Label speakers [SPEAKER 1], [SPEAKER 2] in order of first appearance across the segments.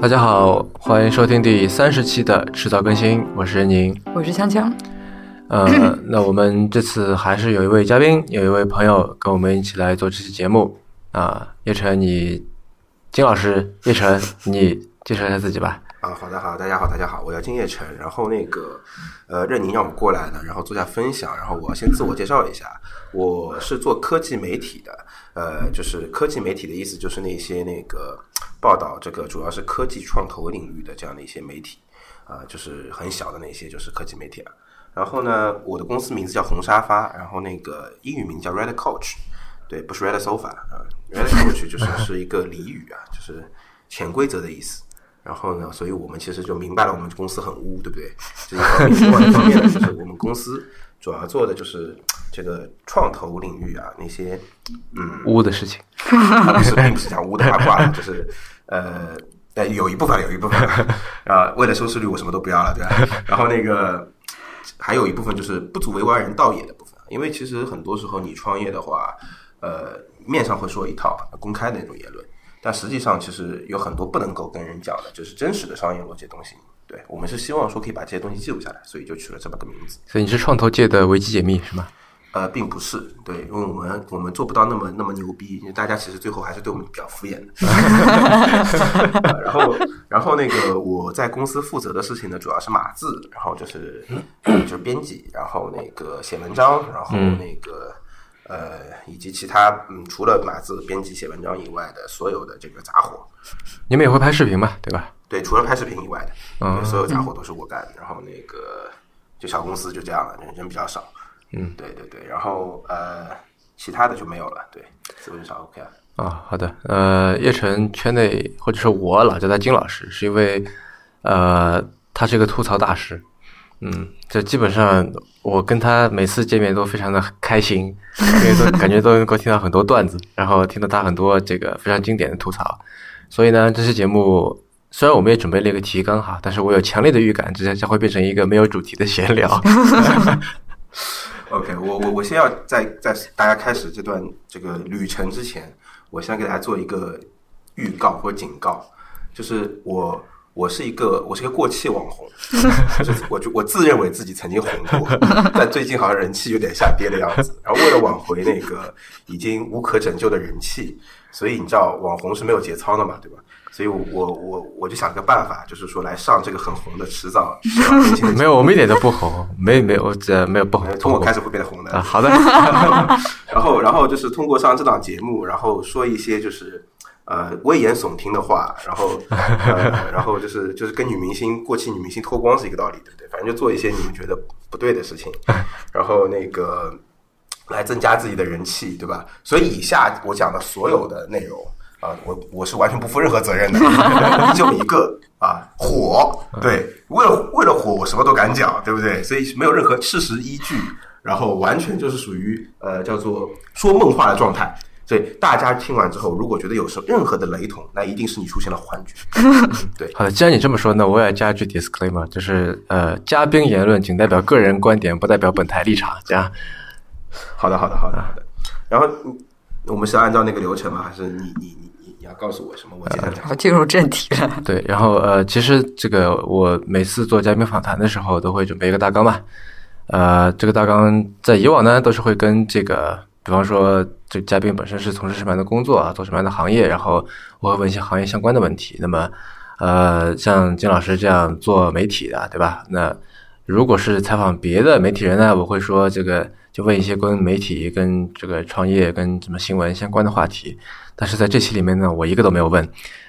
[SPEAKER 1] 大家好，欢迎收听第三十期的迟早更新，我是宁。
[SPEAKER 2] 我是锵锵，
[SPEAKER 1] 呃，那我们这次还是有一位嘉宾，有一位朋友跟我们一起来做这期节目啊。叶晨，你金老师，叶晨，你介绍一下自己吧。
[SPEAKER 3] 啊，好的，好的，大家好，大家好，我叫金叶晨，然后那个，呃，任宁让我们过来的，然后做下分享，然后我先自我介绍一下，我是做科技媒体的，呃，就是科技媒体的意思就是那些那个报道这个主要是科技创投领域的这样的一些媒体，啊、就是很小的那些就是科技媒体啊。然后呢，我的公司名字叫红沙发，然后那个英语名叫 Red Couch，对，不是 Red Sofa 啊、r e d Couch 就是是一个俚语啊，就是潜规则的意思。然后呢，所以我们其实就明白了，我们公司很污，对不对？这一方面，另外一方面呢，就是我们公司主要做的就是这个创投领域啊，那些
[SPEAKER 1] 污的事情，
[SPEAKER 3] 不 是并不是讲污的八卦，就是呃呃有一部分有一部分啊，为了收视率我什么都不要了，对吧？然后那个还有一部分就是不足为外人道也的部分，因为其实很多时候你创业的话，呃，面上会说一套公开的那种言论，但实际上其实有很多不能够跟人讲的，就是真实的商业逻辑的东西。对我们是希望说可以把这些东西记录下来，所以就取了这么个名字。
[SPEAKER 1] 所以你是创投界的维基解密是吗？
[SPEAKER 3] 呃，并不是，对，因为我们我们做不到那么那么牛逼，因为大家其实最后还是对我们比较敷衍的。然后，然后那个我在公司负责的事情呢，主要是码字，然后就是就是编辑，然后那个写文章，然后那个、呃以及其他嗯除了码字、编辑、写文章以外的所有的这个杂活，
[SPEAKER 1] 你们也会拍视频吧？对吧？
[SPEAKER 3] 对，除了拍视频以外的，对所有家伙都是我干的。然后那个就小公司就这样了，人人比较少。嗯，对对对。然后呃，其他的就没有了。对，资本少 OK 啊。
[SPEAKER 1] 啊、好的，呃，叶晨圈内或者是我老叫他金老师，是因为呃，他是一个吐槽大师，嗯，这基本上我跟他每次见面都非常的开心，因为都 感觉都能够听到很多段子，然后听到他很多这个非常经典的吐槽，所以呢，这期节目虽然我们也准备了一个提纲哈，但是我有强烈的预感，这将会变成一个没有主题的闲聊。
[SPEAKER 3] OK，我我我先要在在大家开始这段这个旅程之前，我先给大家做一个预告或警告，就是我我是一个我是一个过气网 红，就是我就我自认为自己曾经红过，但最近好像人气有点下跌的样子。然后为了挽回那个已经无可拯救的人气，所以你知道网红是没有节操的嘛，对吧？所以我，我我我就想个办法，就是说来上这个很红的，迟早迟早年轻人
[SPEAKER 1] 没有，我们一点都不红，没没有，我这没有不红，不
[SPEAKER 3] 从我
[SPEAKER 1] 红
[SPEAKER 3] 开始会变得红的
[SPEAKER 1] 啊。好的，
[SPEAKER 3] 然后，然后就是通过上这档节目，然后说一些就是呃危言耸听的话，然后呃，然后就是就是跟女明星过气女明星脱光是一个道理，对不对？反正就做一些你们觉得不对的事情，然后那个来增加自己的人气，对吧？所以以下我讲的所有的内容。啊，我我是完全不负任何责任的， 就一个啊火，对，为了为了火，我什么都敢讲，对不对？所以是没有任何事实依据，然后完全就是属于呃叫做说梦话的状态。所以大家听完之后，如果觉得有什么任何的雷同，那一定是你出现了幻觉。嗯对，
[SPEAKER 1] 好的，既然你这么说，那我也加一句 disclaimer，就是呃，嘉宾言论仅代表个人观点，不代表本台立场。这样，
[SPEAKER 3] 好的，好的，好的，好的。然后嗯我们是按照那个流程吗？还是你你你你你要告诉我什么？我接下来讲
[SPEAKER 2] 好进入正题了。
[SPEAKER 1] 对，然后呃，其实这个我每次做嘉宾访谈的时候，都会准备一个大纲嘛。呃，这个大纲在以往呢，都是会跟这个，比方说这嘉宾本身是从事什么样的工作啊，做什么样的行业，然后我会问一些行业相关的问题。那么，呃，像金老师这样做媒体的，对吧？那如果是采访别的媒体人呢，我会说这个就问一些跟媒体、跟这个创业、跟什么新闻相关的话题。但是在这期里面呢，我一个都没有问，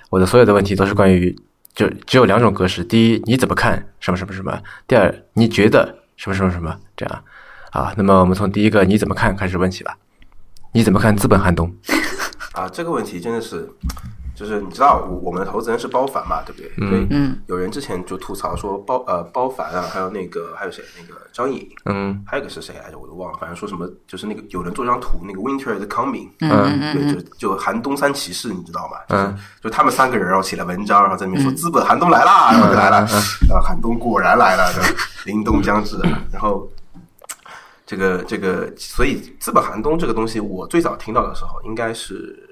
[SPEAKER 1] 我的所有的问题都是关于就只有两种格式：第一，你怎么看什么什么什么；第二，你觉得什么什么什么这样啊。那么我们从第一个你怎么看开始问起吧。你怎么看资本寒冬？
[SPEAKER 3] 啊，这个问题真的是，就是你知道我我们的投资人是包凡嘛，对不对？所以
[SPEAKER 2] 嗯
[SPEAKER 3] 有人之前就吐槽说包呃包凡啊，还有那个还有谁那个张颖，
[SPEAKER 1] 嗯
[SPEAKER 3] 还有一个是谁来着我都忘了，反正说什么就是那个有人做张图，那个 Winter is coming，
[SPEAKER 1] 嗯
[SPEAKER 3] 对，就就寒冬三骑士，你知道吗？就是
[SPEAKER 1] 嗯
[SPEAKER 3] 就他们三个人，然后写了文章，然后在那边说资本寒冬来啦，然后就来
[SPEAKER 1] 嗯
[SPEAKER 3] 了，啊，寒冬果然来了，对吧凛冬将至，啊然后。这个这个，所以资本寒冬这个东西，我最早听到的时候应该是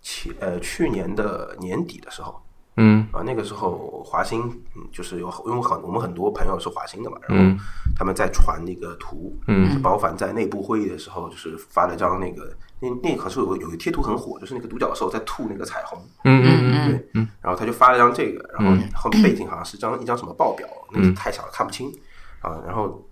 [SPEAKER 3] 前呃去年的年底的时候，
[SPEAKER 1] 嗯
[SPEAKER 3] 啊，那个时候华兴嗯就是有因为我很我们很多朋友是华兴的嘛，然后
[SPEAKER 1] 嗯
[SPEAKER 3] 他们在传那个图，
[SPEAKER 1] 嗯
[SPEAKER 3] 就包凡在内部会议的时候就是发了张那个那那可是有个有一贴图很火，就是那个独角兽在吐那个彩虹，
[SPEAKER 1] 嗯嗯
[SPEAKER 2] 嗯
[SPEAKER 3] 对，然后他就发了张这个，然后后面背景好像是张一张什么报表，那
[SPEAKER 1] 嗯
[SPEAKER 3] 个太小了看不清啊，然后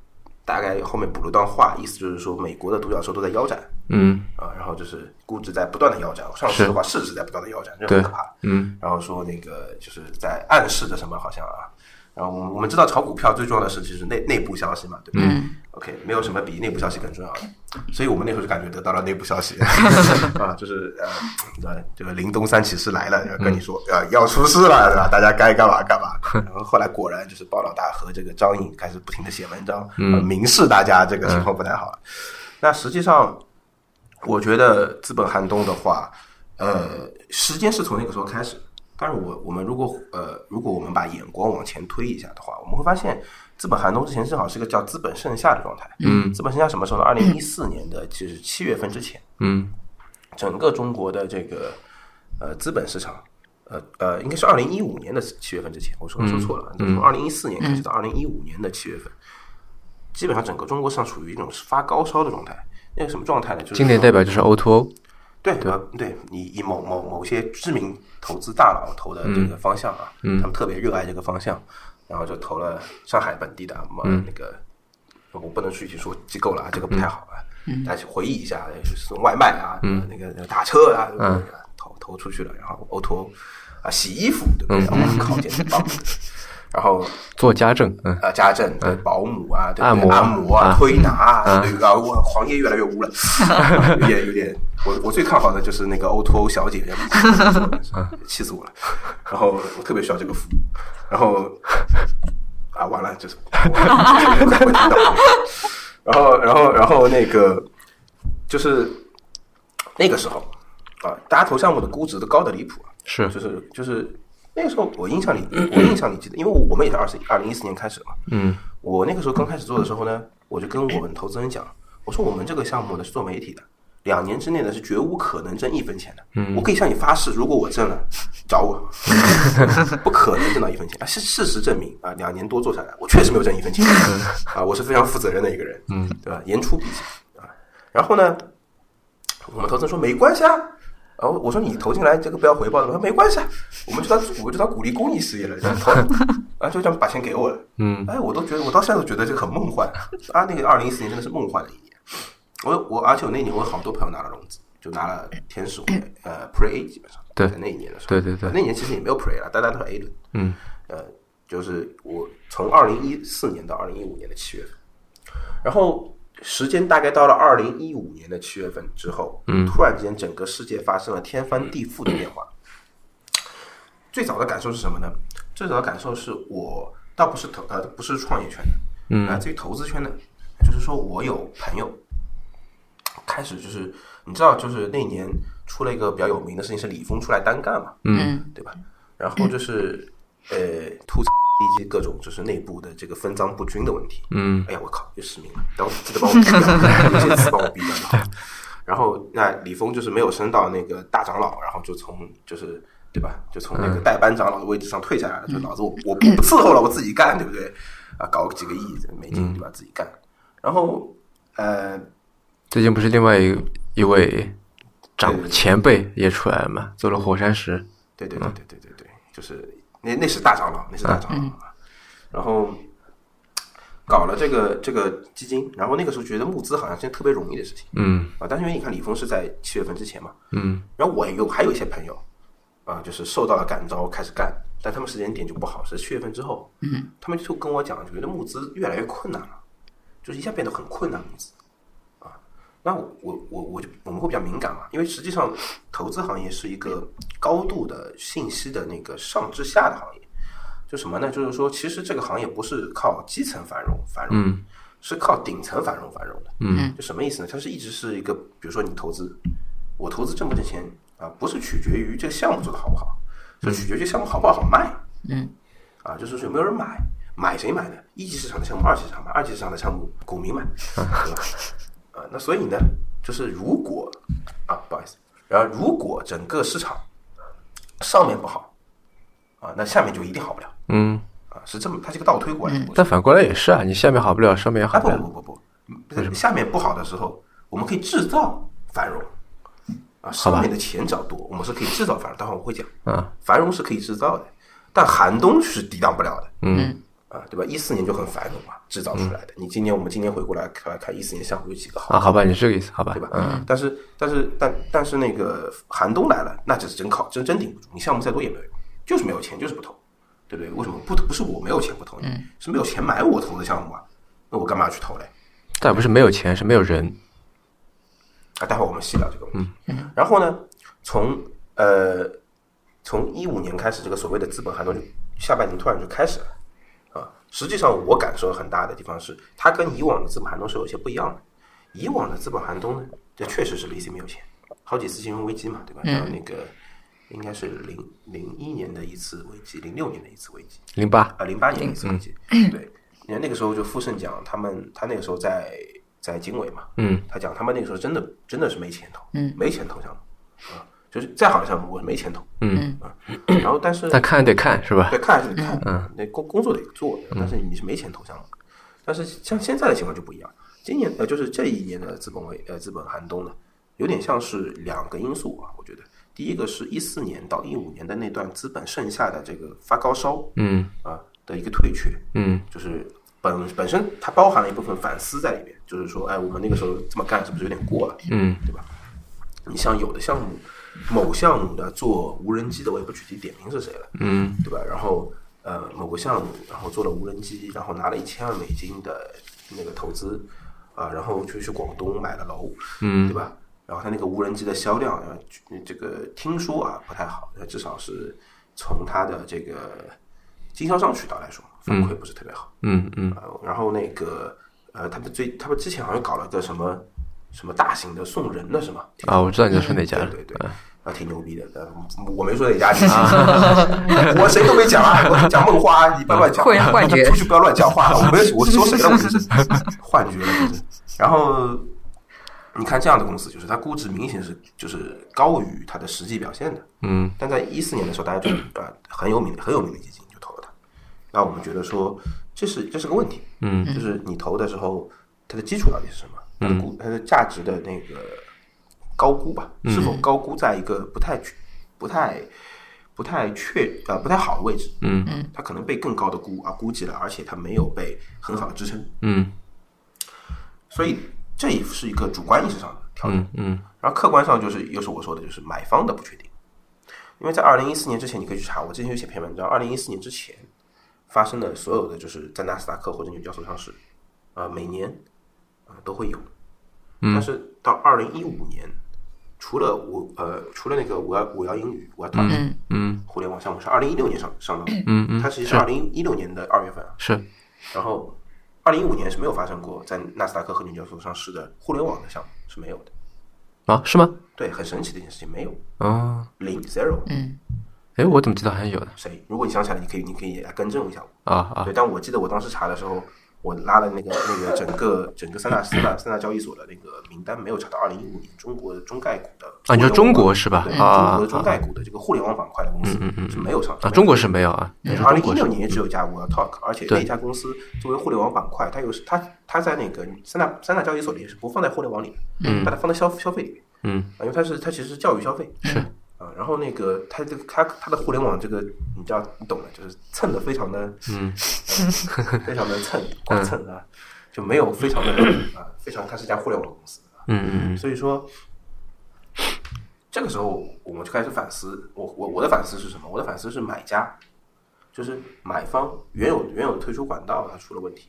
[SPEAKER 3] 大概后面补了段话，意思就是说美国的独角兽都在腰斩
[SPEAKER 1] 嗯
[SPEAKER 3] 啊，然后就是估值在不断的腰斩，上市的话市值在不断的腰斩，这很
[SPEAKER 1] 对
[SPEAKER 3] 可怕。
[SPEAKER 1] 嗯
[SPEAKER 3] 然后说那个就是在暗示着什么，好像啊。然后我们我们知道炒股票最重要的事就是内内部消息嘛，对不对、o k 没有什么比内部消息更重要的。所以我们那时候就感觉得到了内部消息啊，就是呃，对，这个林东三骑士来了，然后跟你说呃要出事了，对吧？大家该干嘛干嘛。然后后来果然就是鲍老大和这个张颖开始不停的写文章，呃明示大家这个情况不太好了。那实际上，我觉得资本寒冬的话，呃，时间是从那个时候开始。但是我我们如果呃，如果我们把眼光往前推一下的话，我们会发现资本寒冬之前正好是个叫资本盛夏的状态。嗯，资本盛夏什么时候呢？二零一四年的就是七月份之前，
[SPEAKER 1] 嗯
[SPEAKER 3] 整个中国的这个呃资本市场，呃呃，应该是二零一五年的七月份之前，我说我说错了，
[SPEAKER 1] 嗯
[SPEAKER 3] 从二零一四年开始到二零一五年的七月份，基本上整个中国上处于一种发高烧的状态。那个什么状态呢？就是
[SPEAKER 1] 经典
[SPEAKER 3] 说
[SPEAKER 1] 代表就是 O to O，
[SPEAKER 3] 对对对，你以某某某些知名投资大佬投的这个方向啊，他们特别热爱这个方向，然后就投了上海本地的某那个，我不能具体说机构了，啊，这个不太好啊。大家去回忆一下，就是送外卖啊，那个那个打车啊，投投出去了，然后 O to O 啊，洗衣服对不对？我靠，简直棒！然后
[SPEAKER 1] 做家政，嗯
[SPEAKER 3] 啊，家政、对保姆啊，对不对
[SPEAKER 1] 按摩
[SPEAKER 3] 按摩啊
[SPEAKER 1] 啊，
[SPEAKER 3] 推拿啊，对啊，我行业越来越 污了，有点有点。我我最看好的就是那个 O to O 小姐，
[SPEAKER 1] 嗯
[SPEAKER 3] 气死我了。然后我特别需要这个服务，然后啊，完了，就是我 再回到然后然后然后那个就是那个时候啊，大家投项目的估值都高的离谱啊。
[SPEAKER 1] 是
[SPEAKER 3] 就是就是那个时候我印象里，我印象里记得，因为我们也是二十二零一四年开始嘛，
[SPEAKER 1] 嗯
[SPEAKER 3] 我那个时候刚开始做的时候呢，我就跟我们投资人讲，我说我们这个项目呢是做媒体的，两年之内呢是绝无可能挣一分钱的。嗯，我可以向你发誓，如果我挣了，找我，不可能挣到一分钱。啊，事事实证明啊，两年多做下来，我确实没有挣一分钱。啊，我是非常负责任的一个人，嗯，对吧？言出必行啊。然后呢，我们投资人说没关系啊。然后我说你投进来这个不要回报的，他说没关系，啊，我们就当我们就当鼓励公益事业了，然后 啊就这样把钱给我了，
[SPEAKER 1] 嗯
[SPEAKER 3] 哎，我都觉得，我到现在都觉得这个很梦幻啊！那个二零一四年真的是梦幻的一年。我我，而且我那年我有好多朋友拿了融资，就拿了天使轮呃 Pre A 基本上。
[SPEAKER 1] 嗯对
[SPEAKER 3] 在那一年的时候，
[SPEAKER 1] 对对对
[SPEAKER 3] 那年其实也没有 Pre 了，大家都是 A 轮。
[SPEAKER 1] 嗯
[SPEAKER 3] 呃，就是我从二零一四年到二零一五年的七月份，然后时间大概到了二零一五年的七月份之后，嗯，突然间整个世界发生了天翻地覆的变化。最早的感受是什么呢？最早的感受是我倒不是投呃不是创业圈的，嗯，来自于投资圈的，就是说我有朋友开始就是你知道就是那年出了一个比较有名的事情是李峰出来单干嘛，
[SPEAKER 1] 嗯
[SPEAKER 3] 对吧？然后就是呃吐槽以及各种就是内部的这个分赃不均的问题，
[SPEAKER 1] 嗯
[SPEAKER 3] 哎呀，我靠，又失明了，等我记得帮我逼掉，有些词帮我逼掉就好。然后那李峰就是没有升到那个大长老，然后就从就是对吧，就从那个代班长老的位置上退下来了，就老子我我不伺候了，我自己干，对不对？啊，搞几个亿美金对吧，自己干。然后呃，
[SPEAKER 1] 最近不是另外一一位
[SPEAKER 3] 对
[SPEAKER 1] 长前辈也出来了嘛，做了火山石，
[SPEAKER 3] 对对对
[SPEAKER 1] 嗯
[SPEAKER 3] 对对对对，就是那那是大长老，那是大长老啊。然后搞了这个这个基金，然后那个时候觉得募资好像是件特别容易的事情
[SPEAKER 1] 嗯
[SPEAKER 3] 啊，但是因为你看李峰是在七月份之前嘛，
[SPEAKER 1] 嗯
[SPEAKER 3] 然后我也有还有一些朋友啊，就是受到了感召开始干，但他们时间点就不好，是七月份之后，嗯，他们就跟我讲，就觉得募资越来越困难了，就是一下变得很困难募资啊。那我我我我就我们会比较敏感嘛，因为实际上投资行业是一个高度的信息的那个上至下的行业，就什么呢？就是说，其实这个行业不是靠基层繁荣繁荣，
[SPEAKER 1] 嗯
[SPEAKER 3] 是靠顶层繁荣繁荣的。
[SPEAKER 1] 嗯
[SPEAKER 3] 就什么意思呢？它是一直是一个，比如说你投资，我投资挣不挣钱啊，不是取决于这个项目做的好不好，是取决于这个项目好不好卖。
[SPEAKER 2] 嗯，
[SPEAKER 3] 啊，就是说有没有人买，买谁买呢？一级市场的项目，二级市场买，二级市场的项目，股民买，对吧？啊，那所以呢，就是如果啊，不好意思，然后如果整个市场上面不好，啊，那下面就一定好不了
[SPEAKER 1] 嗯，
[SPEAKER 3] 啊，是这么，它是个倒推过来的过程。
[SPEAKER 1] 但反过来也是啊，你下面好不了，上面也好
[SPEAKER 3] 啊不
[SPEAKER 1] 不了。
[SPEAKER 3] 不不不不，下面不好的时候，我们可以制造繁荣啊，上面的钱只要多，我们是可以制造繁荣。待会儿我会讲，
[SPEAKER 1] 啊，
[SPEAKER 3] 繁荣是可以制造的，但寒冬是抵挡不了的。嗯。啊，对吧？一四年就很繁荣啊，制造出来的。你今年我们今年回过来看看一四年项目有几个
[SPEAKER 1] 嗯
[SPEAKER 3] 好，
[SPEAKER 1] 啊，好吧，你是这个意思，好吧
[SPEAKER 3] 对吧？？
[SPEAKER 1] 嗯，
[SPEAKER 3] 但是但是但但是那个寒冬来了，那这是真靠真真顶不住，你项目再多也没有用，就是没有钱，就是不投，对不对？为什么不投不是我没有钱不投你，
[SPEAKER 1] 嗯
[SPEAKER 3] 是没有钱买我投的项目啊，那我干嘛去投嘞？
[SPEAKER 1] 但也不是没有钱，是没有人。
[SPEAKER 3] 啊，待会儿我们细聊这个问题。然后呢，从呃从一五年开始，这个所谓的资本寒冬就下半年突然就开始了啊。实际上，我感受很大的地方是，它跟以往的资本寒冬是有些不一样的。以往的资本寒冬呢，这确实是 VC 没有钱，好几次金融危机嘛，对吧？像那个应该是零零一年的一次危机，零六年的一次危机，
[SPEAKER 1] 零八，
[SPEAKER 3] 啊，零八年一次危机，对，嗯 你看那个时候就傅盛讲他们，他那个时候在在经纬嘛，
[SPEAKER 1] 嗯，
[SPEAKER 3] 他讲他们那个时候真的真的是没钱投，嗯，没钱投项目，啊，就是再好的项目我是没钱投，嗯啊， 然后但是
[SPEAKER 1] 但看得看是吧嗯
[SPEAKER 3] 对，？看还是得看，那工工作得做，但是你是没钱投项目。但是像现在的情况就不一样，今年呃就是这一年的资本为呃资本寒冬呢，有点像是两个因素啊，我觉得第一个是一四年到一五年的那段资本剩下的这个发高烧，
[SPEAKER 1] 嗯
[SPEAKER 3] 啊的一个退却，
[SPEAKER 1] 嗯，
[SPEAKER 3] 就是本本身它包含了一部分反思在里面，就是说，哎，我们那个时候这么干是不是有点过了？
[SPEAKER 1] 嗯，
[SPEAKER 3] 对吧？你像有的项目，某项目的做无人机的，我也不具体点名是谁了，嗯，对吧？然后呃，某个项目，然后做了无人机，然后拿了一千万美金的那个投资，啊、然后就去广东买了楼，嗯，对吧？然后他那个无人机的销量，呃这个听说啊不太好，呃至少是从他的这个经销商渠道来说，反馈不是特别好。
[SPEAKER 1] 嗯嗯
[SPEAKER 3] 呃，然后那个呃，他们最他们之前好像搞了个什么什么大型的送人的什么，挺
[SPEAKER 1] 啊，我知道你在说哪家了。
[SPEAKER 3] 嗯
[SPEAKER 1] 嗯
[SPEAKER 3] 对对对，啊，挺牛逼的。呃，我没说哪家，你 我谁都没讲啊，我讲梦话，你不要乱讲，
[SPEAKER 2] 幻幻觉
[SPEAKER 3] 出去不要乱讲 话，我没有我说谁了，我就是 幻觉了，就是。然后你看这样的公司，就是它估值明显是就是高于它的实际表现的，
[SPEAKER 1] 嗯，
[SPEAKER 3] 但在一四年的时候，大家就呃很有名很有名的基金就投了它，那我们觉得说这是这是个问题，嗯，就是你投的时候它的基础到底是什么？它的估它的价值的那个高估吧，是否高估在一个不太确不太不太确呃不太好的位置？嗯嗯，它可能被更高的估啊估计了，而且它没有被很好的支撑，
[SPEAKER 1] 嗯
[SPEAKER 3] 所以这也是一个主观意识上的调整。
[SPEAKER 1] 嗯嗯
[SPEAKER 3] 然后客观上就是又是我说的，就是买方的不确定，因为在二零一四年之前，你可以去查，我之前有写篇文章，二零一四年之前发生的所有的就是在纳斯达克或者纽交所上市，啊、每年啊、都会有，
[SPEAKER 1] 嗯
[SPEAKER 3] 但是到二零一五年，除了我呃除了那个我要我要英语我要团队、
[SPEAKER 1] 嗯，
[SPEAKER 3] 互联网项目是二零一六年上上的，
[SPEAKER 1] 嗯嗯
[SPEAKER 3] 它其实是二零一六年的二月份啊，
[SPEAKER 1] 是，
[SPEAKER 3] 然后二零一五年是没有发生过在纳斯达克和纽交所上市的互联网的项目是没有的。
[SPEAKER 1] 啊，是吗？
[SPEAKER 3] 对，很神奇的一件事情，没有
[SPEAKER 1] 哦，
[SPEAKER 3] 零 zero，
[SPEAKER 1] 哎，我怎么记得好像有呢？
[SPEAKER 3] 谁？如果你想起来，你可以你可以来更正一下我。
[SPEAKER 1] 啊啊
[SPEAKER 3] 对，但我记得我当时查的时候，我拉了那个那个整个整个三大三大三大交易所的那个名单，没有查到二零一五年中国的中概股的
[SPEAKER 1] 啊你说
[SPEAKER 3] 互联网
[SPEAKER 1] 中国是吧
[SPEAKER 3] 对，
[SPEAKER 1] 啊啊
[SPEAKER 3] 中国
[SPEAKER 1] 啊
[SPEAKER 3] 的中概股的这个互联网板块的公司是没有上市
[SPEAKER 1] 啊，
[SPEAKER 3] 的。
[SPEAKER 1] 中国是没有啊，你说
[SPEAKER 3] 嗯二
[SPEAKER 1] 中
[SPEAKER 3] 零一
[SPEAKER 1] 国是
[SPEAKER 3] 六年也只有一家 World Talk，而且那家公司作为互联网板块，它又是它它在那个三大三大交易所里是不放在互联网里的，把它放在消消费里面，
[SPEAKER 1] 嗯
[SPEAKER 3] 啊，因为它是它其实是教育消费是啊，然后那个它这个它它的互联网这个你知道你懂的，就是蹭的非常的嗯， 非常的
[SPEAKER 1] 嗯
[SPEAKER 3] 蹭光蹭啊，就没有非常的啊非常它是一家互联网公司啊，
[SPEAKER 1] 嗯嗯
[SPEAKER 3] 所以说，这个时候我们就开始反思。我我我的反思是什么？我的反思是买家，就是买方原有原有的推出管道它出了问题。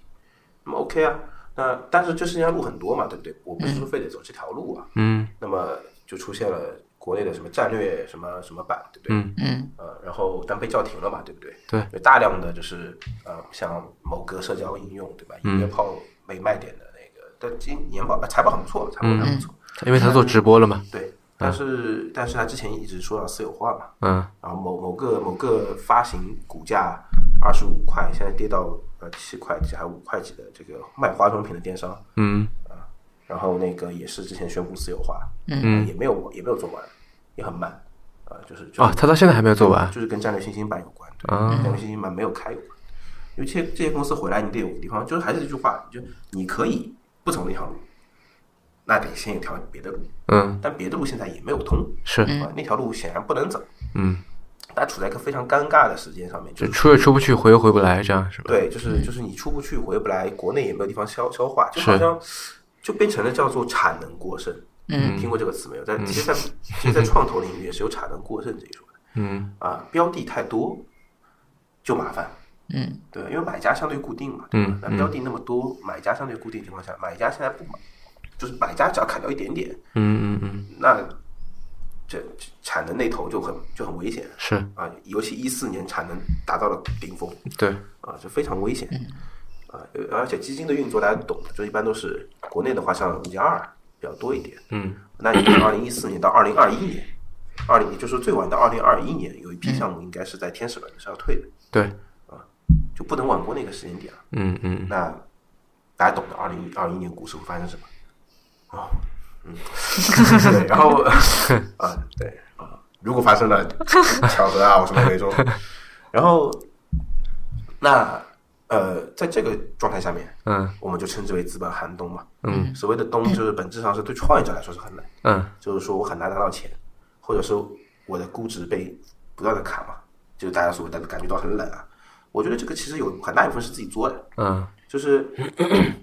[SPEAKER 3] 那么 OK 啊，那但是这世界上路很多嘛，对不对？我不是说非得走这条路啊。
[SPEAKER 1] 嗯
[SPEAKER 3] 那么就出现了国内的什么战略什么什么版，对不对？
[SPEAKER 1] 嗯
[SPEAKER 2] 嗯
[SPEAKER 3] 呃，然后但被叫停了嘛，对不对？
[SPEAKER 1] 对，
[SPEAKER 3] 有大量的就是呃，像某个社交应用，对吧？音乐
[SPEAKER 1] 嗯
[SPEAKER 3] 炮为卖点的那个，但今年报呃财报很不错，财报还不错。
[SPEAKER 1] 嗯，因为他做直播了嘛，
[SPEAKER 3] 对，但是、但是他之前一直说要私有化嘛，
[SPEAKER 1] 嗯
[SPEAKER 3] 然后啊某某个某个发行股价二十五块，现在跌到呃七块几还五块几的这个卖化妆品的电商，啊
[SPEAKER 1] 嗯
[SPEAKER 3] 然后那个也是之前宣布私有化，
[SPEAKER 2] 嗯
[SPEAKER 3] 嗯，也没有也没有做完，也很慢啊。呃，就是就是
[SPEAKER 1] 哦，他到现在还没有做完
[SPEAKER 3] 就是跟战略信心版有关，对
[SPEAKER 1] 啊
[SPEAKER 3] 战略信心版没有开有关，因为这这些公司回来，你得有个地方，就是还是这句话，就你可以不走那条路，那得先有条别的路，
[SPEAKER 1] 嗯，
[SPEAKER 3] 但别的路现在也没有通，
[SPEAKER 1] 是，
[SPEAKER 3] 啊那条路显然不能走，
[SPEAKER 1] 嗯，
[SPEAKER 3] 它处在一个非常尴尬的时间上面，就
[SPEAKER 1] 就是出也出不去，回又回不来，这样是吧？，
[SPEAKER 3] 对，
[SPEAKER 1] 嗯
[SPEAKER 3] 就是就是你出不去，回不来，国内也没有地方消消化，就是好像就变成了叫做产能过剩。
[SPEAKER 2] 嗯，
[SPEAKER 3] 听过这个词没有？在其 实在，其实，在创投领域也是有产能过剩这一说的
[SPEAKER 1] 嗯
[SPEAKER 3] 啊，标的太多就麻烦。
[SPEAKER 2] 嗯，
[SPEAKER 3] 对，因为买家相对固定嘛，对吧
[SPEAKER 1] 嗯
[SPEAKER 3] 那标的那么多，买家相对固定的情况下，买家现在不买，就是买家只要砍掉一点点，
[SPEAKER 1] 嗯嗯嗯，
[SPEAKER 3] 那这这产能那头就很就很危险
[SPEAKER 1] 是
[SPEAKER 3] 啊，尤其一四年产能达到了顶峰，
[SPEAKER 1] 对，
[SPEAKER 3] 啊，这非常危险。啊，呃而且基金的运作大家都懂，就一般都是国内的话，像五加二比较多一点。
[SPEAKER 1] 嗯，
[SPEAKER 3] 那你从二零一四年到二零二一年，二零也就是最晚到二零二一年，有一批项目应该是在天使轮是要退的，
[SPEAKER 1] 对，
[SPEAKER 3] 就不能晚过那个时间点了。
[SPEAKER 1] 嗯嗯，
[SPEAKER 3] 那大家懂得二零二一年股市会发生什么？哦，嗯，对，然 后啊，对啊，如果发生了巧合啊，我什么也没说。然后，那呃，在这个状态下面，
[SPEAKER 1] 嗯
[SPEAKER 3] 我们就称之为资本寒冬嘛。
[SPEAKER 1] 嗯
[SPEAKER 3] 所谓的冬，就是本质上是对创业者来说是很难，
[SPEAKER 1] 嗯
[SPEAKER 3] 就是说我很难拿到钱，或者说我的估值被不断的砍嘛，就是大家所谓的感觉到很冷啊。我觉得这个其实有很大一部分是自己作的，
[SPEAKER 1] 嗯
[SPEAKER 3] 就是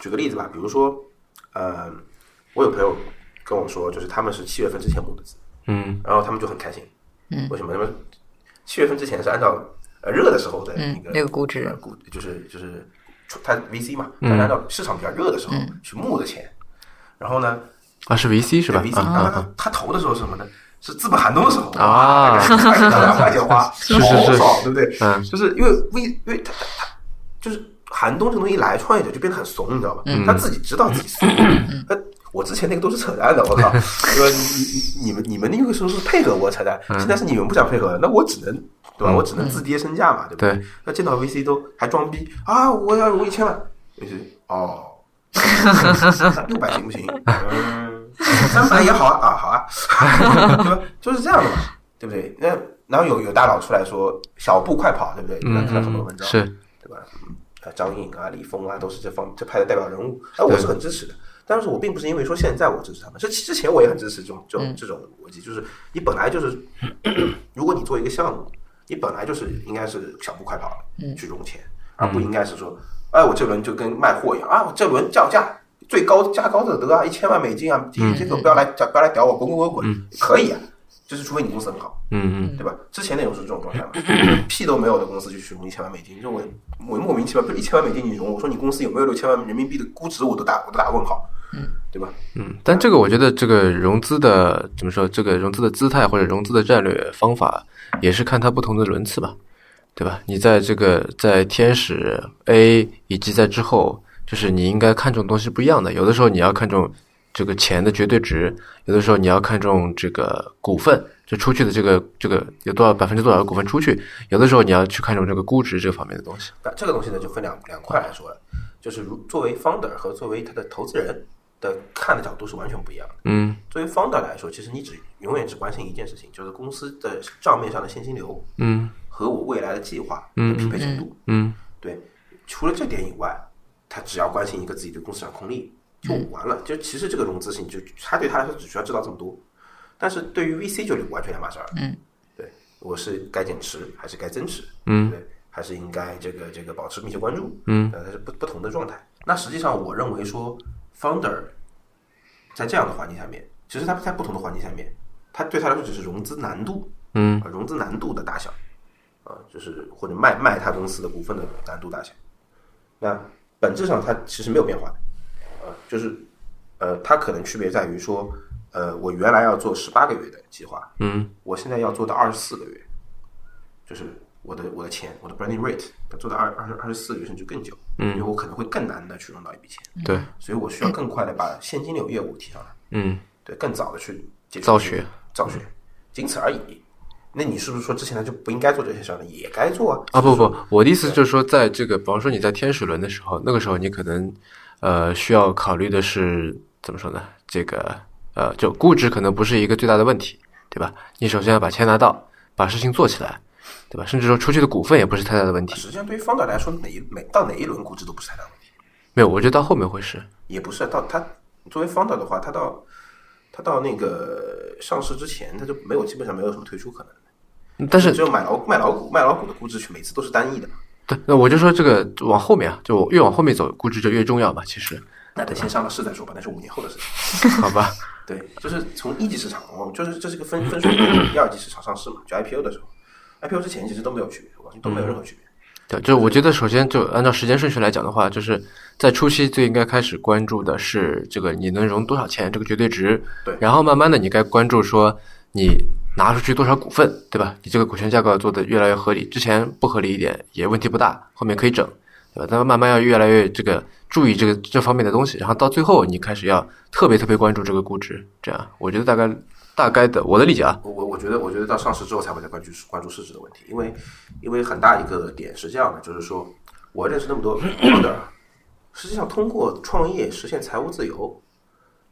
[SPEAKER 3] 举个例子吧，比如说，呃，我有朋友跟我说，就是他们是七月份之前募的资，
[SPEAKER 1] 嗯
[SPEAKER 3] 然后他们就很开心。嗯，为什么？他们七月份之前是按照呃热的时候的
[SPEAKER 2] 嗯
[SPEAKER 3] 那个、
[SPEAKER 2] 那个估值
[SPEAKER 3] 呃估就是就是它 VC 嘛，它是按照市场比较热的时候
[SPEAKER 2] 嗯
[SPEAKER 3] 去募的钱。然后呢，
[SPEAKER 1] 啊，是 VC 是吧？
[SPEAKER 3] 对 VC，
[SPEAKER 1] 啊
[SPEAKER 3] 然后
[SPEAKER 1] 啊
[SPEAKER 3] 他他投的时候是什么呢？是资本寒冬的时候
[SPEAKER 1] 啊
[SPEAKER 3] 大概两块钱花，
[SPEAKER 1] 是是
[SPEAKER 3] 好爽，对不对？
[SPEAKER 1] 嗯
[SPEAKER 3] 就是因为 V，因为他他他就是寒冬这个东西一来，创业者就变得很怂，你知道吧？
[SPEAKER 1] 嗯
[SPEAKER 3] 他自己知道自己怂。他我之前那个都是扯淡的，我
[SPEAKER 1] 嗯
[SPEAKER 3] 靠！说你你你们你们那个时候是配合我扯淡，
[SPEAKER 1] 嗯
[SPEAKER 3] 现在是你们不想配合，那我只能对吧？我只能自跌身价嘛，对不
[SPEAKER 1] 对？
[SPEAKER 3] 那见到 VC 都还装逼啊！我要融一千万，VC 哦。
[SPEAKER 1] 啊
[SPEAKER 3] 六百行不行？ 嗯，三百也好啊，啊好啊，对吧？ 就是这样的嘛，对不对？那然后有有大佬出来说小步快跑，对不对？你看看到很多文
[SPEAKER 1] 嗯，
[SPEAKER 3] 章，
[SPEAKER 1] 是，
[SPEAKER 3] 对吧？嗯啊，张颖啊、李峰啊，都是这方这派的代表人物，哎，我是很支持的。但是我并不是因为说现在我支持他们，是之前我也很支持这种这种这种逻辑，就是你本来就是， 如果你做一个项目，你本来就是应该是小步快跑的去融钱，而不应该是说，哎，我这轮就跟卖货一样啊，我这轮降价。最高价高者得啊，一千万美金啊！你这个不要来不要来屌我，滚滚滚滚，可以啊，就是除非你公司很好，
[SPEAKER 1] 嗯嗯
[SPEAKER 3] 对吧？之前那种是这种状态嘛， 屁都没有的公司就去融一千万美金，就我我莫名其妙，不是一千万美金你融，我说你公司有没有六千万人民币的估值，我都打我都打问号，对吧？
[SPEAKER 1] 嗯，但这个我觉得这个融资的怎么说？这个融资的姿态或者融资的战略方法，也是看它不同的轮次吧，对吧？你在这个在天使 A 以及在之后，就是你应该看重的东西不一样的。有的时候你要看重这个钱的绝对值，有的时候你要看重这个股份，就出去的这个这个有多少百分之多少的股份出去，有的时候你要去看重这个估值这方面的东西。
[SPEAKER 3] 那这个东西呢，就分两两块来说了，就是如作为 founder 和作为他的投资人的看的角度是完全不一样的。
[SPEAKER 1] 嗯
[SPEAKER 3] 作为 founder 来说，其实你只永远只关心一件事情，就是公司的账面上的现金流
[SPEAKER 1] 嗯
[SPEAKER 3] 和我未来的计划的匹配程度。
[SPEAKER 1] 嗯
[SPEAKER 3] 对，除了这点以外，他只要关心一个自己的公司掌控力就
[SPEAKER 1] 嗯
[SPEAKER 3] 完了。就其实这个融资事情，就他对他来说只需要知道这么多，但是对于 VC 就完全两码事儿。嗯，对，我是该减持还是该增持？嗯，对，还是应该这个这个保持密切关注？嗯，呃，它是不不同的状态。那实际上，我认为说，founder 在这样的环境下面，其实他在不同的环境下面，他对他来说只是融资难度，
[SPEAKER 1] 嗯
[SPEAKER 3] 啊，融资难度的大小，啊，就是或者卖卖他公司的股份的难度大小。那本质上它其实没有变化的，呃，就是呃，它可能区别在于说，呃，我原来要做十八个月的计划，
[SPEAKER 1] 嗯
[SPEAKER 3] 我现在要做到二十四个月，就是我的我的钱，我的 branding rate 要做到二二十二十四个月甚至更久，
[SPEAKER 1] 嗯
[SPEAKER 3] 因为我可能会更难的去融到一笔钱，
[SPEAKER 1] 对
[SPEAKER 3] 所以我需要更快的把现金流业务提上来。
[SPEAKER 1] 嗯
[SPEAKER 3] 对，更早的去解决
[SPEAKER 1] 造
[SPEAKER 3] 这个
[SPEAKER 1] 血，嗯
[SPEAKER 3] 造血，仅此而已。那你是不是说之前他就不应该做这些事儿呢？也该做啊？
[SPEAKER 1] 啊不不，我的意思就是说，在这个，比方说你在天使轮的时候，那个时候你可能呃需要考虑的是怎么说呢？这个呃，就估值可能不是一个最大的问题，对吧？你首先要把钱拿到，把事情做起来，对吧？甚至说出去的股份也不是太大的问题。
[SPEAKER 3] 实际上，对于方导来说，哪一每到哪一轮估值都不是太大的问题，
[SPEAKER 1] 没有，我觉得到后面会是，
[SPEAKER 3] 也不是到他作为方导的话，他到他到那个上市之前，他就没有基本上没有什么退出可能。
[SPEAKER 1] 但是
[SPEAKER 3] 只有买老卖老股卖老股的估值去，每次都是单一的嘛。
[SPEAKER 1] 对，那我就说这个往后面啊，就越往后面走，估值就越重要嘛。其实，
[SPEAKER 3] 那得先上了市再说吧，那是五年后的事情。
[SPEAKER 1] 好吧，
[SPEAKER 3] 对，就是从一级市场，我就是这是个分分水岭，二级市场上市嘛，就 IPO 的时候，IPO 之前其实都没有区别，我都没有任何区别。
[SPEAKER 1] 对，就我觉得首先就按照时间顺序来讲的话，就是在初期最应该开始关注的是这个你能融多少钱，这个绝对值。
[SPEAKER 3] 对
[SPEAKER 1] 然后慢慢的你该关注说你拿出去多少股份，对吧？你这个股权架构做的越来越合理，之前不合理一点也问题不大，后面可以整，对吧？但慢慢要越来越这个注意这个这方面的东西，然后到最后你开始要特别特别关注这个估值，这样我觉得大概大概的我的理解啊，
[SPEAKER 3] 我我我觉得，我觉得到上市之后才会再关注关注市值的问题，因为因为很大一个点是这样的，就是说我认识那么多 founder，实际上通过创业实现财务自由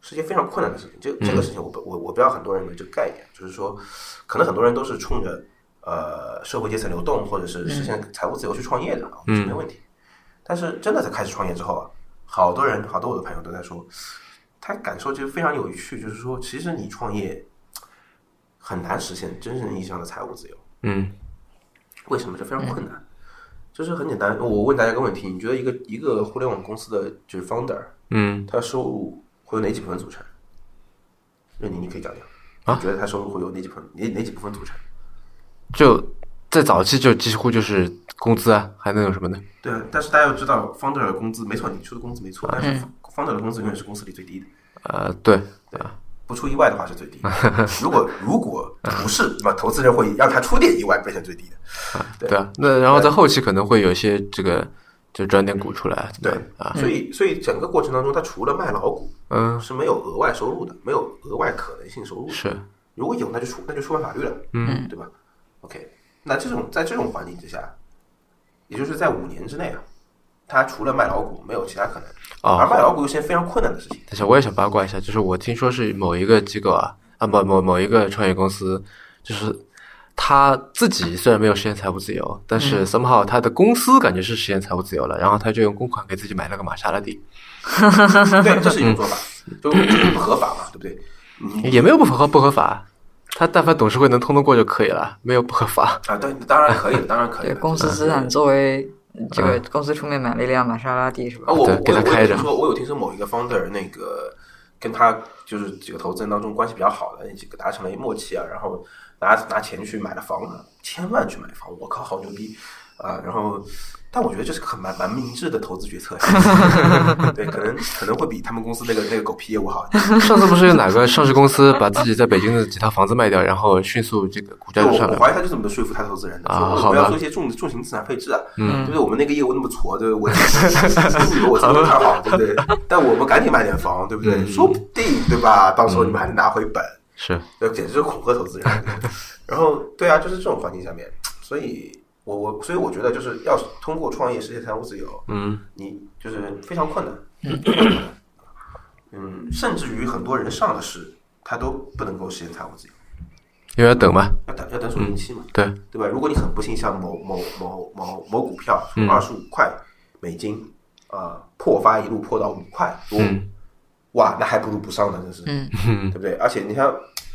[SPEAKER 3] 是件非常困难的事情。这这个事情我不，我我我不要很多人的这个概念，就是说，可能很多人都是冲着呃社会阶层流动或者是实现财务自由去创业的，啊，是没问题。但是真的在开始创业之后啊，好多人，好多我的朋友都在说，他感受就非常有趣，就是说，其实你创业很难实现真正意义上的财务自由。
[SPEAKER 1] 嗯，
[SPEAKER 3] 为什么这非常困难？就是很简单，我问大家一个问题：你觉得一个一个互联网公司的就是 founder，
[SPEAKER 1] 嗯，
[SPEAKER 3] 他的收入会由哪几部分组成？任宁，你可以讲讲，
[SPEAKER 1] 啊
[SPEAKER 3] 你觉得他收入会由哪几部分哪哪几部分组成？
[SPEAKER 1] 就在早期就几乎就是工资啊，还能有什么呢？
[SPEAKER 3] 对，啊但是大家要知道，founder 的工资没错，你出的工资没错，但是
[SPEAKER 1] 嗯
[SPEAKER 3] founder 的工资永远是公司里最低的。
[SPEAKER 1] 呃，对，
[SPEAKER 3] 不出意外的话是最低的。如果如果不是，那么投资人会让他出点意外，变成最低的。对
[SPEAKER 1] 对啊，那然后在后期可能会有一些这个就转点股出来，怎么
[SPEAKER 3] 对
[SPEAKER 1] 样啊，
[SPEAKER 3] 所以所以整个过程当中，他除了卖老股，
[SPEAKER 1] 嗯，
[SPEAKER 3] 是没有额外收入的，没有额外可能性收入的。
[SPEAKER 1] 是，
[SPEAKER 3] 如果有，那就触那就触犯法律了，嗯，对吧？OK，那这种在这种环境之下，也就是在五年之内啊，他除了卖老股，没有其他可能。
[SPEAKER 1] 哦
[SPEAKER 3] 而卖老股又是件非常困难的事情。
[SPEAKER 1] 但是我也想八卦一下，就是我听说是某一个机构啊，啊某某某一个创业公司，就是他自己虽然没有实现财务自由，但是 somehow 他的公司感觉是实现财务自由了，然后他就用公款给自己买了个玛莎拉蒂，
[SPEAKER 3] 对，这是一种做法，就 这不合法嘛，对不嗯对？
[SPEAKER 1] 也没有不合不合法，他但凡董事会能通得过就可以了，没有不合法。
[SPEAKER 3] 啊，对，当然可以了，当然可以
[SPEAKER 2] 对，
[SPEAKER 3] 了。嗯
[SPEAKER 2] 公司资产作为这个公司出面买了一辆玛莎拉蒂是
[SPEAKER 3] 啊，
[SPEAKER 2] 吧？
[SPEAKER 3] 我
[SPEAKER 1] 对
[SPEAKER 3] 我
[SPEAKER 1] 给他
[SPEAKER 3] 有
[SPEAKER 1] 开着
[SPEAKER 3] 我有听说，我有听说某一个 founder 那个跟他就是几个投资人当中关系比较好的，几个达成了一默契啊，然后拿拿钱去买了房啊，千万去买房，我靠，好牛逼啊！然后，但我觉得这是个很蛮蛮明智的投资决策， 对，可能可能会比他们公司那个那个狗屁业务好。
[SPEAKER 1] 上次不是有哪个上市公司把自己在北京的几套房子卖掉，然后迅速这个股价
[SPEAKER 3] 我
[SPEAKER 1] 就上
[SPEAKER 3] 我
[SPEAKER 1] 来了？
[SPEAKER 3] 怀疑他就这么说服他投资人的，
[SPEAKER 1] 啊
[SPEAKER 3] 说
[SPEAKER 1] 好嗯
[SPEAKER 3] 我们要
[SPEAKER 1] 吧
[SPEAKER 3] 做一些重重型资产配置啊，对不对？我们那个业务那么挫，对不对？我 你以为我做的太好，对不对？但我们赶紧买点房，对不
[SPEAKER 1] 嗯
[SPEAKER 3] 对？说不定对吧？到时候你们还能拿回本，
[SPEAKER 1] 是，
[SPEAKER 3] 那简直是恐吓投资人。 然后对啊，就是这种环境下面，所以我我所以我觉得就是要通过创业实现财务自由，
[SPEAKER 1] 嗯，
[SPEAKER 3] 你就是非常困难， 嗯，甚至于很多人上了市，他都不能够实现财务自由，
[SPEAKER 1] 因为要等嘛，
[SPEAKER 3] 要等要等
[SPEAKER 1] 嗯
[SPEAKER 3] 水平期嘛。
[SPEAKER 1] 对，
[SPEAKER 3] 对吧？如果你很不幸像某某某某某股票从二十五块美金啊、呃破发一路破到五块多，哇，那还不如不上呢，真是，嗯、对不对？而且你像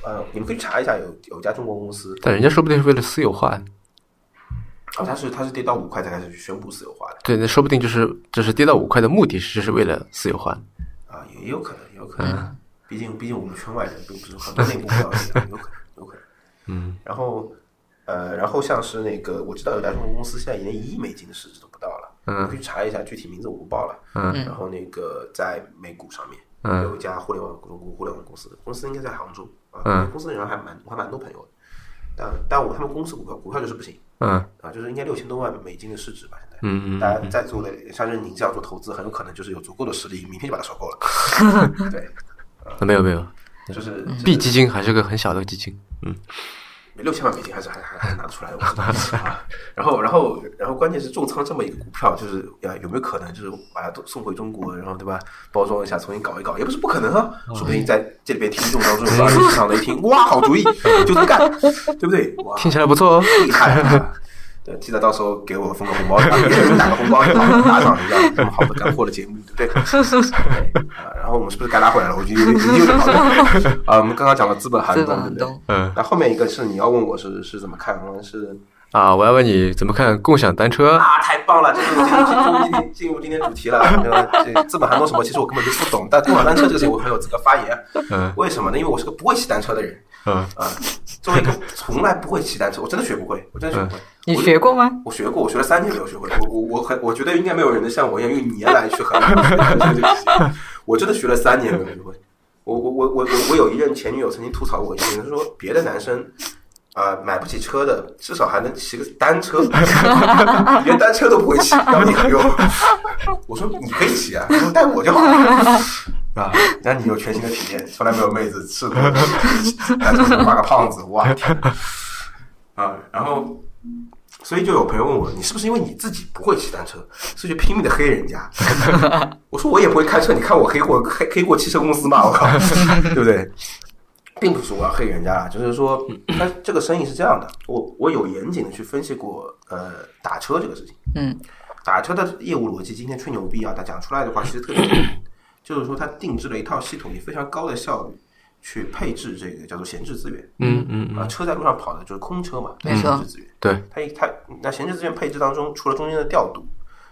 [SPEAKER 3] 呃，你们可以查一下，有有家中国公司，
[SPEAKER 1] 但人家说不定是为了私有化，
[SPEAKER 3] 啊，它是它是跌到五块才开始宣布私有化的
[SPEAKER 1] 对，那说不定就是就是跌到五块的目的是是为了私有化，
[SPEAKER 3] 啊，也也有可能，也有可能，毕竟毕竟我们圈外人并不是很多内部不了解， 有可能，有可能，嗯，然后。呃，然后像是那个，我知道有家中国公司现在连一亿美金的市值都不到了，我去查一下具体名字我不报了。嗯，然后那个在美股上面、有一家互联网中国互联网公司，公司应该在杭州啊，
[SPEAKER 1] 嗯
[SPEAKER 3] 公司人还蛮我还蛮多朋友的，但但我他们公司股票股票就是不行
[SPEAKER 1] 嗯
[SPEAKER 3] 啊，就是应该六千多万美金的市值吧，现在。
[SPEAKER 1] 嗯
[SPEAKER 3] 大家在座的像任宁这样做投资，很有可能就是有足够的实力，明天就把它收购了。 对，
[SPEAKER 1] 嗯，没有没有
[SPEAKER 3] 就是
[SPEAKER 1] 嗯，B 基金还是个很小的基金，
[SPEAKER 3] 六千万美金还是还还还是拿得出来的。我 知道啊然后然后然后关键是重仓这么一个股票，就是呀有没有可能就是把它都送回中国，然后对吧？包装一下，重新搞一搞，也不是不可能啊。
[SPEAKER 1] 嗯
[SPEAKER 3] 说不定在这里边听众当中有二级市场的一听，哇，好主 意，就这么干，对不对？哇，
[SPEAKER 1] 听起来不错哦。
[SPEAKER 3] 厉害、 啊！对，记得到时候给我封个红包，打个红包，打赏一下，好的干货的节目，对不对？ 对啊然后我们是不是该拉回来了？我觉得有点有点跑题 啊。我们刚刚讲了资本寒
[SPEAKER 2] 资
[SPEAKER 3] 冬
[SPEAKER 2] 本，寒
[SPEAKER 3] 对不对
[SPEAKER 2] 冬？
[SPEAKER 1] 嗯
[SPEAKER 3] 那后面一个是你要问我是是怎么看，我是
[SPEAKER 1] 啊，我要问你怎么看共享单车？
[SPEAKER 3] 啊，太棒了，这是我今天进入进入今天主题了。对吧这资本寒冬什么，其实我根本就不懂，但共享单车这个事情我很有资格发言。
[SPEAKER 1] 嗯
[SPEAKER 3] 为什么呢？因为我是个不会骑单车的人
[SPEAKER 1] 嗯，
[SPEAKER 3] 啊，作为一个从来不会骑单车，我真的学不会，我真的学不会。
[SPEAKER 2] 嗯你
[SPEAKER 3] 我就
[SPEAKER 2] 学过吗？
[SPEAKER 3] 我学过，我学了三年没有学会。我我我很，我觉得应该没有人能像我一样用年来去衡量这个事情。我真的学了三年没有学会。我我我我我有一任前女友曾经吐槽过我一句，她说别的男生。呃，买不起车的，至少还能骑个单车，连单车都不会骑，然后你给我，我说你可以骑啊，你带我就好了，啊，让你有全新的体验，从来没有妹子试过，单车上挂个胖子，哇，天哪啊，然后所以就有朋友问我，你是不是因为你自己不会骑单车，所以就拼命的黑人家？ 我说我也不会开车，你看我黑过黑黑过汽车公司吗？我 靠，对不对？并不是我要黑人家啊，就是说，但这个生意是这样的，我我有严谨的去分析过，呃，打车这个事情，
[SPEAKER 2] 嗯
[SPEAKER 3] 打车的业务逻辑，今天吹牛逼啊，但讲出来的话其实特别牛逼，就是说他定制了一套系统，以非常高的效率去配置这个叫做闲置资源，
[SPEAKER 1] 嗯嗯
[SPEAKER 3] 啊，车在路上跑的就是空车嘛，
[SPEAKER 2] 没错
[SPEAKER 3] 闲置资源。
[SPEAKER 1] 对，
[SPEAKER 3] 它一它那闲置资源配置当中，除了中间的调度，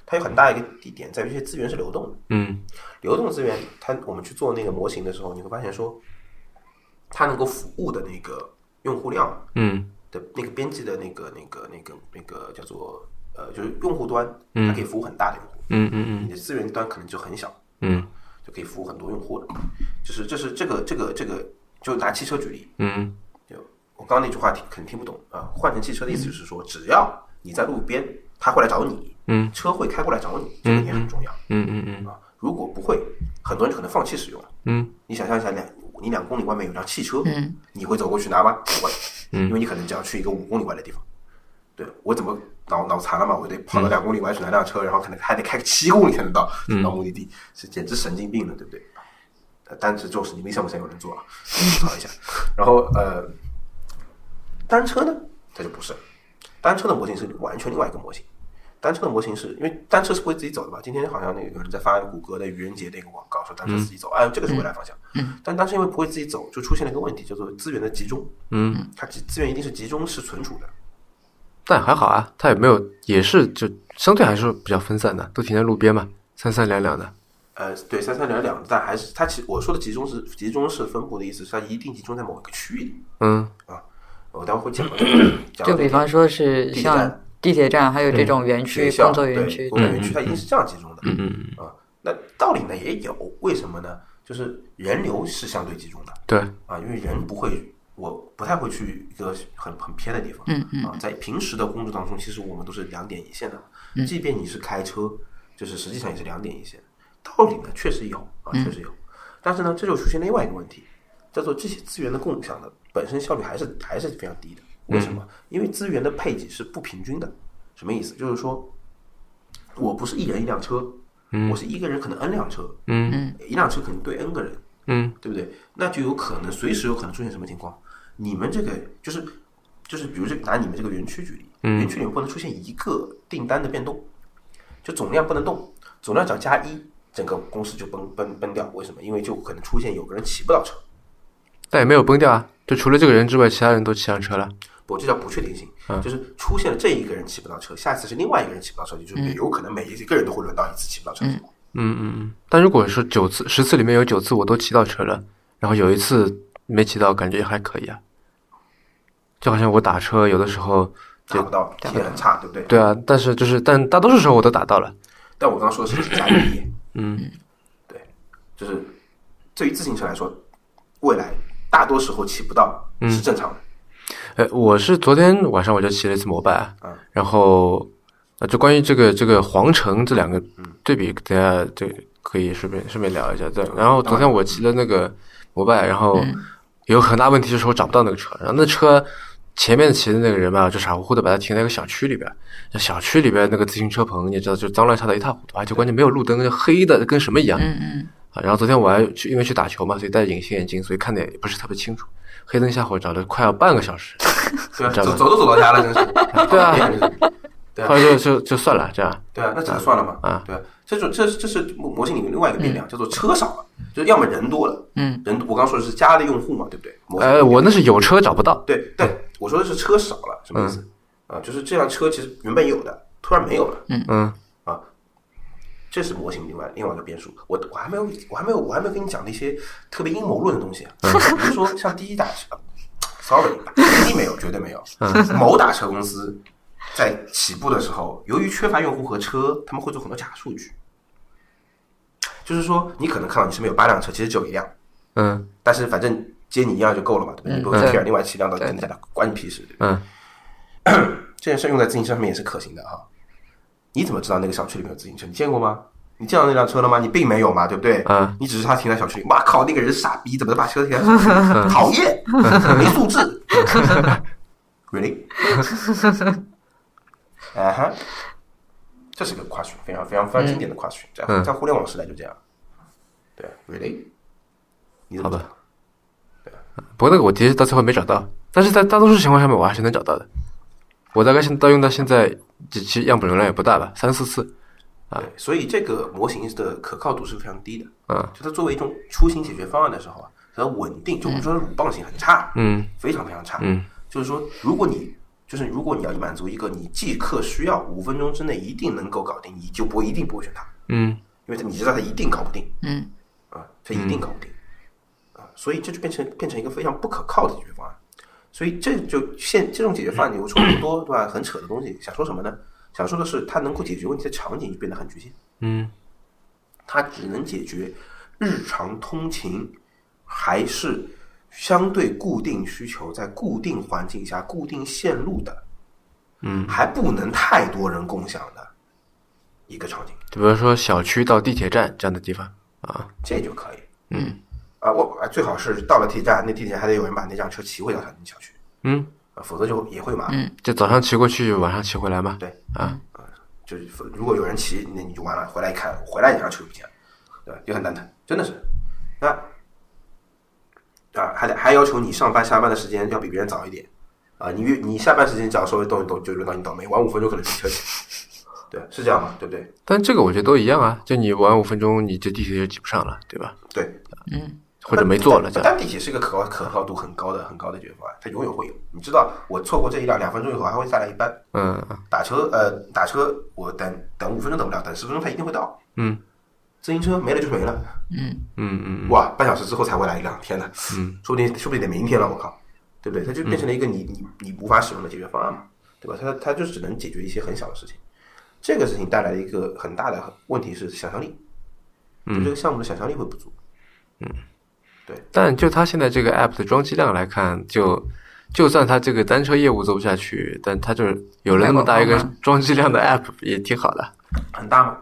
[SPEAKER 3] 它有很大一个地点在于这些资源是流动的。
[SPEAKER 1] 嗯
[SPEAKER 3] 流动资源，它我们去做那个模型的时候，你会发现说，它能够服务的那个用户量
[SPEAKER 1] 嗯
[SPEAKER 3] 的那个边际的那个那个那个那个叫做呃，就是用户端，它可以服务很大的用户，
[SPEAKER 1] 嗯嗯
[SPEAKER 3] 你的资源端可能就很小，
[SPEAKER 1] 嗯
[SPEAKER 3] 就可以服务很多用户了。就是这是这个这个这个，就拿汽车举例，
[SPEAKER 1] 嗯
[SPEAKER 3] 就我刚刚那句话听肯定听不懂啊。换成汽车的意思就是说，只要你在路边，他会来找你，
[SPEAKER 1] 嗯，
[SPEAKER 3] 车会开过来找你，这个点很重要
[SPEAKER 1] 嗯嗯嗯
[SPEAKER 3] 啊。如果不会，很多人就可能放弃使用了。
[SPEAKER 1] 嗯
[SPEAKER 3] 你想象一下，两你两公里外面有辆汽车，
[SPEAKER 2] 嗯，
[SPEAKER 3] 你会走过去拿吗？不会，
[SPEAKER 1] 嗯
[SPEAKER 3] 因为你可能只要去一个五公里外的地方。对我怎么脑脑残了嘛？我得
[SPEAKER 1] 嗯
[SPEAKER 3] 跑到两公里外去拿辆车，然后可能还得开个七公里才能到到目的地，是简直神经病了，对不对？呃但是这种神经病项目现在有人做了，吐槽一下。然后呃，单车呢，它就不是，单车的模型是完全另外一个模型。单车的模型是因为单车是不会自己走的嘛？今天好像那个有人在发谷歌的愚人节那个广告，说
[SPEAKER 2] 嗯
[SPEAKER 3] 单车自己走，哎，这个是未来方向。但单车因为不会自己走，就出现了一个问题，叫做资源的集中。
[SPEAKER 1] 嗯，
[SPEAKER 3] 它集资源一定是集中是存储的，
[SPEAKER 1] 但还好啊，它也没有，也是就相对还是比较分散的，都停在路边嘛，三三两两的。
[SPEAKER 3] 呃，对，三三两两，但还是它其我说的集中是集中式分布的意思，是它一定集中在某一个区域里
[SPEAKER 1] 嗯
[SPEAKER 3] 啊。我待会儿会讲到这 个
[SPEAKER 2] 就
[SPEAKER 3] 讲到这
[SPEAKER 2] 比
[SPEAKER 3] 个
[SPEAKER 2] 方说是
[SPEAKER 3] 地铁
[SPEAKER 2] 像
[SPEAKER 3] 站
[SPEAKER 2] 地铁站，还有这种园
[SPEAKER 3] 学
[SPEAKER 2] 区、
[SPEAKER 3] 校
[SPEAKER 2] 工作园
[SPEAKER 3] 对
[SPEAKER 2] 区嗯
[SPEAKER 3] 工，作园区它一定是这样集中的。嗯
[SPEAKER 1] 嗯，
[SPEAKER 3] 啊，那道理呢也有，为什么呢？就是人流是相对集中的
[SPEAKER 1] 对，
[SPEAKER 3] 啊，因为人不会。我不太会去一个很很偏的地方，
[SPEAKER 2] 嗯
[SPEAKER 3] 啊，在平时的工作当中，其实我们都是两点一线的嘛，
[SPEAKER 2] 嗯
[SPEAKER 3] 即便你是开车，就是实际上也是两点一线，道理呢确实有啊，
[SPEAKER 2] 嗯
[SPEAKER 3] 确实有，但是呢，这就出现另外一个问题，叫做这些资源的共享的本身效率还是还是非常低的，为什么？
[SPEAKER 2] 嗯
[SPEAKER 3] 因为资源的配给是不平均的，什么意思？就是说，我不是一人一辆车，
[SPEAKER 2] 嗯
[SPEAKER 3] 我是一个人可能 n 辆车，嗯，一辆车可能对 n 个人，
[SPEAKER 1] 嗯，
[SPEAKER 3] 对不对？那就有可能随时有可能出现什么情况？你们这个就是就是，比如这拿你们这个园区举例，园区里面不能出现一个订单的变动，就总量不能动，总量只要加一，整个公司就崩崩崩掉。为什么？因为就可能出现有个人骑不到车，
[SPEAKER 1] 但也没有崩掉啊，就除了这个人之外，其他人都骑上车了。
[SPEAKER 3] 不，这叫不确定性，就是出现了这一个人骑不到车，下一次是另外一个人骑不到车，就是有可能每一个人都会轮到一次骑不到车的情况。
[SPEAKER 1] 嗯嗯嗯，但如果是九次，十次里面有九次我都骑到车了，然后有一次没骑到，感觉还可以啊。就好像我打车，有的时候，
[SPEAKER 3] 打不到，体验很差，对不对？
[SPEAKER 1] 对啊，但是就是，但大多数时候我都打到了。
[SPEAKER 3] 但我刚刚说的是加一，嗯，对，就是对于自行车来说，未来大多时候骑不到是正常的。
[SPEAKER 1] 呃，我是昨天晚上我就骑了一次摩拜
[SPEAKER 3] 嗯，
[SPEAKER 1] 然后呃，就关于这个这个皇城这两个对比，等下这可以顺便顺便聊一下。对，然后昨天
[SPEAKER 2] 嗯
[SPEAKER 1] 我骑了那个摩拜，然后有个很大问题就是我找不到那个车，然后那车前面骑的那个人吧，就傻乎乎的把它停在一个小区里边，那小区里边那个自行车棚你也知道，就脏乱差的一塌糊涂，而且关键没有路灯，就黑的跟什么一样。
[SPEAKER 2] 嗯嗯，
[SPEAKER 1] 啊，然后昨天我还去，因为去打球嘛，所以戴隐形眼镜，所以看的也不是特别清楚。黑灯瞎火找了快要半个小时，
[SPEAKER 3] 对啊，
[SPEAKER 1] 这样
[SPEAKER 3] 走
[SPEAKER 1] 吧
[SPEAKER 3] 走都走到家了，真是。
[SPEAKER 1] 对啊
[SPEAKER 3] 对啊
[SPEAKER 1] 后来就就就算了，这样
[SPEAKER 3] 对啊，那咋算了嘛？
[SPEAKER 1] 啊，
[SPEAKER 3] 对啊，这种这是这是模模型里面另外一个变量，叫做车少了，就是要么人多了，
[SPEAKER 2] 嗯，
[SPEAKER 3] 人我刚说的是家的用户嘛，对不对？模型里
[SPEAKER 1] 呃，
[SPEAKER 3] 面
[SPEAKER 1] 我那是有车找不到，
[SPEAKER 3] 对对，我说的是车少了，什么意思？啊，就是这辆车其实原本有的，突然没有了，啊
[SPEAKER 1] 嗯，
[SPEAKER 3] 这是模型另外另外一个变数。我我还没有我还没有我还没有跟你讲那些特别阴谋论的东西啊，
[SPEAKER 1] 嗯
[SPEAKER 3] 比如说像滴滴打车，sorry，滴滴没有，绝对没有。
[SPEAKER 1] 嗯
[SPEAKER 3] 某打车公司在起步的时候，由于缺乏用户和车，他们会做很多假数据，就是说你可能看到你身边有八辆车，其实只有一辆，
[SPEAKER 1] 嗯
[SPEAKER 3] 但是反正接你一辆就够了嘛，对不对？你不会
[SPEAKER 2] 嗯
[SPEAKER 3] 贴另外七辆到
[SPEAKER 2] 对
[SPEAKER 3] 跟你在那关你屁事，对不对？
[SPEAKER 1] 嗯，
[SPEAKER 3] 这件事用在自行车上面也是可行的哈。你怎么知道那个小区里面有自行车？你见过吗？你见到那辆车了吗？你并没有嘛，对不对？
[SPEAKER 1] 嗯
[SPEAKER 3] 你只是他停在小区里。哇靠，那个人傻逼，怎么能把车停在小区里？讨厌，没素质。really？啊哈，这是一个跨群，非常非常非常经典的跨群，在
[SPEAKER 1] 嗯
[SPEAKER 3] 在互联网时代就这样。对，really？你怎么
[SPEAKER 1] 好吧
[SPEAKER 3] 知道
[SPEAKER 1] 不过那个我其实到最后没找到，但是在大多数情况下面我还是能找到的。我大概现到用到现在，其其实样本容量也不大吧，三四次，
[SPEAKER 3] 对，所以这个模型的可靠度是非常低的。
[SPEAKER 1] 嗯
[SPEAKER 3] 就它作为一种出行解决方案的时候啊，它的稳定，就我们说的鲁棒性很差，
[SPEAKER 1] 嗯
[SPEAKER 3] 非常非常差。
[SPEAKER 1] 嗯，
[SPEAKER 3] 就是说，如果你就是如果你要满足一个你即刻需要五分钟之内一定能够搞定，你就不会一定不会选它，
[SPEAKER 1] 嗯
[SPEAKER 3] 因为它你知道它一定搞不定
[SPEAKER 2] 嗯
[SPEAKER 3] 啊，它一定搞不定啊，所以这就变成变成一个非常不可靠的解决方案。所以这就现这种解决方案有冲突多，对吧？很扯的东西，想说什么呢？想说的是，它能够解决问题的场景就变得很局限。
[SPEAKER 1] 嗯
[SPEAKER 3] 它只能解决日常通勤还是相对固定需求，在固定环境下、固定线路的，嗯，还不能太多人共享的一个场景，
[SPEAKER 1] 就比如说小区到地铁站这样的地方啊，
[SPEAKER 3] 这就可以。
[SPEAKER 2] 嗯
[SPEAKER 3] 啊，我啊最好是到了地铁站，那地铁站还得有人把那辆车骑回到小小区，
[SPEAKER 1] 嗯，
[SPEAKER 3] 啊，否则就也会麻烦。
[SPEAKER 1] 就早上骑过去，晚上骑回来嘛，
[SPEAKER 3] 对
[SPEAKER 1] 啊，
[SPEAKER 3] 就是如果有人骑，那你就完了。回来一看，回来你让车不见了，对吧？也很蛋疼，真的是。那啊，还得还要求你上班下班的时间要比别人早一点啊！你越你下班时间只要稍微动一动，就轮到你倒霉，晚五分钟可能就车起。对，是这样吗？对不对？
[SPEAKER 1] 但这个我觉得都一样啊，就你晚五分钟，你这地铁就挤不上了，对吧？
[SPEAKER 3] 对，
[SPEAKER 2] 嗯
[SPEAKER 1] 或者没坐了这
[SPEAKER 3] 但
[SPEAKER 1] 样，
[SPEAKER 3] 但地铁是一个可靠可靠度很高的很高的解决方案，它永远会有。你知道，我错过这一辆，两分钟以后还会再来一班。
[SPEAKER 1] 嗯
[SPEAKER 3] 打车呃打车，我等等五分钟等不了，等十分钟它一定会到。
[SPEAKER 1] 嗯，
[SPEAKER 3] 自行车没了就是没了。
[SPEAKER 2] 嗯
[SPEAKER 1] 嗯嗯
[SPEAKER 3] 哇，半小时之后才会来一辆，天哪！嗯，说不定说不定得明天了，我靠，对不对？它就变成了一个你、你你无法使用的解决方案嘛，对吧？它它就只能解决一些很小的事情。这个事情带来的一个很大的问题是想象力，嗯，这个项目的想象力会不足。
[SPEAKER 1] 但就它现在这个 app 的装机量来看，就就算它这个单车业务做不下去，但它就是有了那么大一个
[SPEAKER 2] 卖广告吗
[SPEAKER 1] 装机量的 app 也挺好的。
[SPEAKER 3] 很大吗？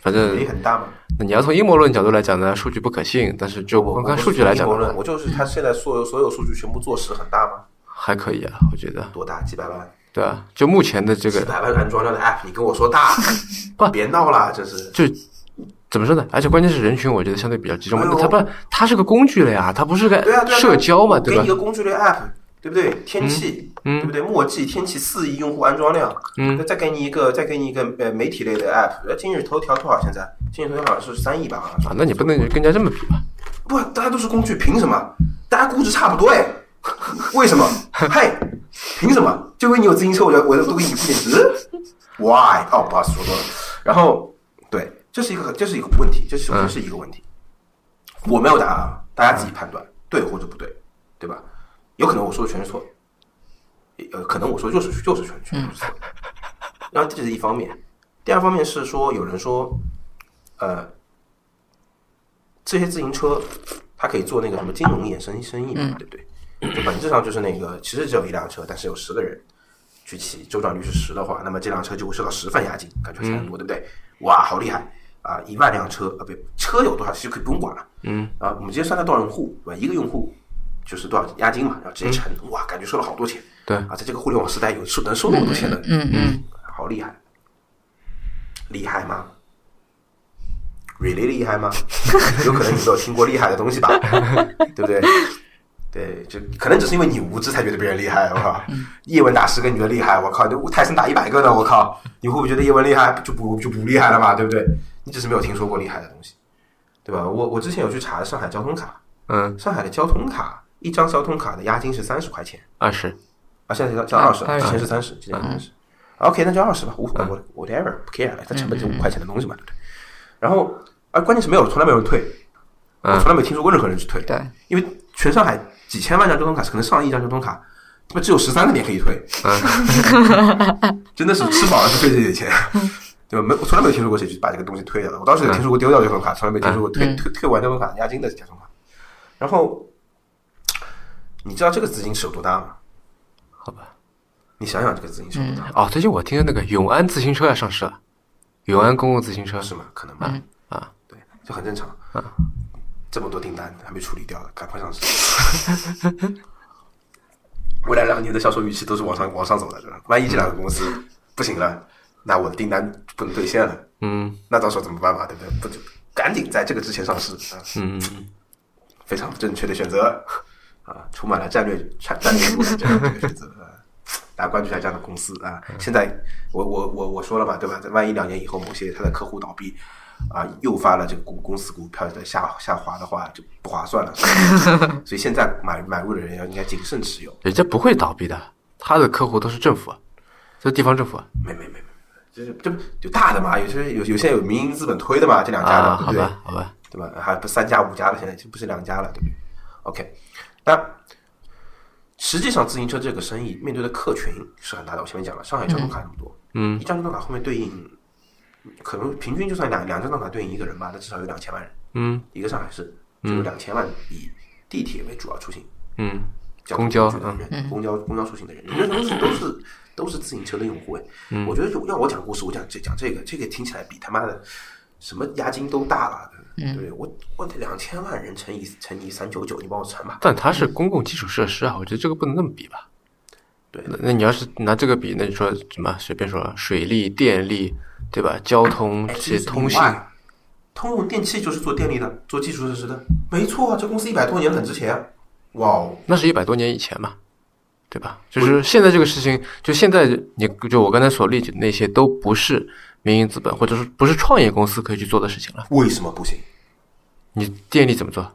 [SPEAKER 1] 反
[SPEAKER 3] 比例
[SPEAKER 1] 正
[SPEAKER 3] 很大吗？
[SPEAKER 1] 你要从阴谋论角度来讲呢，数据不可信，但是就
[SPEAKER 3] 我
[SPEAKER 1] 光
[SPEAKER 3] 我
[SPEAKER 1] 看
[SPEAKER 3] 不
[SPEAKER 1] 数
[SPEAKER 3] 是
[SPEAKER 1] 据来
[SPEAKER 3] 阴
[SPEAKER 1] 讲
[SPEAKER 3] 谋
[SPEAKER 1] 的
[SPEAKER 3] 论，
[SPEAKER 1] 话，
[SPEAKER 3] 我就是它现在所有所有数据全部坐实，很大吗？
[SPEAKER 1] 还可以啊，我觉得，
[SPEAKER 3] 多大？几百万？
[SPEAKER 1] 对啊，就目前的这
[SPEAKER 3] 几
[SPEAKER 1] 个
[SPEAKER 3] 百万安装量的 app，你跟我说大， 别闹啦，真是。
[SPEAKER 1] 就。怎么说呢？而且关键是人群，我觉得相对比较集中
[SPEAKER 3] 哎
[SPEAKER 1] 嘛
[SPEAKER 3] 呦。
[SPEAKER 1] 它不，它是个工具了呀，它不是
[SPEAKER 3] 对啊，
[SPEAKER 1] 个
[SPEAKER 3] 对啊，
[SPEAKER 1] 社交嘛，
[SPEAKER 3] 对
[SPEAKER 1] 对
[SPEAKER 3] 啊
[SPEAKER 1] 吧
[SPEAKER 3] 给你一？个工具类 app，对不对？天气，
[SPEAKER 1] 嗯
[SPEAKER 3] 对不对？墨迹，天气四亿用户安装量，
[SPEAKER 1] 嗯
[SPEAKER 3] 那再给你一个，再给你一个呃媒体类的 app，呃今日头条多少？现在今日头条好像是三亿吧？好像是
[SPEAKER 1] 啊，那你不能跟人家这么比吧？
[SPEAKER 3] 不，大家都是工具，凭什么？大家估值差不多哎， 为什么？嘿，凭什么？就因为你有自行车，我就我就都给你估值？Why？哦，不好意思，说多了。然后，对，这是一个这是一个问题，这是这是一个问题。我没有答案啊，大家自己判断对或者不对，对吧？有可能我说的全是错，也呃，可能我说就是就是全全是错。然后这是一方面，第二方面是说有人说，呃，这些自行车它可以做那个什么金融衍生生意
[SPEAKER 2] 嗯
[SPEAKER 3] 嘛，对不对？就本质上就是那个，其实只有一辆车，但是有十个人去骑，周转率是十的话，那么这辆车就会收到十份押金，感觉还
[SPEAKER 2] 嗯
[SPEAKER 3] 很多，对不对？哇，好厉害啊！一万辆车啊，不，车有多少其实可以不用管了，嗯，啊，我们直接算它多少用户，对吧？一个用户就是多少押金嘛，然后直接乘，
[SPEAKER 2] 嗯
[SPEAKER 3] 哇，感觉收了好多钱。
[SPEAKER 1] 对
[SPEAKER 3] 啊，在这个互联网时代有收能收那么多钱的，
[SPEAKER 2] 嗯嗯，
[SPEAKER 3] 好厉害，厉害吗？really 厉害吗？ 有可能你没有听过厉害的东西吧，对不对？对，就可能只是因为你无知才觉得别人厉害，我靠！叶问打十个你觉得厉害，我靠！那泰森打一百个呢，我靠！你会不会觉得叶问厉害就不就不厉害了嘛？对不对？你只是没有听说过厉害的东西，对吧？我我之前有去查上海交通卡，
[SPEAKER 1] 嗯，
[SPEAKER 3] 上海的交通卡一张交通卡的押金是三十块钱，
[SPEAKER 1] 二十，
[SPEAKER 3] 啊，现在交交二十，
[SPEAKER 2] 20
[SPEAKER 3] 之前是三十，之前是三十。OK，那就二十吧，无我 whatever 不 care 了，它成本就五块钱的东西嘛，对不对？然后啊，关键是没有，从来没有人退，我
[SPEAKER 1] 嗯
[SPEAKER 3] 从来没有听说过任何人去退，
[SPEAKER 2] 对，
[SPEAKER 3] 因为全上海几千万张交通卡，可能上亿张交通卡，他妈只有十三个点可以退， 真的是吃饱了就退这些钱，对吧？没，我从来没有听说过谁去把这个东西退掉的。我当时也听说过丢掉这张卡，从来没听说过退、退退完这张卡押金的这张卡。然后，你知道这个资金是有多大吗？
[SPEAKER 1] 好吧。
[SPEAKER 3] 你想想这个资金是有多大，
[SPEAKER 1] 哦，最近我听的那个永安自行车要上市了，永安公共自行车
[SPEAKER 3] 是吗？可能吧。
[SPEAKER 1] 啊，
[SPEAKER 3] 对，就很正常。这么多订单还没处理掉的，赶快上市。 未来两年的销售预期都是往上往上走的，对吧？万一这两个公司不行了，那我的订单不能兑现了，
[SPEAKER 1] 嗯
[SPEAKER 3] 那到时候怎么办嘛？对不对？不就赶紧在这个之前上市啊！
[SPEAKER 1] 嗯，
[SPEAKER 3] 非常正确的选择啊，充满了战略战战略路的这样的一个选择。啊大家关注一下这样的公司啊！
[SPEAKER 1] 嗯
[SPEAKER 3] 现在我我我我说了嘛，对吧？在万一两年以后某些他的客户倒闭啊，诱发了这个公公司股票的下下滑的话，就不划算了。所以 所以现在买买入的人要应该谨慎持有。
[SPEAKER 1] 人家不会倒闭的，他的客户都是政府，都是地方政府。
[SPEAKER 3] 没没没没没，就是就就大的嘛，有些有有些有民营资本推的嘛，这两家的、
[SPEAKER 1] 啊，
[SPEAKER 3] 对
[SPEAKER 1] 好
[SPEAKER 3] 不对？
[SPEAKER 1] 吧，好吧，
[SPEAKER 3] 对吧？还不三家五家了，现在就不是两家了，对不对？OK，那实际上自行车这个生意面对的客群是很大的。我前面讲了，上海交通卡那么多，
[SPEAKER 1] 嗯
[SPEAKER 3] 一张交通卡后面对应可能平均就算两两张交通卡对应一个人吧，那至少有两千万人，
[SPEAKER 1] 嗯
[SPEAKER 3] 一个上海市就有两千万以地铁为主要出行。
[SPEAKER 1] 嗯，
[SPEAKER 3] 交
[SPEAKER 1] 公
[SPEAKER 3] 通
[SPEAKER 1] 交嗯
[SPEAKER 3] 工具的人，公交公交出行的人，那都是都是都是自行车的用户哎。
[SPEAKER 1] 嗯
[SPEAKER 3] 我觉得有要我讲故事，我讲这讲这个，这个听起来比他妈的什么押金都大了，对
[SPEAKER 1] 嗯
[SPEAKER 3] 不对？我我得两千万人乘以乘以三九九，你帮我乘吧。
[SPEAKER 1] 但它是公共基础设施啊，我觉得这个不能那么比吧。
[SPEAKER 3] 对
[SPEAKER 1] 那那你要是拿这个比，那你说什么？随便说啊，水利、电力，对吧？交通
[SPEAKER 3] 哎，
[SPEAKER 1] 这
[SPEAKER 3] 这
[SPEAKER 1] 些
[SPEAKER 3] 是
[SPEAKER 1] 通
[SPEAKER 3] 意
[SPEAKER 1] 信，
[SPEAKER 3] 外，通用电气就是做电力的，做基础设施的，没错啊，这公司一百多年了很值钱啊。哇哦，
[SPEAKER 1] 那是一百多年以前嘛，对吧？就是现在这个事情，就现在你就我刚才所例举的那些，都不是民营资本或者是不是创业公司可以去做的事情了。
[SPEAKER 3] 为什么不行？
[SPEAKER 1] 你电力怎么做？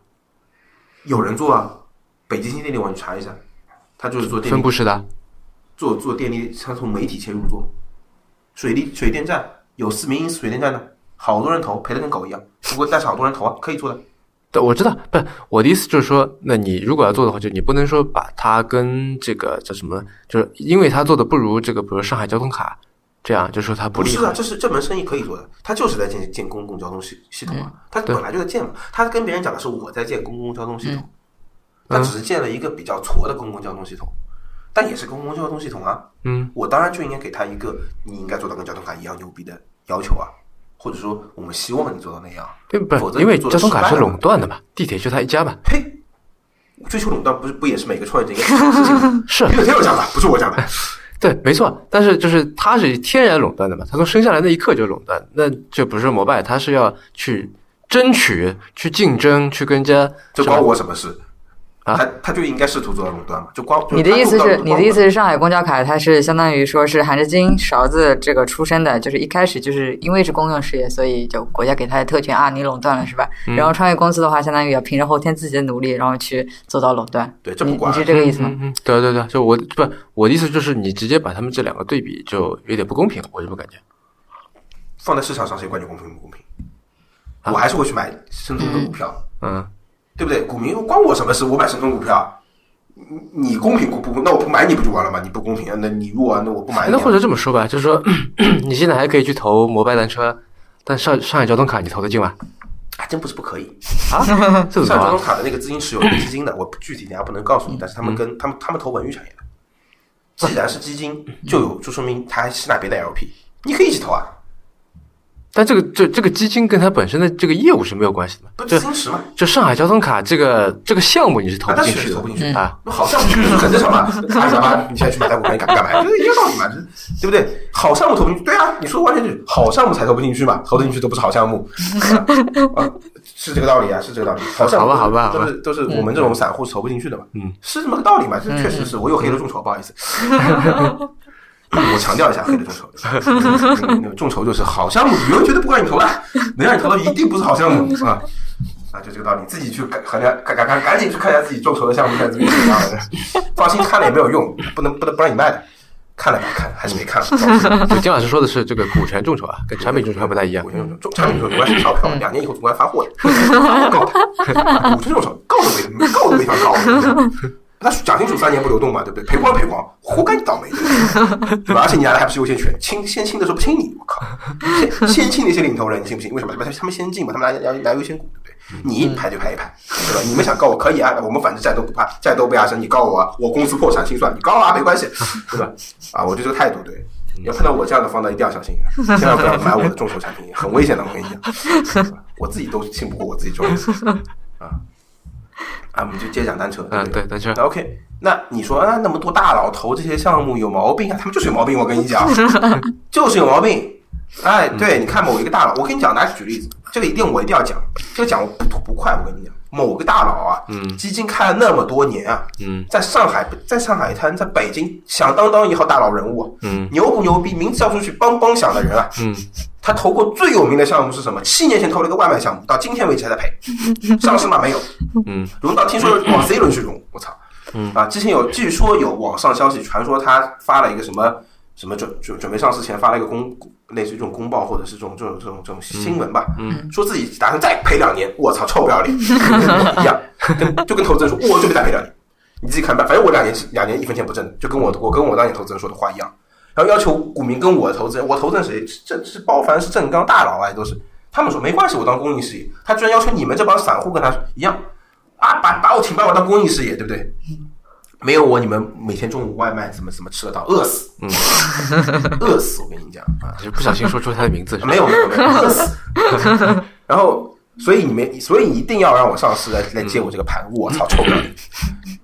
[SPEAKER 3] 有人做啊，北极星电力，我去查一下，他就是做电
[SPEAKER 1] 分
[SPEAKER 3] 力
[SPEAKER 1] 布式的啊，
[SPEAKER 3] 做做电力，它从媒体切入做，水利水电站有四民营水电站的，好多人投，赔的跟狗一样。不过但是好多人投啊，可以做的。
[SPEAKER 1] 对，我知道，不，我的意思就是说，那你如果要做的话，就你不能说把它跟这个叫什么，就是因为它做的不如这个，比如上海交通卡这样，就说它不
[SPEAKER 3] 不
[SPEAKER 1] 厉
[SPEAKER 3] 是啊
[SPEAKER 1] 害，。
[SPEAKER 3] 这是这门生意可以做的，他就是在建建公共交通系系统
[SPEAKER 2] 嗯
[SPEAKER 3] 啊，他本来就在建嘛，他跟别人讲的是我在建公共交通
[SPEAKER 2] 嗯
[SPEAKER 3] 系统，他只是建了一个比较矬的公共交通系统，但也是公共交通系统啊。
[SPEAKER 1] 嗯，
[SPEAKER 3] 我当然就应该给他一个你应该做到跟交通卡一样牛逼的要求啊，或者说我们希望你做到那样。
[SPEAKER 1] 对，
[SPEAKER 3] 否
[SPEAKER 1] 不，
[SPEAKER 3] 则
[SPEAKER 1] 因为
[SPEAKER 3] 你做
[SPEAKER 1] 交
[SPEAKER 3] 得
[SPEAKER 1] 通
[SPEAKER 3] 失
[SPEAKER 1] 卡
[SPEAKER 3] 败
[SPEAKER 1] 是
[SPEAKER 3] 了
[SPEAKER 1] 垄断的嘛，地铁就它一家嘛，
[SPEAKER 3] 呸！追求垄断不是不也是每个创业者应该做的事情吗？
[SPEAKER 1] 是
[SPEAKER 3] 因为他有讲的，不是我讲的。
[SPEAKER 1] 对，没错。但是就是它是天然垄断的嘛，它从生下来那一刻就垄断，那就不是膜拜，它是要去争取、去竞争、去跟人家
[SPEAKER 3] 这
[SPEAKER 1] 什么
[SPEAKER 3] 关我什么事？
[SPEAKER 1] 啊
[SPEAKER 3] 他他就应该试图做到垄断嘛，就关就
[SPEAKER 2] 你的
[SPEAKER 3] 他
[SPEAKER 2] 意思
[SPEAKER 3] 做不
[SPEAKER 2] 是，
[SPEAKER 3] 到
[SPEAKER 2] 你的意思是上海公交卡它是相当于说是含着金勺子这个出身的，就是一开始就是因为是公用事业，所以就国家给它的特权啊，你垄断了是吧？
[SPEAKER 3] 嗯
[SPEAKER 2] 然后创业公司的话，相当于要凭着后天自己的努力，然后去做到垄断。
[SPEAKER 3] 对这不
[SPEAKER 2] 你
[SPEAKER 3] 管
[SPEAKER 2] 你是这个意思吗？
[SPEAKER 1] 嗯嗯，对对对，就我不，我的意思就是你直接把他们这两个对比就有点不公平，我这么感觉。
[SPEAKER 3] 放在市场上谁管你公平不公平？我还是会去买深圳的股票，
[SPEAKER 1] 嗯，
[SPEAKER 3] 对不对？股民关我什么事？我买深圳股票，你你公平不不？那我不买你不就完了吗？你不公平，那你弱啊，那我不买你
[SPEAKER 1] 那
[SPEAKER 3] 啊。
[SPEAKER 1] 或者这么说吧，就是说你现在还可以去投摩拜单车，但上上海交通卡你投得进吗？
[SPEAKER 3] 还真不是不可以。
[SPEAKER 1] 啊，这怎么
[SPEAKER 3] 上海交
[SPEAKER 1] 搞
[SPEAKER 3] 通？卡的那个资金是有基金的，我具体等下不能告
[SPEAKER 1] 嗯
[SPEAKER 3] 诉你，但是他们跟他们他们投文娱产业的，既然是基金，就有就说明他还吸纳别的 LP，你可以一起投啊，
[SPEAKER 1] 但这个这这个基金跟它本身的这个业务是没有关系的嘛？
[SPEAKER 3] 不
[SPEAKER 1] 这
[SPEAKER 3] 是金石嘛？
[SPEAKER 1] 这上海交通卡这个这个项目你是投
[SPEAKER 3] 啊，
[SPEAKER 1] 不
[SPEAKER 3] 但
[SPEAKER 1] 进
[SPEAKER 3] 是
[SPEAKER 1] 去
[SPEAKER 3] 投不
[SPEAKER 1] 的
[SPEAKER 3] 进去
[SPEAKER 1] 啊，
[SPEAKER 3] 那好项目就是很正常嘛。阿里巴巴，你现在去买台股票，你敢不敢 买？就是一个道理嘛，就是对不对？好项目投不进去，对啊，你说完全是好项目才投不进去嘛，投得进去都不是好项目，啊， 是这个道理啊，是这个道理。好项目都是
[SPEAKER 1] 好吧好吧好吧
[SPEAKER 3] 都是都是我们这种散户是投不进去的嘛，
[SPEAKER 1] 嗯，
[SPEAKER 3] 是这么个道理嘛，这确实是我又黑了众筹，不好意思。我强调一下，黑了众筹，嗯众筹就是好项目，有人绝对不管你投的，能让你投的一定不是好项目啊。啊，就这个道理，自己去赶，赶赶赶赶赶紧去看一下自己众筹的项目在怎么样的，放心看了也没有用，不能不能不让你卖的，看了吧看了，还是没看，
[SPEAKER 1] 就金老师说的是这个股权众筹啊，跟产品众筹还不太一样
[SPEAKER 3] 股。权众筹，产品众筹关系，钞票两年以后总归要发 货的，告他，股权众筹告都没告都没法告，那讲清楚三年不流动嘛，对不对？赔光赔光，活该你倒霉，对吧？而且你拿的还不是优先权，清先清的时候不清你，我靠，先先清那些领头人，你信不信？为什么？他们他们先进嘛，他们拿拿拿优先股，对不对？你一排就排一排，对吧？你们想告我可以啊，我们反正债都不怕，债都不压身，你告我啊，我公司破产清算，你告啊，没关系，对吧？ 啊，我就这个态度对。你要碰到我这样的方呢，一定要小心，啊千万不要买我的众筹产品，很危险的。我跟你讲，对吧我自己都信不过我自己众筹啊。啊，我们就接着讲单车。
[SPEAKER 1] 嗯，
[SPEAKER 3] 不
[SPEAKER 1] 对，但是
[SPEAKER 3] 那 OK，那你说啊，那么多大佬投这些项目有毛病啊？他们就是有毛病，我跟 你讲，就是有毛病。哎，
[SPEAKER 1] 嗯
[SPEAKER 3] 对，你看某一个大佬，我跟你讲，拿举例子，这个一定我一定要讲，这个讲我不吐不快，我跟你讲，某个大佬啊，
[SPEAKER 1] 嗯
[SPEAKER 3] 基金开了那么多年啊，
[SPEAKER 1] 嗯
[SPEAKER 3] 在上海，在上海滩，在北京响当当一号大佬人物啊，
[SPEAKER 1] 嗯
[SPEAKER 3] 牛不牛逼，名字叫出去梆梆响的人啊，
[SPEAKER 1] 嗯，
[SPEAKER 3] 他投过最有名的项目是什么？七年前投了一个外卖项目，到今天为止还 在赔，上市吗？没有，
[SPEAKER 1] 嗯
[SPEAKER 3] 融到听说往 C 轮去融，我操！
[SPEAKER 1] 嗯
[SPEAKER 3] 啊，之前有据说有网上消息传说他发了一个什么什么准准准备上市前发了一个公类似于这种公报或者是这种这种这种这种新闻吧，
[SPEAKER 1] 嗯
[SPEAKER 3] 说自己打算再赔两年，我操，臭不要脸，跟我一样，跟就跟投资人说我准备再赔两年，你自己看办，反正我两年两年一分钱不挣，就跟我我跟我当年投资人说的话一样，然后要求股民跟我投资人，我投资人谁是这是包凡是正刚大佬啊，都是。他们说没关系，我当公益事业。他居然要求你们这帮散户跟他一样啊，把把我请把我当公益事业，对不对？没有我，你们每天中午外卖怎么怎么吃得到？饿死，
[SPEAKER 1] 嗯，
[SPEAKER 3] 饿死！我跟你讲啊，
[SPEAKER 1] 就是不小心说出他的名字是吧？
[SPEAKER 3] 没有没有没有，饿死。 然后，所以你们，所以你一定要让我上市来来接我这个盘，我操，臭不要脸，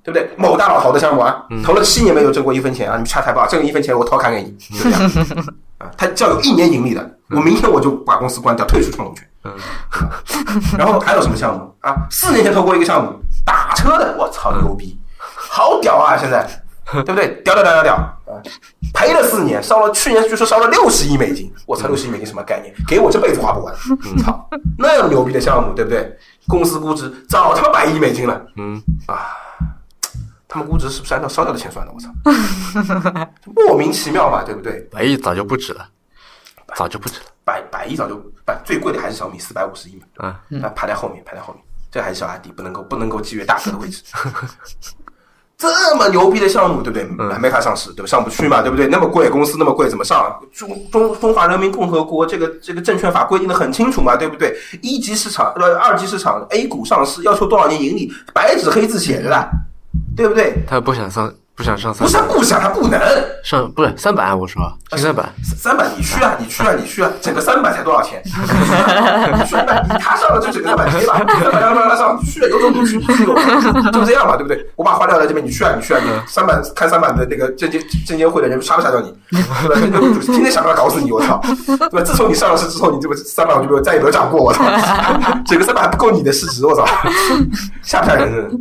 [SPEAKER 3] 对不对？某大佬投的项目啊，投了七年没有挣过一分钱啊，你们差太棒，挣一分钱我掏砍给你，就这样啊，他只要有一年盈利的，我明天我就把公司关掉，退出创投圈。啊
[SPEAKER 1] 嗯
[SPEAKER 3] 然后还有什么项目啊？四年前投过一个项目，打车的，我操，牛逼，好屌啊！现在，对不对？屌屌屌屌屌！啊，赔了四年，烧了去年据说烧了六十亿美金，我操，六十亿美金什么概念？给我这辈子花不完，操，那么牛逼的项目，对不对？公司估值早他妈百亿美金了，啊
[SPEAKER 1] 嗯
[SPEAKER 3] 他们估值是不是按照烧掉的钱算的？我操， 莫名其妙吧，对不对？
[SPEAKER 1] 百亿哎早就不止了，早就不止了
[SPEAKER 3] 百百亿早就百最贵的还是小米四百五十亿嘛，
[SPEAKER 1] 啊！
[SPEAKER 3] 那排在后面，排在后面，这还是小阿迪，不能够不能够觊觎大哥的位置。 这么牛逼的项目，对不对？还没法上市，对吧？上不去嘛，对不对？那么贵，公司那么贵，怎么上啊？中中中华人民共和国这个这个证券法规定的很清楚嘛，对不对？一级市场呃二级市场 A 股上市要求多少年盈利，白纸黑字写着的，对不对？
[SPEAKER 1] 他不想上，不想上三
[SPEAKER 3] 不是
[SPEAKER 1] 板，
[SPEAKER 3] 不想，他不能。
[SPEAKER 1] 上不是三板，我说新三板，
[SPEAKER 3] 三百，你去啊，你去啊，你去啊！整个三百才多少钱？你去啊，你他上了就整个三百赔吧，三百让他上，你去啊，有种你去，去有就这样吧，对不对？我把花掉在这边，你去啊，你去啊，你三百看三百的那个证监证监会的人杀不杀掉你？对吧？证监会主席天天想办法搞死你，我操！对吧？自从你上了市之后，你这个三百我就没有再也没有涨过，我操！整个三百还不够你的市值，我操！吓不吓人？真的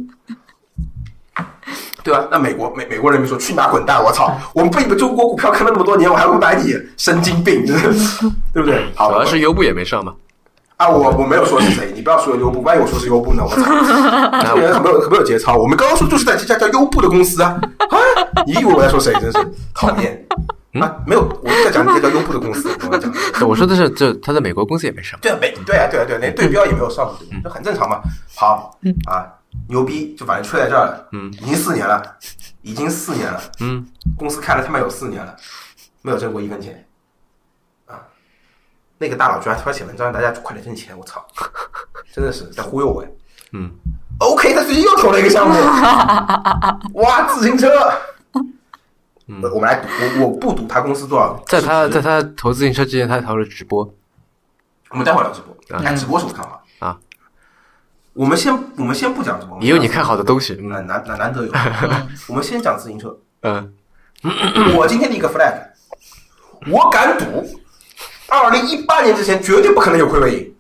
[SPEAKER 3] 对吧、啊那美国美美国人民说去哪滚蛋！我操，我们被你们中国股票坑了那么多年，我还会买你，神经病，真的是对不对？好，
[SPEAKER 1] 主要是优步也没上 嘛。
[SPEAKER 3] 啊，我我没有说是谁，你不要说优步，万一我说是优步呢？我操，这个人很没有很没有节操。我们刚刚说就是在这家叫优步的公司啊，啊，你以为我在说谁？真是讨厌
[SPEAKER 1] 嗯
[SPEAKER 3] 啊！没有，我在讲这家叫优步的公司，我在讲。
[SPEAKER 1] 我说的是，这他在美国公司也没上。
[SPEAKER 3] 对啊，没对啊，对啊，对啊，连对标也没有上，
[SPEAKER 1] 嗯
[SPEAKER 3] 对吧这很正常嘛。好啊，牛逼，就反正吹在这儿了。
[SPEAKER 1] 嗯
[SPEAKER 3] 已经四年了，已经四年了。
[SPEAKER 1] 嗯
[SPEAKER 3] 公司开了他妈有四年了，没有挣过一分钱，啊！那个大佬居然突然写文章，大家快点挣钱，我操！真的是在忽悠我呀。
[SPEAKER 1] 嗯
[SPEAKER 3] OK，他最近又投了一 个项目，哇，自行车。
[SPEAKER 1] 嗯
[SPEAKER 3] 我我们来赌，我我不赌他公司多少，
[SPEAKER 1] 在他在他投自行车之前，他投了直播，
[SPEAKER 3] 我们待会儿聊直播，看直播是我看法
[SPEAKER 1] 啊。
[SPEAKER 3] 我们先我们先不讲直播，
[SPEAKER 1] 也有你看好的东西，嗯
[SPEAKER 3] 难难难难 得有。我们先讲自行车。
[SPEAKER 1] 嗯，
[SPEAKER 3] 我今天立个 flag，我敢赌，二零一八年之前绝对不可能有亏为盈。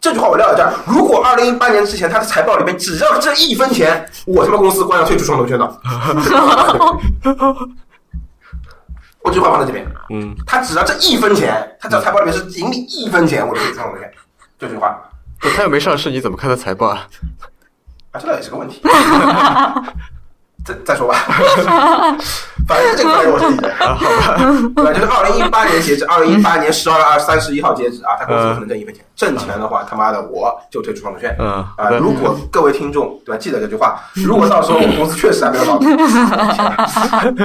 [SPEAKER 3] 这句话我撂在这儿。如果二零一八年之前他的财报里面只要这一分钱，我他妈公司官要退出双头 圈的。我这句话放在这边，
[SPEAKER 1] 嗯，
[SPEAKER 3] 他只要这一分钱，他只要财报里面是盈利一分钱，我就退出双头圈。这句话
[SPEAKER 1] 不他又没上市，你怎么看他财报啊？
[SPEAKER 3] 啊，这倒也是个问题。再再说吧， 反正这个反正我是理解，好吧？对吧？就是二零一八年截止，二零一八年十二月二三十一号截止啊，他公司不可能挣一分钱，挣钱的话，他妈的我就退出创投圈。
[SPEAKER 1] 嗯
[SPEAKER 3] 啊，如果各位听众对吧，记得这句话，如果到时候我公司确实还没有老板，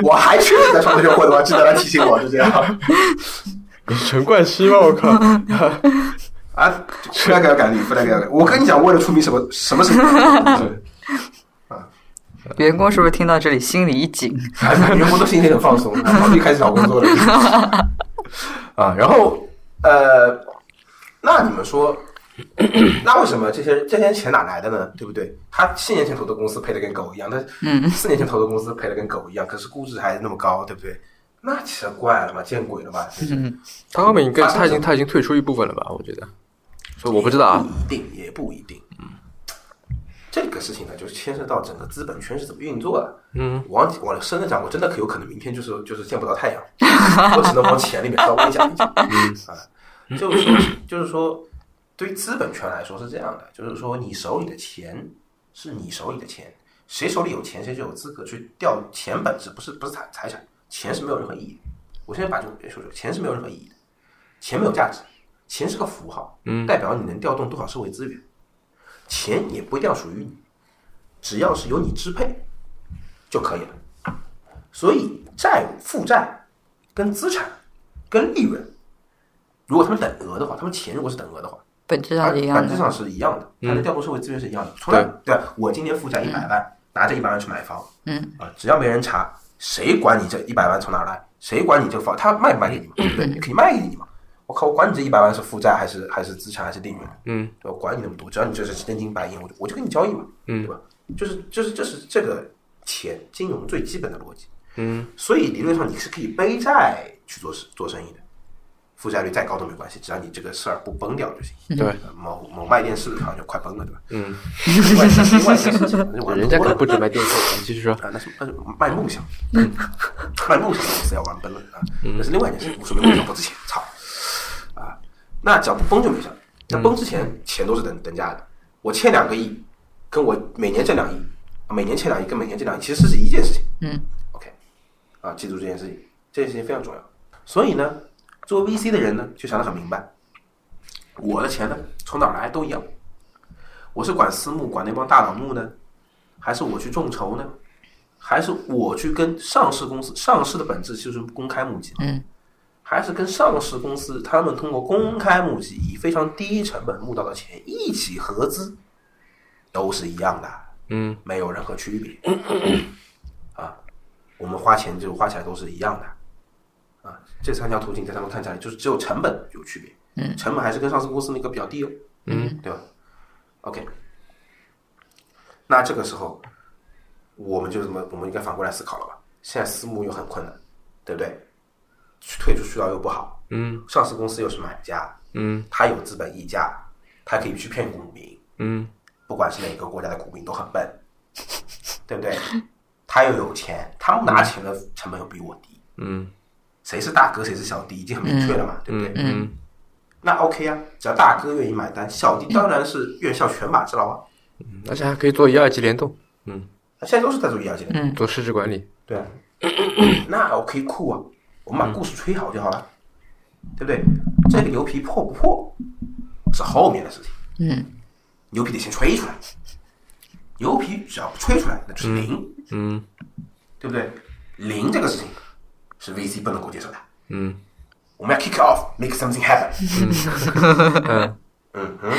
[SPEAKER 3] 我还确实在创投圈混的话，记得来提醒我，就这样。
[SPEAKER 1] 陈冠希吗？ 我靠！
[SPEAKER 3] 啊，不那个要改立，不那个要改。我跟你讲，为了出名什么什么什么，
[SPEAKER 2] 员工是不是听到这里心里一紧？
[SPEAKER 3] 还是员工都心情很放松，早就开始找工作了。啊，然后呃，那你们说，那为什么这些这些钱哪来的呢？对不对？他七年前投的公司赔的跟狗一样，他四年前投的公司赔的跟狗一样，可是估值还那么高，对不对？那奇了怪了嘛，见鬼了吧？
[SPEAKER 1] 汤高敏跟他已经他已经退出一部分了吧？我觉得，所以我不知道啊。
[SPEAKER 3] 不一定，也不一定。嗯，这个事情呢，就是牵涉到整个资本圈是怎么运作的。嗯，往往深的讲，我真的可有可能明天就是就是见不到太 阳，我只能往钱里面稍微讲一讲。嗯啊，就是说就是说，对于资本圈来说是这样的，就是说你手里的钱是你手里的钱，谁手里有钱，谁就有资格去调钱本质，不是不是财财产，钱是没有任何意义的。我现在把这个说说，钱是没有任何意义的，钱没有价值，钱是个符号，代表你能调动多少社会资源，钱也不一定要属于你，只要是由你支配就可以了。所以债务、负债、跟资产、跟利润，如果他们等额的话，他们钱如果是等额的话，
[SPEAKER 2] 本质上是一样
[SPEAKER 3] 本质
[SPEAKER 2] 的。
[SPEAKER 3] 上是一样的，它的调动社会资源是一样的。除了对我今年负债一百万，拿这一百万去买房，
[SPEAKER 2] 嗯
[SPEAKER 3] 啊，只要没人查，谁管你这一百万从哪儿来？谁管你这个房？他卖不卖给你嘛？对不
[SPEAKER 2] 嗯
[SPEAKER 3] 对？你肯定卖给你嘛。我靠，我管你这一百万是负债还是还是资产还是利润？
[SPEAKER 1] 嗯，
[SPEAKER 3] 我管你那么多，只要你这是真金白银，我就我就跟你交易嘛，嗯，对吧？就是就是这是这个钱金融最基本的逻辑，嗯，所以理论上你是可以背债去做事做生意的，负债率再高都没关系，只要你这个事儿不崩掉就行。呃
[SPEAKER 1] 对，
[SPEAKER 3] 某某卖电视的好像就快崩了，对吧？
[SPEAKER 1] 嗯，
[SPEAKER 3] 另外一件另外一件事情， 我还
[SPEAKER 1] 人家可能
[SPEAKER 3] 崩了
[SPEAKER 1] 不止卖电视，你继续说。
[SPEAKER 3] 啊，那是那是卖梦想， 卖梦想的公司要玩崩了啊，那是另外一件事，无所谓，梦想不值钱，操啊！那只要不崩就没事儿，那崩之前钱都是等等价的，我欠两个亿，跟我每年挣两亿，啊每年欠两亿跟每年挣两亿其实是一件事情，
[SPEAKER 2] 嗯
[SPEAKER 3] ，OK，啊，记住这件事情，这件事情非常重要。所以呢，做 VC 的人呢就想得很明白，我的钱呢从哪儿来都一样，我是管私募管那帮大佬募呢，还是我去众筹呢？还是我去跟上市公司，上市的本质就是公开募集嘛，
[SPEAKER 2] 嗯
[SPEAKER 3] 还是跟上市公司他们通过公开募集以非常低成本募到的钱一起合资，都是一样的，
[SPEAKER 1] 嗯，
[SPEAKER 3] 没有任何区别。啊，我们花钱就花起来都是一样的，啊，这三条途径在他们看起来就是只有成本有区别，嗯，成本还是跟上市公司那个比较低哦，嗯，对吧？OK，那这个时候我们就怎么，我们应该反过来思考了吧？现在私募又很困难，对不对？去退出渠道又不好，
[SPEAKER 1] 嗯，
[SPEAKER 3] 上市公司又是买家，
[SPEAKER 1] 嗯，
[SPEAKER 3] 他有资本溢价，他可以去骗股民，
[SPEAKER 1] 嗯，
[SPEAKER 3] 不管是哪个国家的股民都很笨，对不对？他又有钱，他们拿钱的成本又比我低，
[SPEAKER 1] 嗯，
[SPEAKER 3] 谁是大哥谁是小弟已经很明确了嘛，对不对？
[SPEAKER 1] 嗯
[SPEAKER 3] 那 OK 啊，只要大哥愿意买单，小弟当然是院校犬马之劳啊。
[SPEAKER 1] 嗯，而且还可以做一二级联动，
[SPEAKER 3] 那现在都是在做医疗界的，
[SPEAKER 1] 做市值管理。
[SPEAKER 3] 对啊，那 OK 酷啊，我们把故事吹好就好了，对不对？这个牛皮破不破是后面的事情，
[SPEAKER 2] 嗯
[SPEAKER 3] 牛皮得先吹出来，牛皮只要不吹出来，那就是零，
[SPEAKER 1] 嗯
[SPEAKER 3] 对不对？零这个事情是 VC 不能够接受的，
[SPEAKER 1] 嗯
[SPEAKER 3] 我们要 kick off，make something happen，
[SPEAKER 1] 嗯
[SPEAKER 3] 嗯哼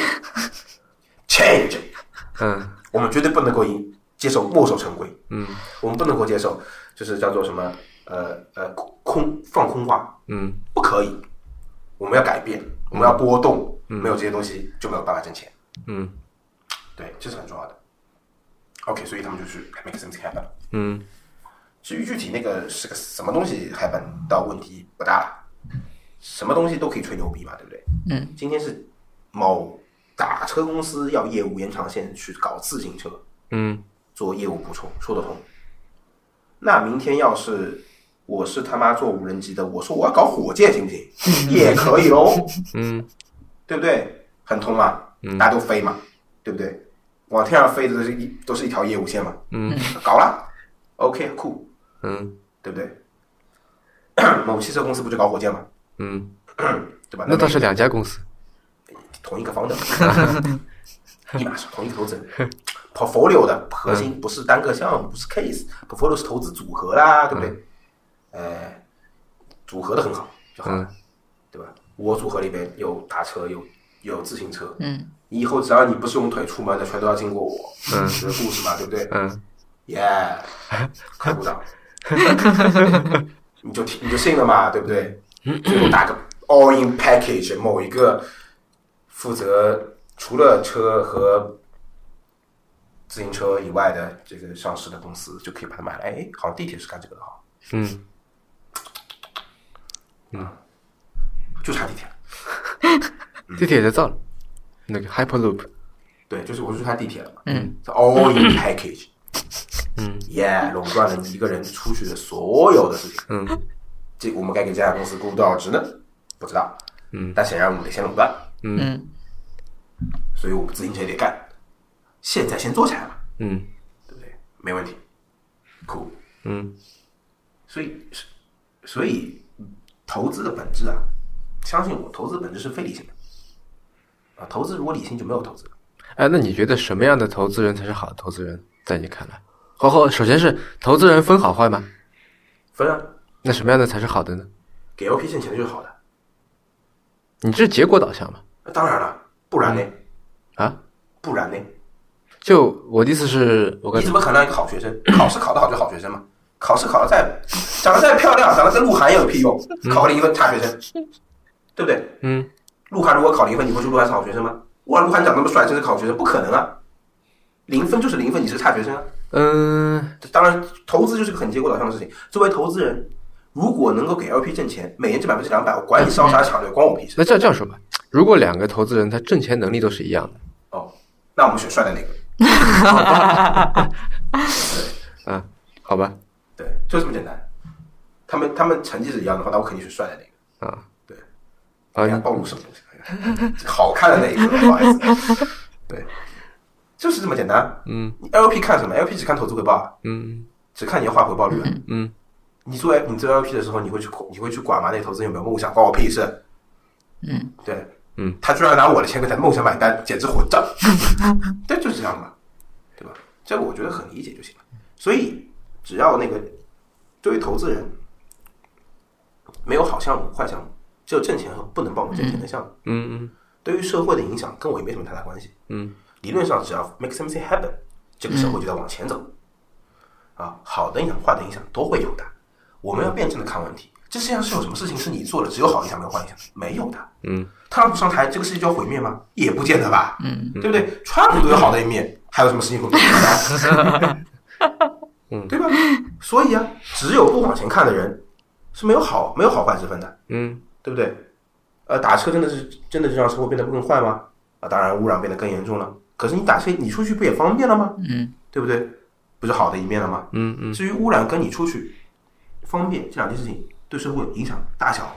[SPEAKER 3] ，change，
[SPEAKER 1] 嗯
[SPEAKER 3] 我们绝对不能够以接受墨守成规，嗯，我们不能够接受就是叫做什么呃呃空空放空话，
[SPEAKER 1] 嗯
[SPEAKER 3] 不可以，我我们要改变，我们要波动，没有这些东西就没有办法挣钱。
[SPEAKER 1] 嗯，
[SPEAKER 3] 对，这是很重要的。OK，所以他们就是 make things happen。
[SPEAKER 1] 嗯，
[SPEAKER 3] 至于具体那个是个什么东西 happen，倒问题不大了。什么东西都可以吹牛逼嘛，对不对？
[SPEAKER 2] 嗯，
[SPEAKER 3] 今天是某打车公司要业务延长线去搞自行车，
[SPEAKER 1] 嗯
[SPEAKER 3] 做业务补充，说得通。那明天要是我是他妈做无人机的，我说我要搞火箭行不行？也可以喽，
[SPEAKER 1] 嗯
[SPEAKER 3] 对不对？很通嘛，大家都飞嘛，对不对？往天上飞的都是一都是一条业务线嘛，
[SPEAKER 1] 嗯，
[SPEAKER 3] 搞了，OK，酷，
[SPEAKER 1] 嗯
[SPEAKER 3] 对 不对？某汽车公司不就搞火箭嘛，
[SPEAKER 1] 嗯，
[SPEAKER 3] 对吧？
[SPEAKER 1] 那倒是两家公司。
[SPEAKER 3] 同一个方的， 一码是同一个投资人。portfolio 的核心不是单个项目，不是 case，portfolio 是投资组合啦，对不对？呃，组合的很好就好了，对吧？我组合里面有打车，有有自行车，
[SPEAKER 2] 嗯，
[SPEAKER 3] 以后只要你不是用腿出门的，全都要经过我，嗯，这是故事嘛，对不对？
[SPEAKER 1] 嗯
[SPEAKER 3] 耶，快鼓掌！ 你就听你就信了嘛，对不对？最后打个 all in package，某一个负责除了车和自行车以外的这个上市的公司，就可以把它买来。哎，好像地铁是干这个的哈，
[SPEAKER 1] 嗯
[SPEAKER 3] 嗯就差地铁了。
[SPEAKER 1] 地铁也在造了，那个 Hyperloop。
[SPEAKER 3] 对，就是我就去他地铁了嘛。嗯，all in package。
[SPEAKER 1] 嗯
[SPEAKER 3] ，yeah，垄断了你一个人出去的所有的事情。
[SPEAKER 1] 嗯，
[SPEAKER 3] 这我们该给这家公司估多少值呢？不知道。
[SPEAKER 1] 嗯
[SPEAKER 3] 但显然我们得先垄断，
[SPEAKER 2] 嗯
[SPEAKER 3] 所以我们自行车也得干。现在先做起来嘛，
[SPEAKER 1] 嗯
[SPEAKER 3] 对不对？没问题。cool。
[SPEAKER 1] 嗯
[SPEAKER 3] 所以，所以投资的本质啊，相信我，投资的本质是非理性的。啊，投资如果理性就没有投资了。
[SPEAKER 1] 哎，那你觉得什么样的投资人才是好的投资人？在你看来，或或首先是投资人分好坏吗？
[SPEAKER 3] 分啊，
[SPEAKER 1] 那什么样的才是好的呢？
[SPEAKER 3] 给 LP 挣钱就是好的。
[SPEAKER 1] 你这是结果导向嘛？
[SPEAKER 3] 那当然了，不然呢？
[SPEAKER 1] 啊，
[SPEAKER 3] 不然呢？
[SPEAKER 1] 就我的意思是，我刚
[SPEAKER 3] 你
[SPEAKER 1] 才
[SPEAKER 3] 怎么衡量一个好 学生？考试考得好就好学生嘛？考试考得再长得再漂亮，长得跟鹿晗也有屁用？考个零分差学生，对不对？
[SPEAKER 1] 嗯
[SPEAKER 3] 鹿晗如果考零分，你会说鹿晗是好学生吗？哇，鹿晗长那么帅，真是好学生？不可能啊！零分就是零分，你是差学生啊！
[SPEAKER 1] 嗯
[SPEAKER 3] 当然，投资就是个很结果导向的事情。作为投资人，如果能够给 LP 挣钱，每年挣百分之两百，我管你烧杀抢掠，关我屁事
[SPEAKER 1] 那。这样这样说吧，如果两个投资人他挣钱能力都是一样的，
[SPEAKER 3] 哦，那我们选帅的那个。
[SPEAKER 1] 啊，好吧，
[SPEAKER 3] 对，就这么简单。他们他们成绩是一样的话，那我肯定选帅的那个。
[SPEAKER 1] 啊
[SPEAKER 3] 对，
[SPEAKER 1] 啊
[SPEAKER 3] 哎呀，暴露什么东西？ 好看的那一个，不好意思。 对，就是这么简单。
[SPEAKER 1] 嗯
[SPEAKER 3] 你，LP 看什么？LP 只看投资回报啊，
[SPEAKER 1] 嗯
[SPEAKER 3] 只看年化回报率啊。
[SPEAKER 1] 嗯
[SPEAKER 3] 你做你做 LP 的时候，你会去你会去管吗？那个投资人有没有梦想？关我屁事。
[SPEAKER 2] 嗯，
[SPEAKER 3] 对，
[SPEAKER 1] 嗯，
[SPEAKER 3] 他居然拿我的钱给他的梦想买单，简直混账。对，就是这样嘛，对吧？这个我觉得很理解就行了。所以只要那个对于投资人没有好项目、坏项目，只有挣钱和不能帮我挣钱的项目，
[SPEAKER 1] 嗯
[SPEAKER 3] 对于社会的影响跟我也没什么太大关系。
[SPEAKER 1] 嗯
[SPEAKER 3] 理论上，只要 make something happen，这个社会就在往前走。啊，好的影响、坏的影响都会有的。我们要辩证的看问题。这世界上是有什么事情是你做了只有好影响没有坏影响？没有的。
[SPEAKER 1] 嗯，
[SPEAKER 3] 特朗普上台，这个世界就要毁灭吗？也不见得吧。嗯，对不对？川普都有好的一面，还有什么事情会不好？嗯，对吧？所以啊，只有不往前看的人是没有好没有好坏之分的。
[SPEAKER 1] 嗯
[SPEAKER 3] 对不对？呃，打车真的是真的是让生活变得更坏吗？啊，当然污染变得更严重了。可是你打车，你出去不也方便了吗？
[SPEAKER 2] 嗯，
[SPEAKER 3] 对不对？不是好的一面了吗？
[SPEAKER 1] 嗯嗯
[SPEAKER 3] 至于污染跟你出去方便这两件事情对社会影响大小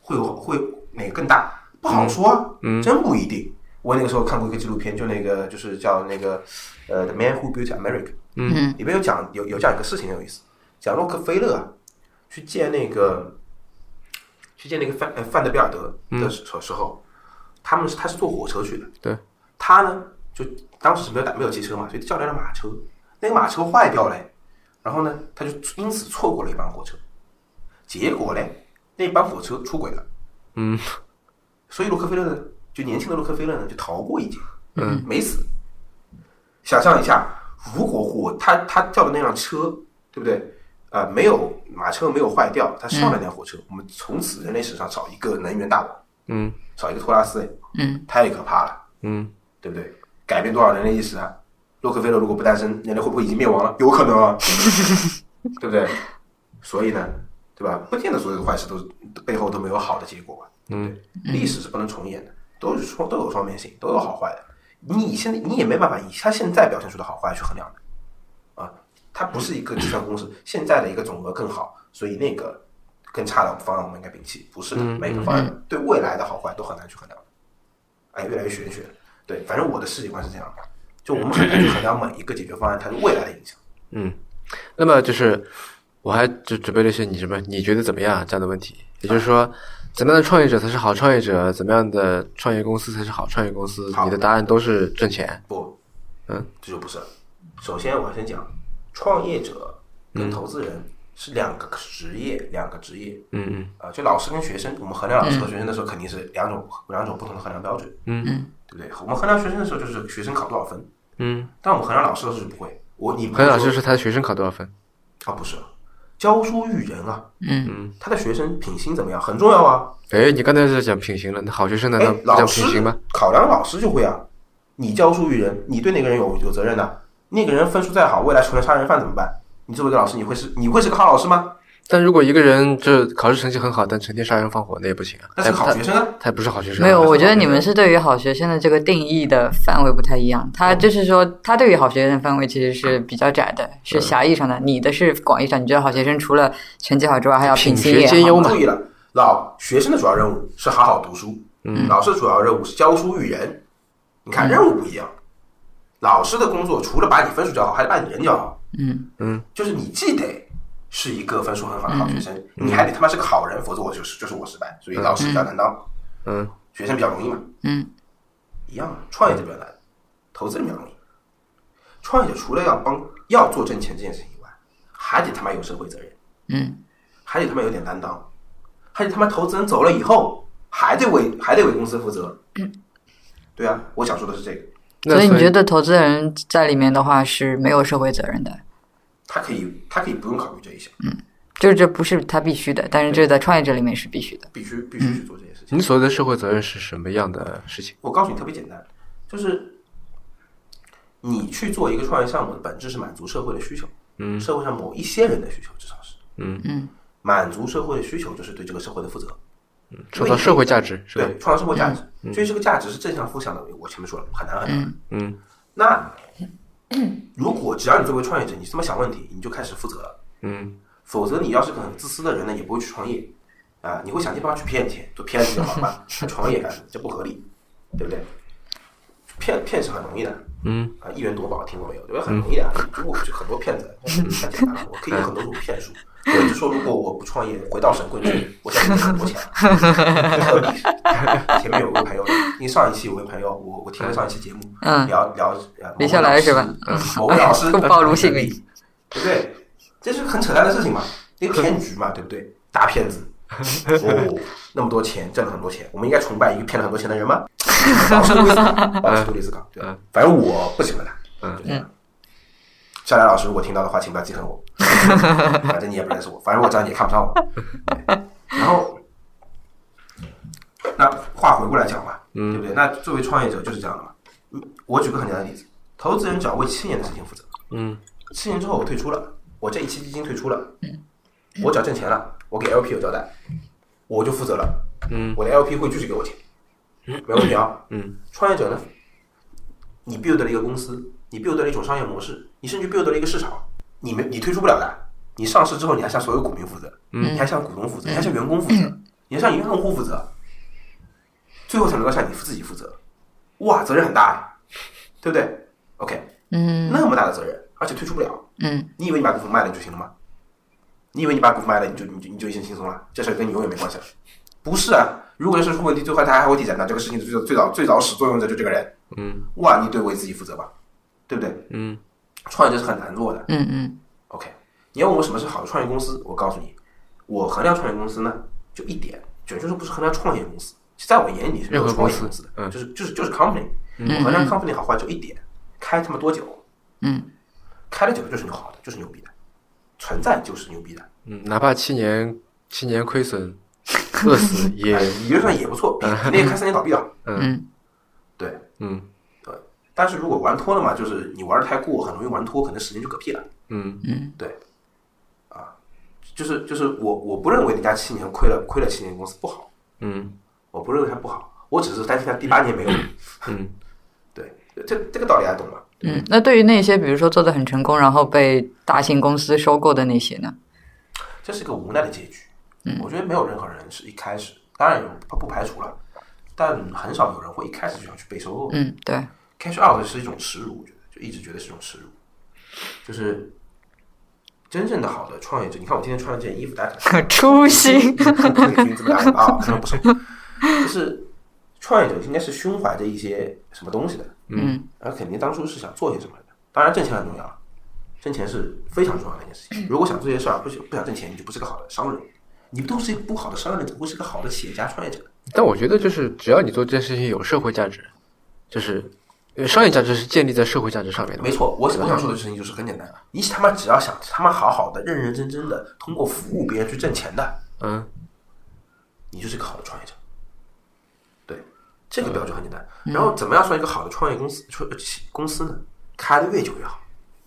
[SPEAKER 3] 会有会哪个更大，不好说啊，
[SPEAKER 1] 嗯
[SPEAKER 3] 真不一定。我那个时候看过一个纪录片，就那个就是叫那个呃《The Man Who Built America》，
[SPEAKER 2] 嗯，
[SPEAKER 3] 里面有讲有有讲一个事情很有意思，讲洛克菲勒啊去见那个去见那个范呃范德比尔德的时时候，他们是他是坐火车去的，
[SPEAKER 1] 嗯对，
[SPEAKER 3] 他呢就当时是没有打没有汽车嘛，所以叫来了马车，那个马车坏掉了，然后呢他就因此错过了一班火车，结果嘞那班火车出轨了，
[SPEAKER 1] 嗯
[SPEAKER 3] 所以洛克菲勒呢就年轻的洛克菲勒呢就逃过一劫，嗯，没死。想象一下，如果火他他叫的那辆车，对不对？呃，没有马车没有坏掉，他上了那辆火车，我们从此人类史上找一个能源大王，
[SPEAKER 1] 嗯
[SPEAKER 3] 少一个托拉斯，
[SPEAKER 2] 嗯，
[SPEAKER 3] 太可怕了，
[SPEAKER 1] 嗯，
[SPEAKER 3] 对不对？改变多少人类意识啊？洛克菲勒如果不诞生，人类会不会已经灭亡了？有可能啊，对不对？所以呢，对吧？不见得所有的坏事都是背后都没有好的结果吧？
[SPEAKER 1] 嗯
[SPEAKER 3] 历史是不能重演的，都是双都有双面性，都有好坏的。你现在你也没办法以他现在表现出的好坏去衡量的，啊，它不是一个计算公式。现在的一个总额更好，所以那个更差的方案我们应该摒弃，不是的。每个方案对未来的好坏都很难去衡量。哎，越来越玄学了。对，反正我的世界观是这样的，就我们很难去衡量每一个解决方案它对未来的影响。
[SPEAKER 1] 嗯。那么就是我还就准备了一些你什么你觉得怎么样啊这样的问题，也就是说，怎么样的创业者才是好创业者？怎么样的创业公司才是好创业公司？
[SPEAKER 3] 好
[SPEAKER 1] 你的答案都是挣钱。
[SPEAKER 3] 不，
[SPEAKER 1] 嗯，
[SPEAKER 3] 这就不是了。首先，我先讲，创业者
[SPEAKER 1] 嗯
[SPEAKER 3] 跟投资人是两个职业，两个职业。
[SPEAKER 1] 嗯嗯
[SPEAKER 3] 啊，就老师跟学生，我们衡量老师和学生的时候，肯定是两种两种不同的衡量标准，
[SPEAKER 1] 嗯
[SPEAKER 3] 对不对？我们衡量学生的时候，就是学生考多少分，
[SPEAKER 1] 嗯。
[SPEAKER 3] 但我们衡量老师的时候就不会。我你不
[SPEAKER 1] 何
[SPEAKER 3] 会
[SPEAKER 1] 老
[SPEAKER 3] 说
[SPEAKER 1] 师是他的学生考多少分？
[SPEAKER 3] 啊，不是，教书育人啊，
[SPEAKER 2] 嗯
[SPEAKER 3] 他的学生品行怎么样很重要啊。
[SPEAKER 1] 哎，你刚才是讲品行了，那好学生难
[SPEAKER 3] 哎
[SPEAKER 1] 道，不
[SPEAKER 3] 老
[SPEAKER 1] 讲
[SPEAKER 3] 师
[SPEAKER 1] 品行吗？
[SPEAKER 3] 考量老师就会啊，你教书育人，你对那个人有有责任的、那个人分数再好，未来成了杀人犯怎么办？你作为一个老师，你会是你会是个好老师吗？
[SPEAKER 1] 但如果一个人这考试成绩很好，但成天杀人放火，那也不行啊。
[SPEAKER 3] 那是个
[SPEAKER 1] 他
[SPEAKER 3] 好学生啊。
[SPEAKER 1] 他也不是好学生啊。
[SPEAKER 2] 没有，我觉得你们是对于好学生的这个定义的范围不太一样。他就是说，他对于好学生的范围其实是比较窄的，是狭义上的。你的是广义上，你觉得好学生除了成绩好之外，还要
[SPEAKER 1] 品
[SPEAKER 2] 行
[SPEAKER 1] 学
[SPEAKER 2] 也
[SPEAKER 1] 兼
[SPEAKER 2] 好
[SPEAKER 1] 优嘛
[SPEAKER 3] 注意了，老学生的主要任务是好好读书，嗯，老师的主要任务是教书育人。你
[SPEAKER 2] 嗯
[SPEAKER 3] 看任务不一样，老师的工作除了把你分数教好，还得把你人教好。
[SPEAKER 2] 嗯
[SPEAKER 1] 嗯，
[SPEAKER 3] 就是你既得是一个分数很好的好学
[SPEAKER 2] 嗯
[SPEAKER 3] 生，你还得他妈是个好人，否则我就是就是我失败。所以老师比较难当，
[SPEAKER 1] 嗯，
[SPEAKER 3] 学生比较容易嘛，
[SPEAKER 2] 嗯
[SPEAKER 3] 一样啊。创业者比较难，投资人比较容易。创业者除了要帮要做挣钱这件事情以外，还得他妈有社会责任。
[SPEAKER 2] 嗯
[SPEAKER 3] 还得他妈有点担当，还得他妈投资人走了以后还得为还得为公司负责。对啊，我想说的是这个，
[SPEAKER 1] 那
[SPEAKER 2] 所以你觉得投资人在里面的话是没有社会责任的，
[SPEAKER 3] 他可以他可以不用考虑这一项，
[SPEAKER 2] 就是这不是他必须的，但是这在创业者里面是必须的。
[SPEAKER 3] 必须必须去做这件事情。
[SPEAKER 1] 你所谓的社会责任是什么样的事情？
[SPEAKER 3] 我告诉你，特别简单，就是你去做一个创业项目的本质是满足社会的需求，嗯，社会上某一些人的需求，至少是，
[SPEAKER 1] 嗯
[SPEAKER 2] 嗯，
[SPEAKER 3] 满足社会的需求就是对这个社会的负责，
[SPEAKER 1] 创造社会价值是吧？
[SPEAKER 3] 对，创造社会价值，所以这个价值是正向负向的。我前面说了，很难很难。
[SPEAKER 1] 嗯，
[SPEAKER 3] 那如果只要你作为创业者，你这么想问题，你就开始负责了。
[SPEAKER 1] 嗯
[SPEAKER 3] 否则你要是个很自私的人呢，也不会去创业啊，你会想尽办法去骗钱，就骗自己 的老板，去创业干什么？这不合理，对不对？骗骗是很容易的。
[SPEAKER 1] 嗯
[SPEAKER 3] 啊，一元夺宝听过没有？对吧？很容易的，如果就很多骗子，太简单了。我可以有很多种骗术。我一直说，如果我不创业，回到神棍去，我想挣很多钱。特别是前面有位朋友，因为上一期有位朋友，我我听了上一期节目，
[SPEAKER 2] 嗯
[SPEAKER 3] 聊聊呃
[SPEAKER 2] 李笑来是吧？
[SPEAKER 3] 某位老师某位老师
[SPEAKER 2] 暴露姓名，
[SPEAKER 3] 对不对？这是很扯淡的事情嘛，一个骗局嘛，对不对？大 骗子，哦，那么多钱，挣了很多钱，我们应该崇拜一个骗了很多钱的人 吗？保持独立思考，保持独立思考，对吧
[SPEAKER 1] 嗯，
[SPEAKER 3] 反正我不喜欢他，
[SPEAKER 1] 嗯
[SPEAKER 3] 就这样。夏来老师，如果听到的话，请不要记 恨我，反正你也不认识我，反正我知道你也看不上我。对然后，那话回过来讲嘛，
[SPEAKER 1] 嗯
[SPEAKER 3] 对不对？那作为创业者就是这样的嘛。嗯我举个很简单的例子，投资人只要为七年的事情负责，
[SPEAKER 1] 嗯
[SPEAKER 3] 七年之后我退出了，我这一期基金退出了，我只要挣钱了，我给 LP 有交代，我就负责了，
[SPEAKER 1] 嗯
[SPEAKER 3] 我的 LP 会继续给我钱，没问题啊。
[SPEAKER 1] 嗯
[SPEAKER 3] 创业者呢，你 build 了一个公司，你 build 了一种商业模式，你甚至 build 了一个市场，你没你推出不了的，你上市之后你还向所有股民负责，
[SPEAKER 1] 嗯
[SPEAKER 3] 你还向股东负责，你还向员工负责，你还向用户负责，最后才能够向你自己负责，哇，责任很大呀，对不对？OK，
[SPEAKER 2] 嗯
[SPEAKER 3] 那么大的责任，而且推出不了，
[SPEAKER 2] 嗯
[SPEAKER 3] 你以为你把股份卖了就行了吗？你以为你把股份卖了你就你就你就一身轻松了？这事儿跟你永远没关系了？不是啊！如果这事出问题，最坏它还会地产那这个事情的最最早最早始作俑者就这个人。
[SPEAKER 1] 嗯，
[SPEAKER 3] 哇，你得为自己负责吧，对不对？
[SPEAKER 1] 嗯，
[SPEAKER 3] 创业是很难做的。
[SPEAKER 2] 嗯嗯
[SPEAKER 3] OK，你要问我什么是好的创业公司，我告诉你，我衡量创业公司呢，就一点，准确说不是衡量创业公司，在我眼里是没有创业公司的，
[SPEAKER 1] 任何公司嗯
[SPEAKER 3] 就是就是就是 company，、我衡量 company 好坏就一点，开他妈多久，
[SPEAKER 2] 嗯，
[SPEAKER 3] 开的久就是牛好的，就是牛逼的，存在就是牛逼的，
[SPEAKER 1] 嗯，哪怕七年七年亏损，饿 死也
[SPEAKER 3] 哎，理论上也不错，比比那个开三年倒闭的。
[SPEAKER 2] 嗯，
[SPEAKER 3] 对，
[SPEAKER 1] 嗯
[SPEAKER 3] 但是如果玩脱了嘛，就是你玩的太过，很容易玩脱，可能时间就嗝屁了。啊
[SPEAKER 1] 嗯
[SPEAKER 3] 就是就是我我不认为人家七年亏了亏了七年公司不好，
[SPEAKER 1] 嗯
[SPEAKER 3] 我不认为它不好，我只是担心它第八年没有。
[SPEAKER 1] 嗯
[SPEAKER 3] 对，这这个道理大家懂吗？
[SPEAKER 2] 嗯，那对于那些比如说做的很成功，然后被大型公司收购的那些呢？
[SPEAKER 3] 这是一个无奈的结局。我觉得没有任何人是一开始，当然有不不排除了，但很少有人会一开始就想去被收购。
[SPEAKER 2] 嗯，对，
[SPEAKER 3] cash out 是一种耻辱，我觉得就一直觉得是一种耻辱，就是真正的好的创业者。你看我今天穿的这件衣服，大家
[SPEAKER 2] 可初 心。
[SPEAKER 3] 你怎么来啊？他们不是，就是创业者应该是胸怀着一些什么东西的，
[SPEAKER 2] 嗯，
[SPEAKER 3] 而肯定当初是想做些什么的。当然，挣钱很重要，挣钱是非常重要的一件事情。如果想做这些事儿，不想不想挣钱，你就不是个好的商人。你不都是一个不好的商人，你怎么会是个好的企业家、创业者呢？
[SPEAKER 1] 但我觉得就是只要你做这件事情有社会价值，就是呃商业价值是建立在社会价值上面的。
[SPEAKER 3] 没错，我我想说的事情就是很简单，啊你他妈只要想他妈好好的、认认真真的通过服务别人去挣钱的，
[SPEAKER 1] 嗯
[SPEAKER 3] 你就是个好的创业者。对，这个标准很简单。然后怎么样算一个好的创业公司？创公司呢？开的越久越好。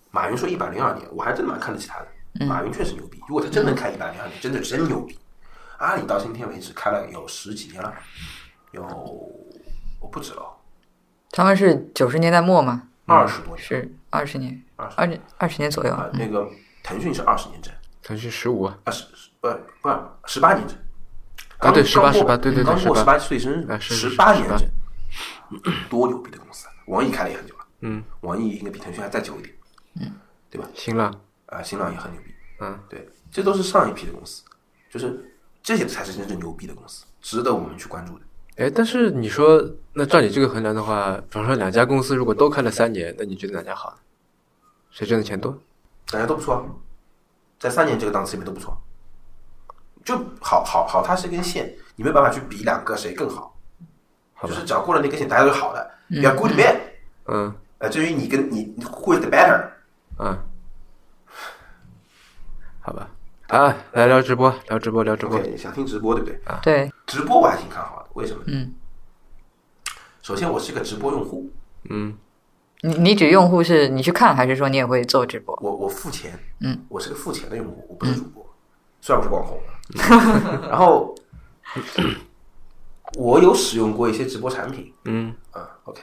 [SPEAKER 3] 马云说一百零二年，我还真蛮看得起他的。马云确实牛逼，如果他真能开一百零二年，真的真牛逼。阿里到今天为止开了有十几年了，有我不止了，
[SPEAKER 2] 他们是九十年代末嘛，
[SPEAKER 3] 二十多年
[SPEAKER 2] 是二十年，
[SPEAKER 3] 20
[SPEAKER 2] 二十二十年左右。
[SPEAKER 3] 啊。那个腾讯是二十年整，
[SPEAKER 1] 腾讯十五啊，
[SPEAKER 3] 二十呃不不十八年整。
[SPEAKER 1] 啊对
[SPEAKER 3] 刚
[SPEAKER 1] 18
[SPEAKER 3] 刚过
[SPEAKER 1] 18对对对
[SPEAKER 3] 刚过
[SPEAKER 1] 18
[SPEAKER 3] 十八岁生日
[SPEAKER 1] 啊，是是
[SPEAKER 3] 十八
[SPEAKER 1] 是
[SPEAKER 3] 年
[SPEAKER 1] 18
[SPEAKER 3] 整，多牛逼的公司！啊网易开了也很久了，
[SPEAKER 1] 嗯，
[SPEAKER 3] 网易应该比腾讯还再久一点，
[SPEAKER 1] 新浪，
[SPEAKER 3] 啊，新浪也很牛逼，
[SPEAKER 1] 嗯，
[SPEAKER 3] 对，这都是上一批的公司，就是这些才是真正牛逼的公司，值得我们去关注的。
[SPEAKER 1] 哎，但是你说那照你这个衡量的话，比方说两家公司如果都开了三年，那你觉得哪家好呢？谁挣的钱多？
[SPEAKER 3] 大家都不错啊，在三年这个档次里面都不错，就好好好，它是一根线，你没有办法去比两个谁更好，
[SPEAKER 1] 好吧
[SPEAKER 3] 就是只要过了那根线，大家都是好的，比较 good man，
[SPEAKER 1] 嗯
[SPEAKER 3] 呃，至于你跟你 who is the better，啊
[SPEAKER 1] 嗯， 好吧。啊，来聊直播，聊直播，聊直播。啊
[SPEAKER 3] OK，想听直播对不对？
[SPEAKER 2] 对，
[SPEAKER 3] 直播我还挺看好的，为什么？
[SPEAKER 2] 嗯，
[SPEAKER 3] 首先我是一个直播用户，
[SPEAKER 1] 嗯
[SPEAKER 2] 你你指用户是你去看，还是说你也会做直播？
[SPEAKER 3] 我我付钱，
[SPEAKER 2] 嗯，
[SPEAKER 3] 我是个付钱的用户，我不
[SPEAKER 1] 嗯
[SPEAKER 3] 是主播，虽然我是网红，啊 然后我有使用过一些直播产品，
[SPEAKER 1] 嗯
[SPEAKER 3] 啊，OK，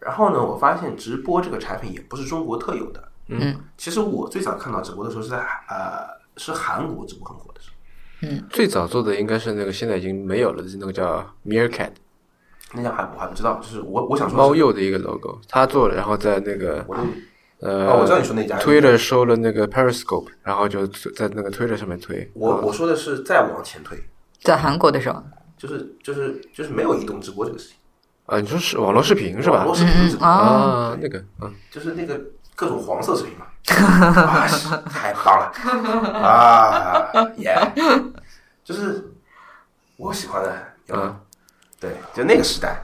[SPEAKER 3] 然后呢，我发现直播这个产品也不是中国特有的，
[SPEAKER 2] 嗯，
[SPEAKER 3] 其实我最早看到直播的时候是在呃是韩国直播很火的时候，
[SPEAKER 1] 最早做的应该是那个现在已经没有了的那个叫 Meerkat
[SPEAKER 3] 那家还我还不知道，就是我我想说
[SPEAKER 1] 猫
[SPEAKER 3] 是，
[SPEAKER 1] 鼬的一个 logo，他做了，然后在那个
[SPEAKER 3] 我就
[SPEAKER 1] 呃、
[SPEAKER 3] 哦我知道你说那家
[SPEAKER 1] Twitter 收了那个 Periscope，然后就在那个 Twitter 上面推。
[SPEAKER 3] 我我说的是再往前推，
[SPEAKER 2] 在韩国的时候，
[SPEAKER 3] 就是就是就是没有移动直播这个事情，
[SPEAKER 1] 啊，你说是网络视频是
[SPEAKER 3] 网
[SPEAKER 1] 吧
[SPEAKER 3] 络？视频直播
[SPEAKER 2] 啊
[SPEAKER 1] 啊，那个，嗯，
[SPEAKER 3] 就是那个各种黄色视频嘛，啊，是太棒了啊，耶、就是我喜欢的，
[SPEAKER 1] 啊，
[SPEAKER 3] 对，就那个时代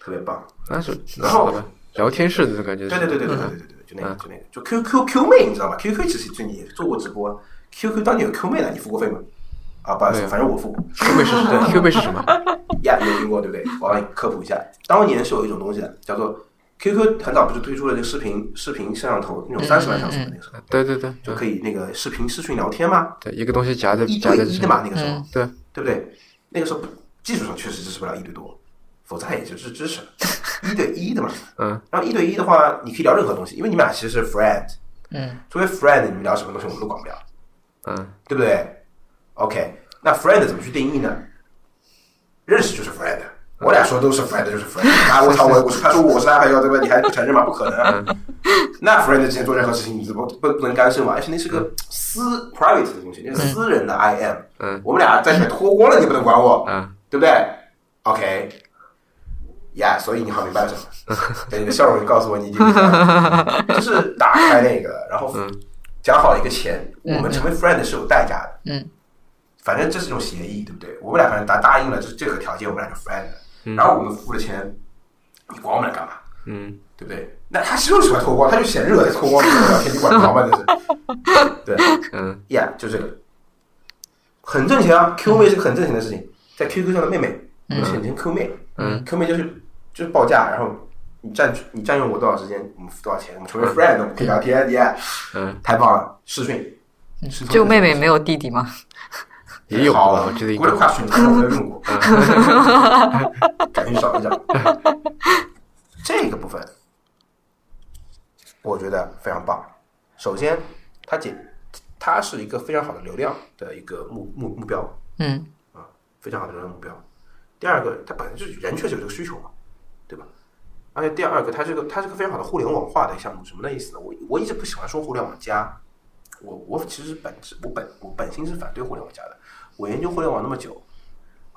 [SPEAKER 3] 特别棒，
[SPEAKER 1] 那是
[SPEAKER 3] 然后
[SPEAKER 1] 好吧，聊天室的感觉。
[SPEAKER 3] 对对对对对对对对对，就那
[SPEAKER 1] 嗯
[SPEAKER 3] 个就那个，就 QQ Q 妹你知道吗？QQ 其实最近也做过直播，QQ 当年有 Q 妹的，你付过费吗？啊，不好意
[SPEAKER 1] 没
[SPEAKER 3] 思，
[SPEAKER 1] 有
[SPEAKER 3] 反正我付过。
[SPEAKER 1] ，Q 妹是什么？Q 妹是什 么？
[SPEAKER 3] 呀，没听过对不对？我帮你科普一下，当年是有一种东西的，叫做 QQ，很早不是推出了这个视频视频摄像头那种三十万像素的那个时候，
[SPEAKER 1] 对对对，
[SPEAKER 3] 就
[SPEAKER 1] 嗯
[SPEAKER 3] 可以那个视频视讯聊天吗？
[SPEAKER 1] 对，一个嗯东西夹在
[SPEAKER 3] 一
[SPEAKER 1] 夹
[SPEAKER 3] 对
[SPEAKER 1] 在
[SPEAKER 3] 一
[SPEAKER 1] 这
[SPEAKER 3] 的嘛，那个时候，
[SPEAKER 1] 对，
[SPEAKER 3] 对不对？那个时候不技术上确实支持不了一对多，否则它也就是支 持了一对一的嘛。
[SPEAKER 1] 嗯，
[SPEAKER 3] 然后一对一的话，你可以聊任何东西，因为你们俩其实是 friend，
[SPEAKER 2] 嗯，
[SPEAKER 3] 作为 friend，你们聊什么东西我们都管不了，
[SPEAKER 1] 嗯
[SPEAKER 3] 对不对？OK，那 friend 怎么去定义呢？认识就是 friend，
[SPEAKER 1] 嗯
[SPEAKER 3] 我俩说都是 friend 就是 friend。啊，我操，我我他说我是他朋友，对吧？你还不承认吗？不可能
[SPEAKER 1] 嗯
[SPEAKER 3] 啊。那 friend 之间做任何事情，你怎么不不能干涉嘛？而且那是个私 private 的东西，那是私人的 I M。
[SPEAKER 1] 嗯
[SPEAKER 3] 我们俩在里面脱光了，你不能管我，
[SPEAKER 1] 嗯
[SPEAKER 3] 对不对？OK，呀、所以你好明白了什么？对你的笑容就告诉我你已经明白了，就是打开那个，然后
[SPEAKER 1] 嗯
[SPEAKER 3] 讲好了一个钱，我们成为 friend 是有代价的，
[SPEAKER 2] 嗯，
[SPEAKER 3] 反正这是一种协议，对不对？我们俩反正答答应了这这个条件，我们俩就 friend 了，然后我们付了钱，你管我们俩干嘛？
[SPEAKER 1] 嗯，
[SPEAKER 3] 对不对？那他就是喜欢脱光，他就嫌热，脱光跟我聊天，你管得着吗？这是，对，
[SPEAKER 1] 嗯
[SPEAKER 3] 呀，就这个。很挣钱啊，Q 妹是个很挣钱的事情，在 QQ 上的妹妹，我们简称 Q 妹，
[SPEAKER 1] 嗯
[SPEAKER 3] ，Q 妹就是就是报价，然后你占你占用我多少时间，我们付多少钱，我们成为 friend，我们可以聊天，耶，
[SPEAKER 1] 嗯，
[SPEAKER 3] 太棒了，视讯，视
[SPEAKER 2] 就
[SPEAKER 3] 讯
[SPEAKER 2] 妹妹没有弟弟吗？
[SPEAKER 1] 也有
[SPEAKER 3] 好
[SPEAKER 1] 吧，我觉得应
[SPEAKER 3] 我
[SPEAKER 1] 该
[SPEAKER 3] 的。跨区我没有用过， 感觉少一点。这个部分，我觉得非常棒。首先，它解它是一个非常好的流量的一个目目目标，啊
[SPEAKER 2] 嗯，
[SPEAKER 3] 非常好的流量目标。第二个，它本来就是人确实有这个需求嘛，对吧？而且第二个，它这个它是个非常好的互联网化的项目，什么的意思呢？我我一直不喜欢说互联网加，我我其实本质我本我本心是反对互联网加的。我研究互联网那么久，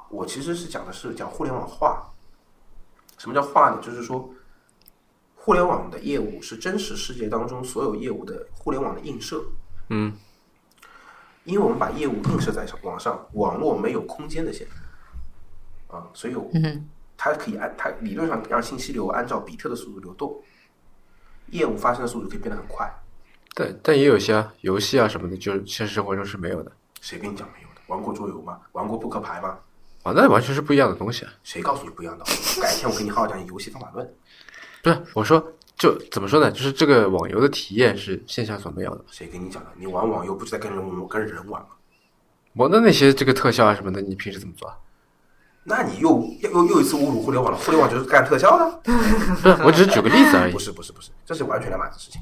[SPEAKER 3] 我其实是讲的是讲互联网化。什么叫化呢？就是说，互联网的业务是真实世界当中所有业务的互联网的映射。
[SPEAKER 1] 嗯，
[SPEAKER 3] 因为我们把业务映射在网上，网络没有空间的限制啊，所以我它可以按它理论上让信息流按照比特的速度流动，业务发生的速度可以变得很快。
[SPEAKER 1] 但但也有些啊游戏啊什么的，就是现实生活中是没有的。
[SPEAKER 3] 谁跟你讲没有的？玩过桌游吗？玩过扑克牌吗？
[SPEAKER 1] 啊，那完全是不一样的东西啊。
[SPEAKER 3] 谁告诉你不一样的？改天我给你好好讲游戏方法论。
[SPEAKER 1] 不是，我说就怎么说呢？就是这个网游的体验是线下所没有的。
[SPEAKER 3] 谁跟你讲的？你玩网游不是在跟人跟人玩吗？
[SPEAKER 1] 我的那些这个特效啊什么的，你平时怎么做啊？
[SPEAKER 3] 那你又又又又一次侮辱互联网了。互联网就是干特效的？
[SPEAKER 1] 不是，我只是举个例 子而已
[SPEAKER 3] 不。是不是不是，这是完全两码子事情。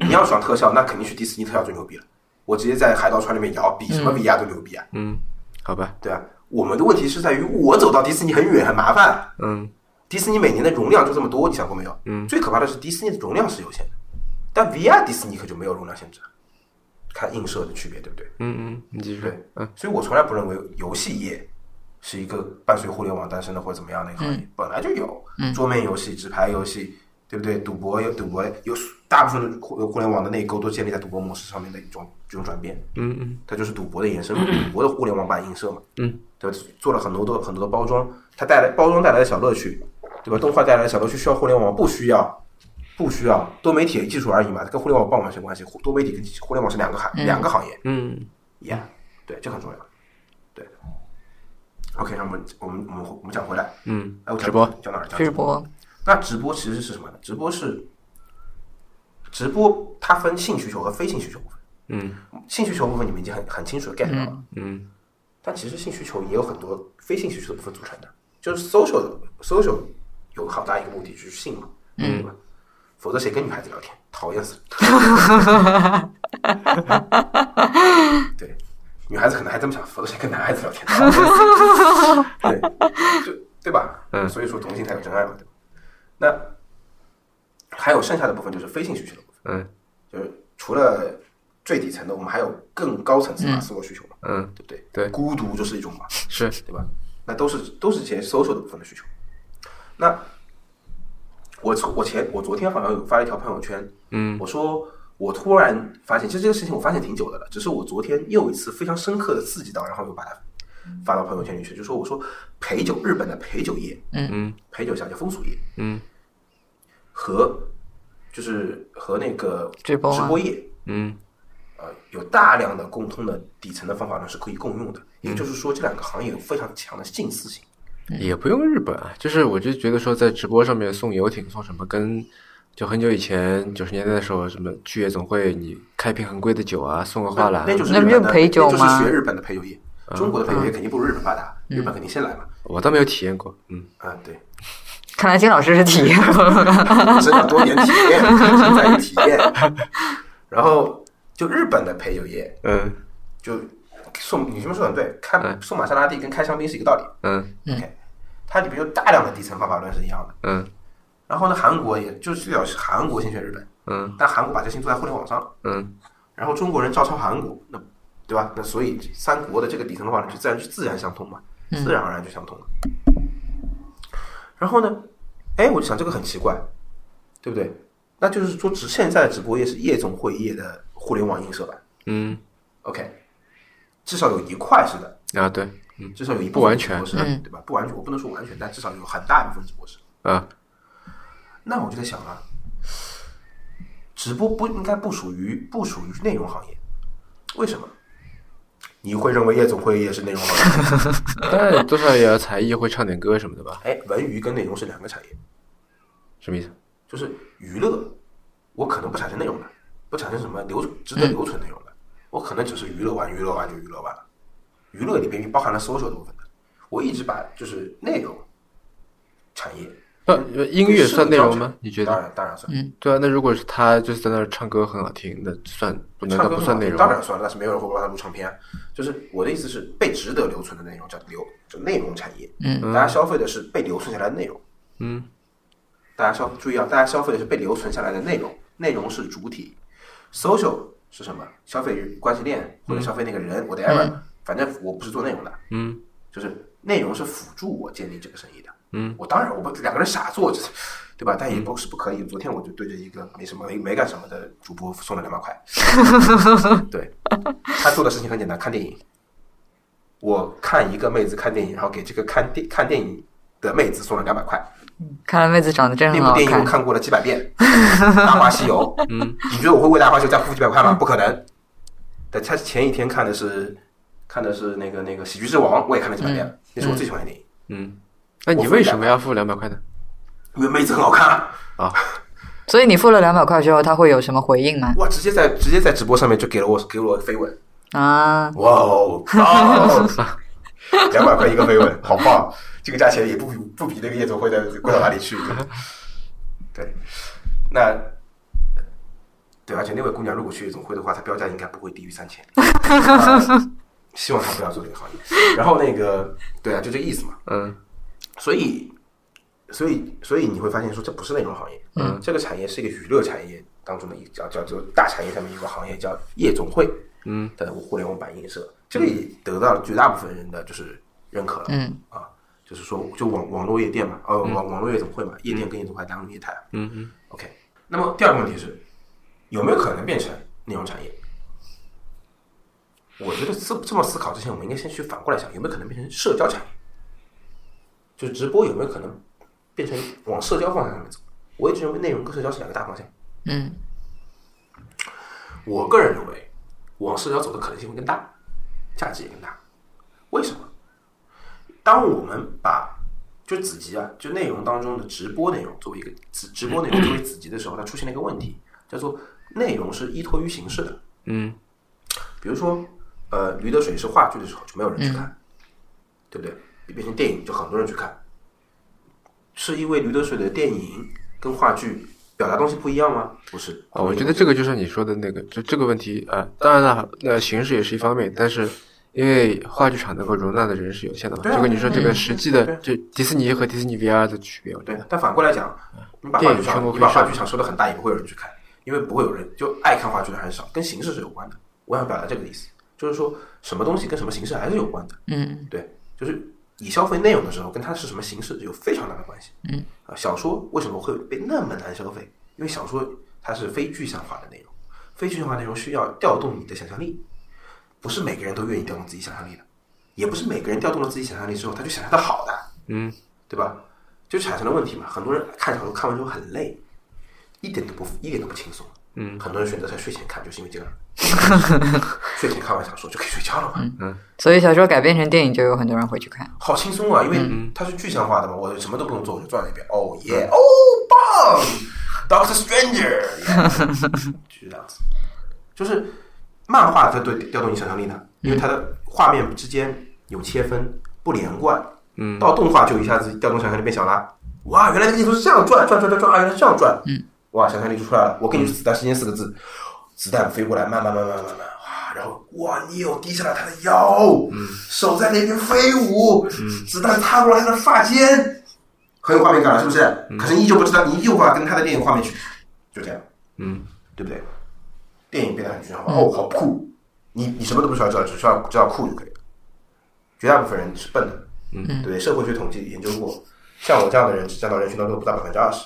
[SPEAKER 3] 你要爽特效，那肯定去迪士尼特效最牛逼了。我直接在海盗船里面摇，比什么 VR 都牛逼啊！
[SPEAKER 1] 嗯，好吧，
[SPEAKER 3] 对啊，我们的问题是在于我走到迪士尼很远很麻烦。
[SPEAKER 1] 嗯
[SPEAKER 3] 迪士尼每年的容量就这么多，你想过没有？嗯，最可怕的是迪士尼的容量是有限的，但 VR 迪士尼可就没有容量限制了。看映射的区别，对不对？
[SPEAKER 1] 嗯嗯，你继续说
[SPEAKER 3] 对。
[SPEAKER 1] 嗯，
[SPEAKER 3] 所以我从来不认为游戏业是一个伴随互联网诞生的或者怎么样的一个行业，本来就有嗯桌面游戏、纸牌游戏，对不对？赌博有赌博有大部分的互互联网的内购都建立在赌博模式上面的一种这种转变，
[SPEAKER 1] 嗯嗯
[SPEAKER 3] 它就是赌博的延伸，赌博的互联网版映射嘛，
[SPEAKER 1] 嗯，
[SPEAKER 3] 对吧？做了很多多很多的包装，它带来包装带来的小乐趣，对吧？动画带来的小乐趣需要互联网不需要？不需要多媒体技术而已嘛，跟互联网棒完全关系。互多媒体跟互联网是两个行、两个行业，
[SPEAKER 1] 嗯，
[SPEAKER 3] Yeah，对，这很重要。对，OK，那我们我们我们我们讲回来，
[SPEAKER 1] 嗯，
[SPEAKER 3] 哎，我讲
[SPEAKER 1] 直播
[SPEAKER 3] 讲哪儿？讲
[SPEAKER 2] 直。播，
[SPEAKER 3] 那直播其实是什么呢？直播是直播，它分性需求和非性需求部分。
[SPEAKER 1] 嗯
[SPEAKER 3] 性需求部分你们已经很很清楚的 get 到了，
[SPEAKER 1] 嗯
[SPEAKER 3] 但其实性需求也有很多非性需求的部分组成的，就是 social social 有好大一个目的就是性嘛，嗯，吧？否则谁跟女孩子聊天？讨厌死了 对，女孩子可能还这么想，否则谁跟男孩子聊天？讨厌死了 对，就对吧？
[SPEAKER 1] 嗯
[SPEAKER 3] 所以说同性才有真爱嘛，对吧？那还有剩下的部分就是非性需求的部分，
[SPEAKER 1] 嗯
[SPEAKER 3] 就是除了最底层的，我们还有更高层次的自我需求嘛，
[SPEAKER 1] 嗯，
[SPEAKER 3] 对不对？
[SPEAKER 1] 对
[SPEAKER 3] 孤独就是一种嘛，
[SPEAKER 1] 是，
[SPEAKER 3] 对吧？那都是都是这些 social 的部分的需求。那我从我前我昨天好像有发了一条朋友圈，
[SPEAKER 1] 嗯
[SPEAKER 3] 我说我突然发现，其实这个事情我发现挺久的了，只是我昨天又一次非常深刻的刺激到，然后又把它发到朋友圈里去，就说我说陪酒日本的陪酒业，
[SPEAKER 1] 嗯
[SPEAKER 3] 陪酒下叫风俗业
[SPEAKER 1] 嗯
[SPEAKER 3] 和就是和那个
[SPEAKER 2] 直播啊
[SPEAKER 3] 直播业，
[SPEAKER 1] 嗯
[SPEAKER 3] 呃，有大量的共通的底层的方法论是可以共用的，
[SPEAKER 1] 嗯
[SPEAKER 3] 也就是说这两个行业有非常强的近似性。
[SPEAKER 1] 也不用日本啊，就是我就觉得说在直播上面送游艇送什么，跟就很久以前九十年代的时候，什么剧夜总会，你开瓶很贵的酒啊，送个花篮
[SPEAKER 3] 那，就是
[SPEAKER 2] 那
[SPEAKER 3] 日
[SPEAKER 2] 不
[SPEAKER 3] 本
[SPEAKER 2] 就
[SPEAKER 3] 的
[SPEAKER 2] 陪酒
[SPEAKER 3] 那就是
[SPEAKER 2] 吗嗯
[SPEAKER 3] 学日本的陪酒业，
[SPEAKER 1] 嗯
[SPEAKER 3] 中国的陪酒业肯定不如日本发达，日本肯定先来嘛。
[SPEAKER 1] 我倒没有体验过。嗯，
[SPEAKER 3] 啊，对，
[SPEAKER 2] 看来金老师是体验过。
[SPEAKER 3] 真的多年体验，身在于体 验。然后就日本的陪酒业，
[SPEAKER 1] 嗯
[SPEAKER 3] 就送你这么说很对，开送玛莎拉蒂跟开香槟是一个道理。
[SPEAKER 1] 嗯
[SPEAKER 3] OK，它里面有大量的底层方法论是一样的。
[SPEAKER 1] 嗯
[SPEAKER 3] 然后呢，韩国也就是最早是韩国先学日本，
[SPEAKER 1] 嗯
[SPEAKER 3] 但韩国把这事情做在互联网上了。
[SPEAKER 1] 嗯
[SPEAKER 3] 然后中国人照抄韩国，那对吧？那所以三国的这个底层的话呢，就自然就自然相通嘛，
[SPEAKER 1] 嗯
[SPEAKER 3] 自然而然就相通了。然后呢，哎，我就想这个很奇怪，对不对？那就是说，只现在的直播业是夜总会业的互联网映射版
[SPEAKER 1] 嗯
[SPEAKER 3] ，OK，至少有一块是的，
[SPEAKER 1] 啊对，嗯
[SPEAKER 3] 至少有一部
[SPEAKER 1] 不完
[SPEAKER 3] 分
[SPEAKER 1] 全
[SPEAKER 3] 直播是的，对吧？不完全，我不能说完全，但至少有很大一部分直播是。
[SPEAKER 1] 啊
[SPEAKER 3] 那我就在想啊，直播不应该不属于不属于内容行业，为什么？你你会认为夜总会也是内容行业？
[SPEAKER 1] 但多少也要才艺，会唱点歌什么的吧？
[SPEAKER 3] 哎，文娱跟内容是两个产业，
[SPEAKER 1] 什么意思？
[SPEAKER 3] 就是娱乐，我可能不产生内容的，不产生什么留值得留存内容的，我可能只是娱乐完，娱乐完就娱乐完了。娱乐里面包含了 social 的部分的，我一直把就是内容产业
[SPEAKER 1] 呃，呃音乐算内容吗？你觉
[SPEAKER 3] 当
[SPEAKER 1] 得？
[SPEAKER 3] 然当然算，
[SPEAKER 1] 对啊，那如果是他就是在那儿唱歌很好听，那算不难
[SPEAKER 3] 唱
[SPEAKER 1] 道
[SPEAKER 3] 歌
[SPEAKER 1] 不算内容啊
[SPEAKER 3] 当
[SPEAKER 1] 吗？
[SPEAKER 3] 然算了，但是没有人会帮他录唱片啊。就是我的意思是，被值得留存的内容叫留，就内容产业。嗯，大家消费的是被留存下来的内容。
[SPEAKER 1] 嗯，
[SPEAKER 3] 大家消注意啊，大家消费的是被留存下来的内容，内容是主体。social 是什么？消费关系链或者消费那个人，whatever，、反正我不是做内容的。
[SPEAKER 1] 嗯，
[SPEAKER 3] 就是内容是辅助我建立这个生意的。
[SPEAKER 1] 嗯，
[SPEAKER 3] 我当然我不两个人傻做，这对吧？但也不是不可以。昨天我就对着一个没什么没没干什么的主播送了两百块。对，他做的事情很简单，看电影。我看一个妹子看电影，然后给这个看电看电影的妹子送了两百块。
[SPEAKER 2] 看来妹子长得真的很
[SPEAKER 3] 那部
[SPEAKER 2] 好
[SPEAKER 3] 电影我
[SPEAKER 2] 看。
[SPEAKER 3] 看过了几百遍，《大话西游》。嗯，你觉得我会为《大话西游》再付几百块吗？不可能。对，他前一天看的是看的是那个那个《喜剧之王》，我也看了几百遍，那是我最喜欢的电影，
[SPEAKER 1] 嗯，那你为什么要付两百块呢？
[SPEAKER 3] 因为妹子很好看啊。
[SPEAKER 1] 啊，
[SPEAKER 2] 所以你付了两百块之后，他会有什么回应吗？
[SPEAKER 3] 哇，直接在直接在直播上面就给了我给我飞吻，
[SPEAKER 2] 啊，
[SPEAKER 3] 哇哦，两百块一个飞吻，好棒！这个价钱也不比不比那个夜总会的贵到哪里去。对，那对，而且那位姑娘如果去夜总会的话，她标价应该不会低于三 千。呃希望她不要做这个行业。然后那个，对啊，就这个意思嘛。
[SPEAKER 1] 嗯
[SPEAKER 3] 所以，所以，所以你会发现说，这不是内容行业，嗯，这个产业是一个娱乐产业当中的一个叫叫做大产业上面一个行业，叫夜总会，嗯，的互联网版映射，这个也得到了绝大部分人的就是认可了，
[SPEAKER 2] 嗯
[SPEAKER 3] 啊，就是说就网网络夜店嘛，呃，网网络夜总会嘛，夜店跟夜总会两种业态，
[SPEAKER 1] 嗯嗯，
[SPEAKER 3] OK，那么第二个问题是，有没有可能变成内容产业？我觉得思这么思考之前，我们应该先去反过来想，有没有可能变成社交产业？就是直播有没有可能变成往社交方向上面走？我一直认为内容跟社交是两个大方向。
[SPEAKER 2] 嗯
[SPEAKER 3] 我个人认为，往社交走的可能性会更大，价值也更大。为什么？当我们把就子集啊，就内容当中的直播内容作为一个直直播内容作为子集的时候，它出现了一个问题，叫做内容是依托于形式的。
[SPEAKER 1] 嗯，
[SPEAKER 3] 比如说，呃，《驴得水》是话剧的时候就没有人去看，
[SPEAKER 1] 嗯
[SPEAKER 3] 对不对？变成电影就很多人去看，是因为《驴得水》的电影跟话剧表达东西不一样吗？不是
[SPEAKER 1] 啊，我觉得这个就是你说的那个，就这个问题啊、呃当然了，呃，形式也是一方面，但是因为话剧场能够容纳的人是有限的嘛，
[SPEAKER 3] 对啊
[SPEAKER 1] 就跟你说这个实际的
[SPEAKER 3] 对啊，
[SPEAKER 1] 就迪士尼和迪士尼 VR 的区别，我觉
[SPEAKER 3] 对
[SPEAKER 1] 得，，
[SPEAKER 3] 但反过来讲，你把
[SPEAKER 1] 嗯
[SPEAKER 3] 话
[SPEAKER 1] 电
[SPEAKER 3] 剧
[SPEAKER 1] 影全
[SPEAKER 3] 场，
[SPEAKER 1] 国
[SPEAKER 3] 你把
[SPEAKER 1] 可以上
[SPEAKER 3] 话剧场说的很大，也不会有人去看，因为不会有人就爱看话剧的很少，跟形式是有关的。我想表达这个意思，就是说什么东西跟什么形式还是有关的。
[SPEAKER 2] 嗯
[SPEAKER 3] 对，就是你消费内容的时候，跟它是什么形式有非常大的关系。嗯，啊，小说为什么会被那么难消费？因为小说它是非具象化的内容，非具象化内容需要调动你的想象力，不是每个人都愿意调动自己想象力的，也不是每个人调动了自己想象力之后，他就想象到好的。
[SPEAKER 1] 嗯
[SPEAKER 3] 对吧？就产生了问题嘛。很多人看小说看完之后很累，一点都不一点都不轻松。嗯，很多人选择在睡前看，就是因为这个，睡前看完小说就可以睡觉了嘛，
[SPEAKER 2] 嗯，所以小说改编成电影就有很多人会去看。
[SPEAKER 3] 好轻松啊！因为它是具象化的嘛，我什么都不用做，我就转了一遍，哦耶，哦棒，Doctor Stranger，yeah 就是这样子。就是漫画它对调动你想象力的，因为它的画面之间有切分，不连贯。嗯，到动画就一下子调动想象力变小了。哇，原来这个地图是这样转转转转转，啊，原来是这样转。嗯，哇，想象力就出来了。我给你子弹时间四个字，子弹飞过来，慢慢慢慢慢慢。哇，然后哇，你有低下了他的腰，手在那边飞舞，子弹擦过了他的发间，很有画面感了，是不是？可是你依旧不知道，你依旧无法跟他的电影画面去，就这样，
[SPEAKER 1] 嗯，
[SPEAKER 3] 对不对？电影变得很具象化，哦，好酷！你你什么都不需要知道，只需要知道酷就可以了。绝大部分人是笨的，嗯，对，社会学统计研究过，像我这样的人占到人群当中不到百分之二十，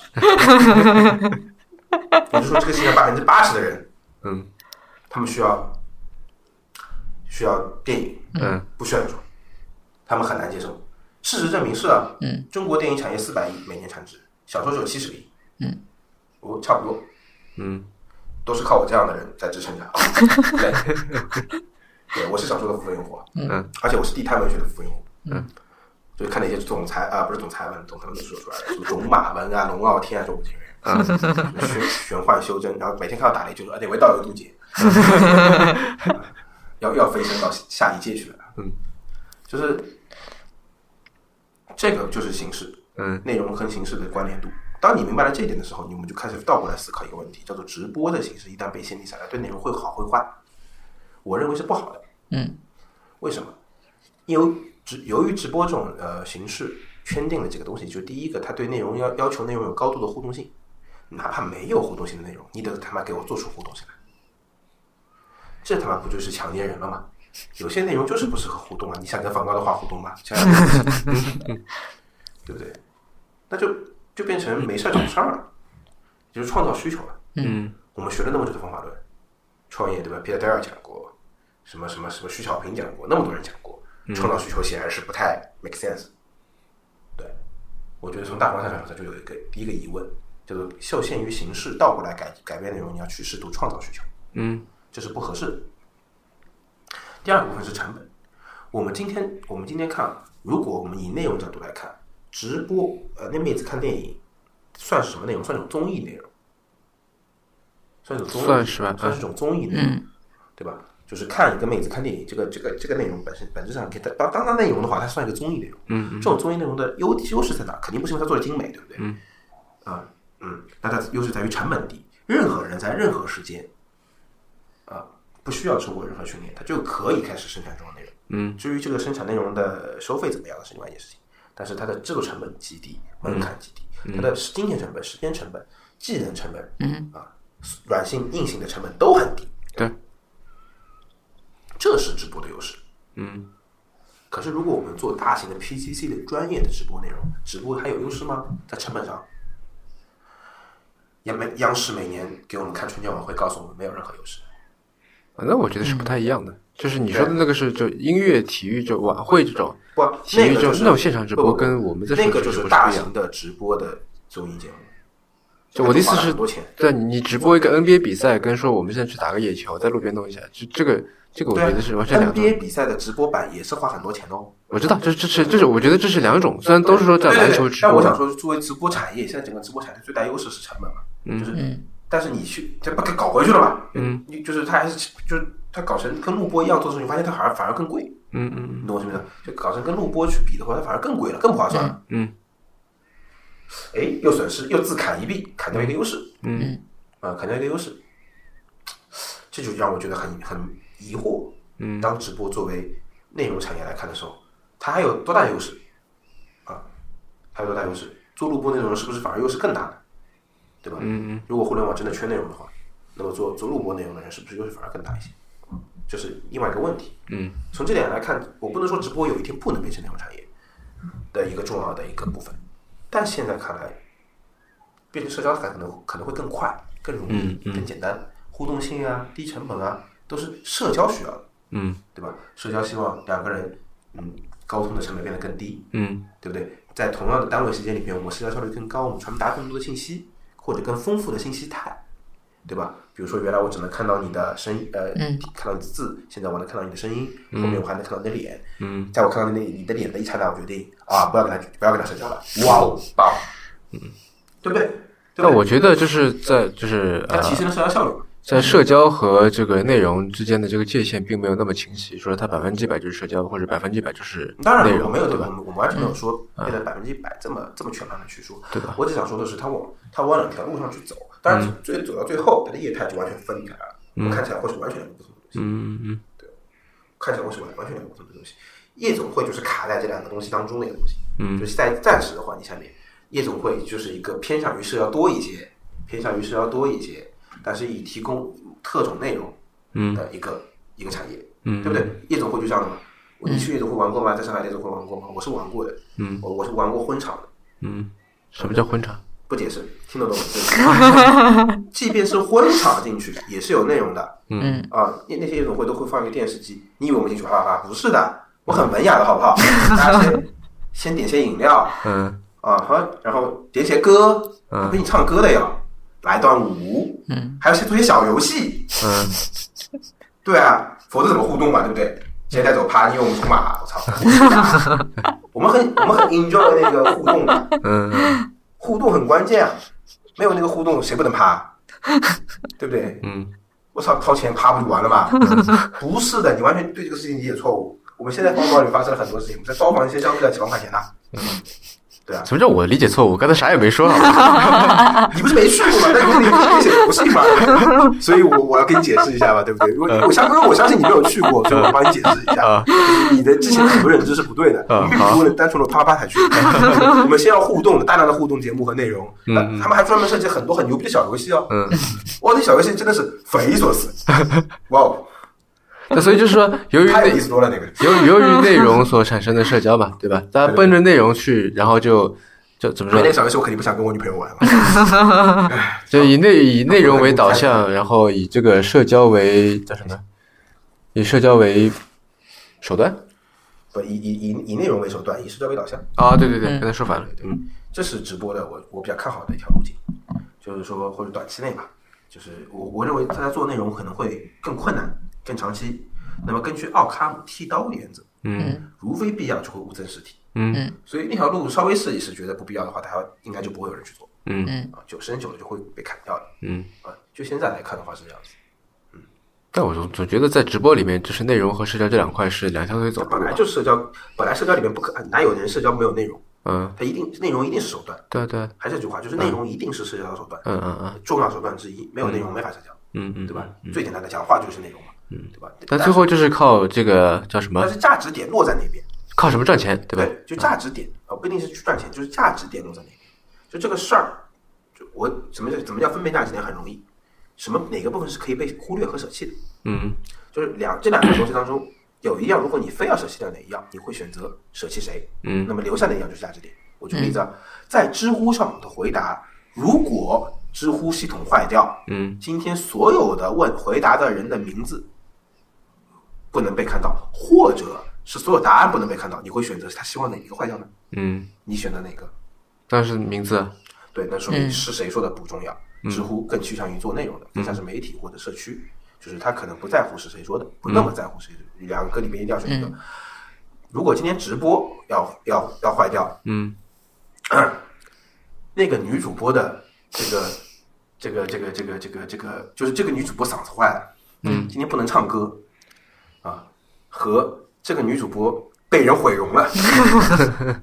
[SPEAKER 3] 也就是说，这个世界上百分之八十的人，
[SPEAKER 1] 嗯
[SPEAKER 3] 他们需要需要电影，
[SPEAKER 1] 嗯
[SPEAKER 3] 不需要有说，他们很难接受。事实证明是啊，嗯，中国电影产业四百亿每年产值，小说只有七十亿，嗯，我差不多
[SPEAKER 1] 嗯
[SPEAKER 3] 都是靠我这样的人在支撑着，好累对，我是小说的付费用户，啊
[SPEAKER 1] 嗯，
[SPEAKER 3] 而且我是地摊文学的付费用户，
[SPEAKER 1] 嗯，
[SPEAKER 3] 就看那些总裁啊，不是总裁文，总裁文说出来的，什么种马文啊、龙傲天啊这种这些人，嗯，玄玄幻修真，然后每天看到打雷就说，哎，哪位道友渡 劫，要要飞升到下一界去了，
[SPEAKER 1] 嗯，
[SPEAKER 3] 就是这个就是形式，
[SPEAKER 1] 嗯，
[SPEAKER 3] 内容跟形式的关联度。当你明白了这一点的时候，你们就开始倒过来思考一个问题，叫做直播的形式一旦被限定下来，对内容会好会坏？我认为是不好的。
[SPEAKER 2] 嗯，
[SPEAKER 3] 为什么？因为直由于直播这种呃形式圈定了几个东西，就第一个，它对内容要要求内容有高度的互动性，哪怕没有互动性的内容，你得他妈给我做出互动性来，这他妈不就是强奸人了吗？ 有些内容就是不适合互动啊，你想跟梵高的画互动吗？想想都不行对不对？那就就变成没事儿找事儿了，就是创造需求了。
[SPEAKER 1] 嗯
[SPEAKER 3] 我们学了那么久的方法论，创业对吧？皮特戴尔讲过，什么什么什么徐小平讲过，那么多人讲过，创造需求显然是不太 make sense。对，我觉得从大方向上它就有一个第一个疑问，叫做受限于形式，倒过来改改变内容，你要去试图创造需求，
[SPEAKER 1] 嗯
[SPEAKER 3] 这是不合适的。第二个部分是成本，我们今天我们今天看，如果我们以内容角度来看，直播呃那妹子看电影算是什么内容？算是种综艺内容，算是种综艺，
[SPEAKER 1] 算是吧
[SPEAKER 3] 算是种综艺内容，对吧？就是看一个妹子看电影，这个这个这个内容本身本质上给它当当它内容的话，它算一个综艺内容。嗯这种综艺内容的优优势在哪？肯定不是因为它做的精美，对不对？嗯，啊嗯，那它优势在于成本低，任何人在任何时间啊，不需要受过任何训练，他就可以开始生产这种内容。
[SPEAKER 1] 嗯，
[SPEAKER 3] 至于这个生产内容的收费怎么样是另外一件事情，但是它的制作成本极低，门槛极低，
[SPEAKER 1] 嗯
[SPEAKER 3] 它的金钱成本、时间成本、技能成本，嗯啊，软性、硬性的成本都很低，
[SPEAKER 1] 对，
[SPEAKER 3] 这是直播的优势。
[SPEAKER 1] 嗯
[SPEAKER 3] 可是如果我们做大型的 PCC 的专业的直播内容，直播还有优势吗？在成本上，央媒央视每年给我们看春节晚会，告诉我们没有任何优势。
[SPEAKER 1] 反啊正我觉得
[SPEAKER 3] 嗯
[SPEAKER 1] 是不太一样的。就是你说的那个是就音乐、体育、就晚会这种，
[SPEAKER 3] 不，
[SPEAKER 1] 体
[SPEAKER 3] 那
[SPEAKER 1] 育
[SPEAKER 3] 个
[SPEAKER 1] 就
[SPEAKER 3] 就是是
[SPEAKER 1] 那种现场直播
[SPEAKER 3] 不不不
[SPEAKER 1] 跟我们这
[SPEAKER 3] 那个
[SPEAKER 1] 种直
[SPEAKER 3] 就
[SPEAKER 1] 播是不一
[SPEAKER 3] 大
[SPEAKER 1] 样
[SPEAKER 3] 型的直播的综艺节目。
[SPEAKER 1] 就我的意思
[SPEAKER 3] 花了
[SPEAKER 1] 是
[SPEAKER 3] 很多钱，
[SPEAKER 1] 对你直播一个 NBA 比赛，跟说我们现在去打个野球，在路边弄一下，就这个这个我觉得
[SPEAKER 3] 啊
[SPEAKER 1] 是完全两种。
[SPEAKER 3] NBA 比赛的直播版也是花很多钱的哦。
[SPEAKER 1] 我知道，这这是这是我觉得这是两种，虽然都是说在
[SPEAKER 3] 对对
[SPEAKER 1] 篮
[SPEAKER 3] 对
[SPEAKER 1] 球直
[SPEAKER 3] 但
[SPEAKER 1] 播
[SPEAKER 3] 我，想说，作为直播产业，现在整个直播产业最大优势是成本嘛，
[SPEAKER 1] 嗯
[SPEAKER 3] 就是，但是你去这不给搞回去了嘛，嗯，就是它还是就是它搞成跟录播一样做事情，发现它反而反而更贵，
[SPEAKER 1] 嗯嗯
[SPEAKER 3] 你懂我什么意思？就搞成跟录播去比的话，它反而更贵了，更不划算了。
[SPEAKER 1] 嗯，
[SPEAKER 3] 哎，又损失又自砍一臂，砍掉一个优势。
[SPEAKER 1] 嗯，
[SPEAKER 3] 啊，砍掉一个优势，这就让我觉得很很疑惑。嗯，当直播作为内容产业来看的时候，它还有多大优势？啊，还有多大优势？做录播内容是不是反而优势更大呢？对吧？嗯嗯。如果互联网真的缺内容的话，那么做做录播内容的人是不是优势反而更大一些？这是另外一个问题。
[SPEAKER 1] 嗯，
[SPEAKER 3] 从这点来看，我不能说直播有一天不能变成内容产业的一个重要的一个部分，但现在看来，变成社交感可能可能会更快、更容易、更简单，互动性啊、低成本啊，都是社交需要的，
[SPEAKER 1] 嗯
[SPEAKER 3] 对吧？社交希望两个人，嗯，沟通的成本变得更低，
[SPEAKER 1] 嗯
[SPEAKER 3] 对不对？在同样的单位时间里面，我们社交效率更高，我们传达更多的信息，或者更丰富的信息态，对吧？比如说，原来我只能看到你的声音，呃，看到你的字，现在我能看到你的声音，后面我还能看到你的脸。
[SPEAKER 1] 嗯，
[SPEAKER 3] 在我看到你的你的脸的一刹那，我决定啊，不要跟他不要跟他社交了。哇哦，棒，嗯，对不对？对
[SPEAKER 1] 但
[SPEAKER 3] 不对？
[SPEAKER 1] 我觉得就是在就是
[SPEAKER 3] 它
[SPEAKER 1] 呃
[SPEAKER 3] 提升了社交效率嘛。
[SPEAKER 1] 在社交和这个内容之间的这个界限并没有那么清晰，说它百分之百就是社交，或者百分之百就是
[SPEAKER 3] 当然
[SPEAKER 1] 内
[SPEAKER 3] 我
[SPEAKER 1] 容，
[SPEAKER 3] 没有
[SPEAKER 1] 对
[SPEAKER 3] 我
[SPEAKER 1] 吧？嗯
[SPEAKER 3] 们我们完全没有说变得百分之百这么这么全盘的去说，
[SPEAKER 1] 对吧嗯
[SPEAKER 3] 我只想说的是，他往他往两条路上去走，当然最走到最后，它的业态就完全分离开了，我们看起来会是完全两个不同的东西，
[SPEAKER 1] 嗯嗯
[SPEAKER 3] 看起来会是完完全两个不同的东西。夜总会就是卡在这两个东西当中的一个东西，
[SPEAKER 1] 嗯
[SPEAKER 3] 就是在暂时的环境下面，夜总会就是一个偏向于社交多一些，偏向于社交多一些，但是以提供特种内容
[SPEAKER 1] 嗯
[SPEAKER 3] 的一个、一个产业，
[SPEAKER 1] 嗯
[SPEAKER 3] 对不对？夜总会就这样的嘛。我你去夜总会玩过吗？在上海夜总会玩过吗？我是玩过的，
[SPEAKER 1] 嗯
[SPEAKER 3] 我我是玩过婚场的，
[SPEAKER 1] 嗯，什么叫婚场？
[SPEAKER 3] 不解释，听得懂。 即便是婚场进去也是有内容的，
[SPEAKER 2] 嗯
[SPEAKER 3] 啊，那那些夜总会都会放一个电视机，你以为我们进去哈哈？不是的，我很文雅的好 不好？大家先先点些饮料
[SPEAKER 1] 嗯
[SPEAKER 3] 啊，好，然后点些歌，
[SPEAKER 1] 嗯
[SPEAKER 3] 给你唱歌的呀，来段舞，
[SPEAKER 2] 嗯，
[SPEAKER 3] 还要先做些小游戏，
[SPEAKER 1] 嗯
[SPEAKER 3] 对啊，否则怎么互动嘛，对不对？直接带走啪，你用出马，我操！我们很我们很 enjoy 那个互动的，
[SPEAKER 1] 嗯
[SPEAKER 3] 互动很关键啊，没有那个互动谁不能趴？对不对？
[SPEAKER 1] 嗯
[SPEAKER 3] 我操，掏钱趴不就完了吗？不是的，你完全对这个事情理解错误。我们现在方法里发生了很多事情，我们在招房一些消费者几万块钱呢。对啊，
[SPEAKER 1] 什么叫我理解错误？我刚才啥也没说，好吧？
[SPEAKER 3] 你不是没去过吗？但你那个理解不是嘛？ 所以我我要跟你解释一下吧，对不对？我
[SPEAKER 1] 嗯
[SPEAKER 3] 我相因为我相信你没有去过，所以我帮你解释一下
[SPEAKER 1] 啊，
[SPEAKER 3] 就是你的之前的很多认知是不对的。
[SPEAKER 1] 嗯
[SPEAKER 3] 你并不是为了单纯的啪啪才去， 我们先要互动的，大量的互动节目和内容。那他们还专门设计很多很牛逼的小游戏哦。
[SPEAKER 1] 嗯，
[SPEAKER 3] 哇，那小游戏真的是匪 夷所思。哇哦，
[SPEAKER 1] 那所以就是说，由于
[SPEAKER 3] 太
[SPEAKER 1] 那
[SPEAKER 3] 有意思多了那个。
[SPEAKER 1] 由由于内 容所产生的社交吧，对吧？大家奔着内容去，然后就就怎么
[SPEAKER 3] 每
[SPEAKER 1] 说
[SPEAKER 3] 那？个小游戏我肯定不想跟我女朋友玩了。
[SPEAKER 1] 就以内以内容为导 向，然后以这个社交为叫什么？以社交为手段
[SPEAKER 3] 不，以以以以内容为手段，以社交为导向，
[SPEAKER 1] 啊？对对对，刚才说反了。嗯，
[SPEAKER 3] 这是直播的我我比较看好的一条路径，就是说或者短期内吧，就是我我认为大家做内容可能会更困难、更长期。那么根据奥卡姆剃刀的原则，
[SPEAKER 1] 嗯，
[SPEAKER 3] 如非必要就会物增实体，
[SPEAKER 1] 嗯
[SPEAKER 3] 所以那条路稍微试一试，觉得不必要的话，大家应该就不会有人去做
[SPEAKER 1] 嗯
[SPEAKER 3] 啊，久时间久了就会被砍掉的
[SPEAKER 1] 嗯。
[SPEAKER 3] 啊。就现在来看的话是这样子，
[SPEAKER 1] 但我总总觉得在直播里面，就是内容和社交这两块是两条腿走
[SPEAKER 3] 它
[SPEAKER 1] 路
[SPEAKER 3] 本来
[SPEAKER 1] 吧。
[SPEAKER 3] 就社交，本来社交里面不可哪有人社交没有内容，
[SPEAKER 1] 嗯，
[SPEAKER 3] 它一定内容一定是手段，
[SPEAKER 1] 对啊对啊，
[SPEAKER 3] 还是这句话，就是内容一定是社交的手段，
[SPEAKER 1] 嗯嗯嗯
[SPEAKER 3] 重要手段之一，没有内容没法社交，
[SPEAKER 1] 嗯嗯，
[SPEAKER 3] 对吧？最简单的讲话就是内容嘛，嗯，对吧？
[SPEAKER 1] 但最后就是靠这个叫什么
[SPEAKER 3] 但？是价值点落在那边，
[SPEAKER 1] 靠什么赚钱，对吧？
[SPEAKER 3] 对，就价值点啊，不一定是去赚钱，就是价值点落在那边。就这个事儿，就我怎么叫怎么叫分辨价值点很容易，什么哪个部分是可以被忽略和舍弃的？
[SPEAKER 1] 嗯
[SPEAKER 3] 就是两这两个东西当中有一样，如果你非要舍弃掉哪一样，你会选择舍弃谁？
[SPEAKER 1] 嗯
[SPEAKER 3] 那么留下哪一样就是价值点。我举个例子啊，在知乎上的回答，如果知乎系统坏掉，
[SPEAKER 1] 嗯
[SPEAKER 3] 今天所有的问回答的人的名字不能被看到，或者是所有答案不能被看到，你会选择他希望哪一个坏掉呢？
[SPEAKER 1] 嗯，
[SPEAKER 3] 你选择哪个？
[SPEAKER 1] 但是名字，啊
[SPEAKER 3] 对，那说明是谁说的不重要。知乎更趋向于做内容的，更像是媒体或者社区，就是他可能不在乎是谁说的，不那么在乎谁。两个里面一定要选一个。如果今天直播要要要坏掉，
[SPEAKER 1] 嗯
[SPEAKER 3] 那个女主播的这个这个这个这个这个这个，就是这个女主播嗓子坏了，嗯，今天不能唱歌啊，和这个女主播被人毁容了，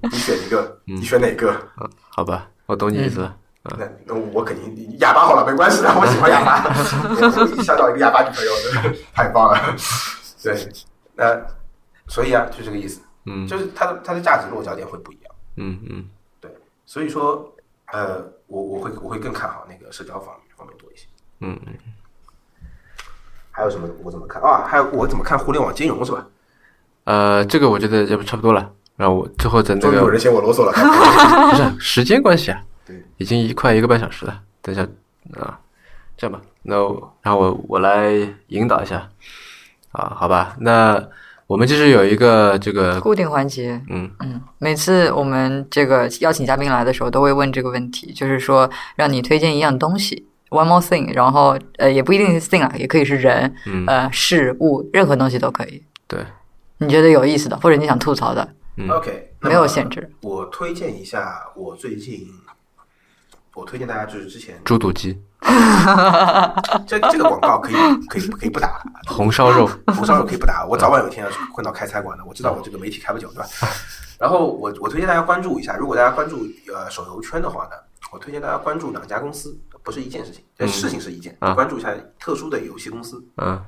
[SPEAKER 3] 你选一个，你选哪个？
[SPEAKER 1] 嗯好吧，我懂你意思了。
[SPEAKER 3] 那那我肯定哑巴好了，没关系的，我喜欢 哑巴，我我想找一个哑巴女朋友，太棒了。对，那所以啊，就这个意思，
[SPEAKER 1] 嗯
[SPEAKER 3] 就是它的它的价值落脚点会不一样。
[SPEAKER 1] 嗯嗯
[SPEAKER 3] 对，所以说，呃，我我会我会更看好那个社交方面方面多一些。
[SPEAKER 1] 嗯嗯，
[SPEAKER 3] 还有什么？我怎么看啊？还有我怎么看互联网金融是吧？
[SPEAKER 1] 呃，这个我觉得要不差不多了。然后我最后咱这
[SPEAKER 3] 终于有人
[SPEAKER 1] 个
[SPEAKER 3] 嫌我啰嗦了。
[SPEAKER 1] 不是时间关系啊，
[SPEAKER 3] 对，
[SPEAKER 1] 已经一快一个半小时了。等一下啊，这样吧，那我然后我我来引导一下啊，好吧？那我们其实有一个这个，
[SPEAKER 2] 固定环节，
[SPEAKER 1] 嗯
[SPEAKER 2] 嗯，每次我们这个邀请嘉宾来的时候，都会问这个问题，就是说让你推荐一样东西，one more thing，然后呃也不一定是 thing 啊，也可以是人，
[SPEAKER 1] 嗯
[SPEAKER 2] 呃事物，任何东西都可以。
[SPEAKER 1] 对，
[SPEAKER 2] 你觉得有意思的，或者你想吐槽的，
[SPEAKER 1] 嗯
[SPEAKER 3] OK，那
[SPEAKER 2] 没有
[SPEAKER 3] 么
[SPEAKER 2] 限制。
[SPEAKER 3] 我推荐一下，我最近我推荐大家就是之前
[SPEAKER 1] 猪肚鸡、
[SPEAKER 3] 这这个广告可以可以可以不打了，
[SPEAKER 1] 红烧肉，
[SPEAKER 3] 红烧肉可以不打，我早晚有一天要混到开餐馆的。我知道我这个媒体开不久，对吧？然后我我推荐大家关注一下，如果大家关注呃手游圈的话呢，我推荐大家关注两家公司，不是一件事情，但事情是一件，
[SPEAKER 1] 啊
[SPEAKER 3] 关注一下特殊的游戏公司，
[SPEAKER 1] 嗯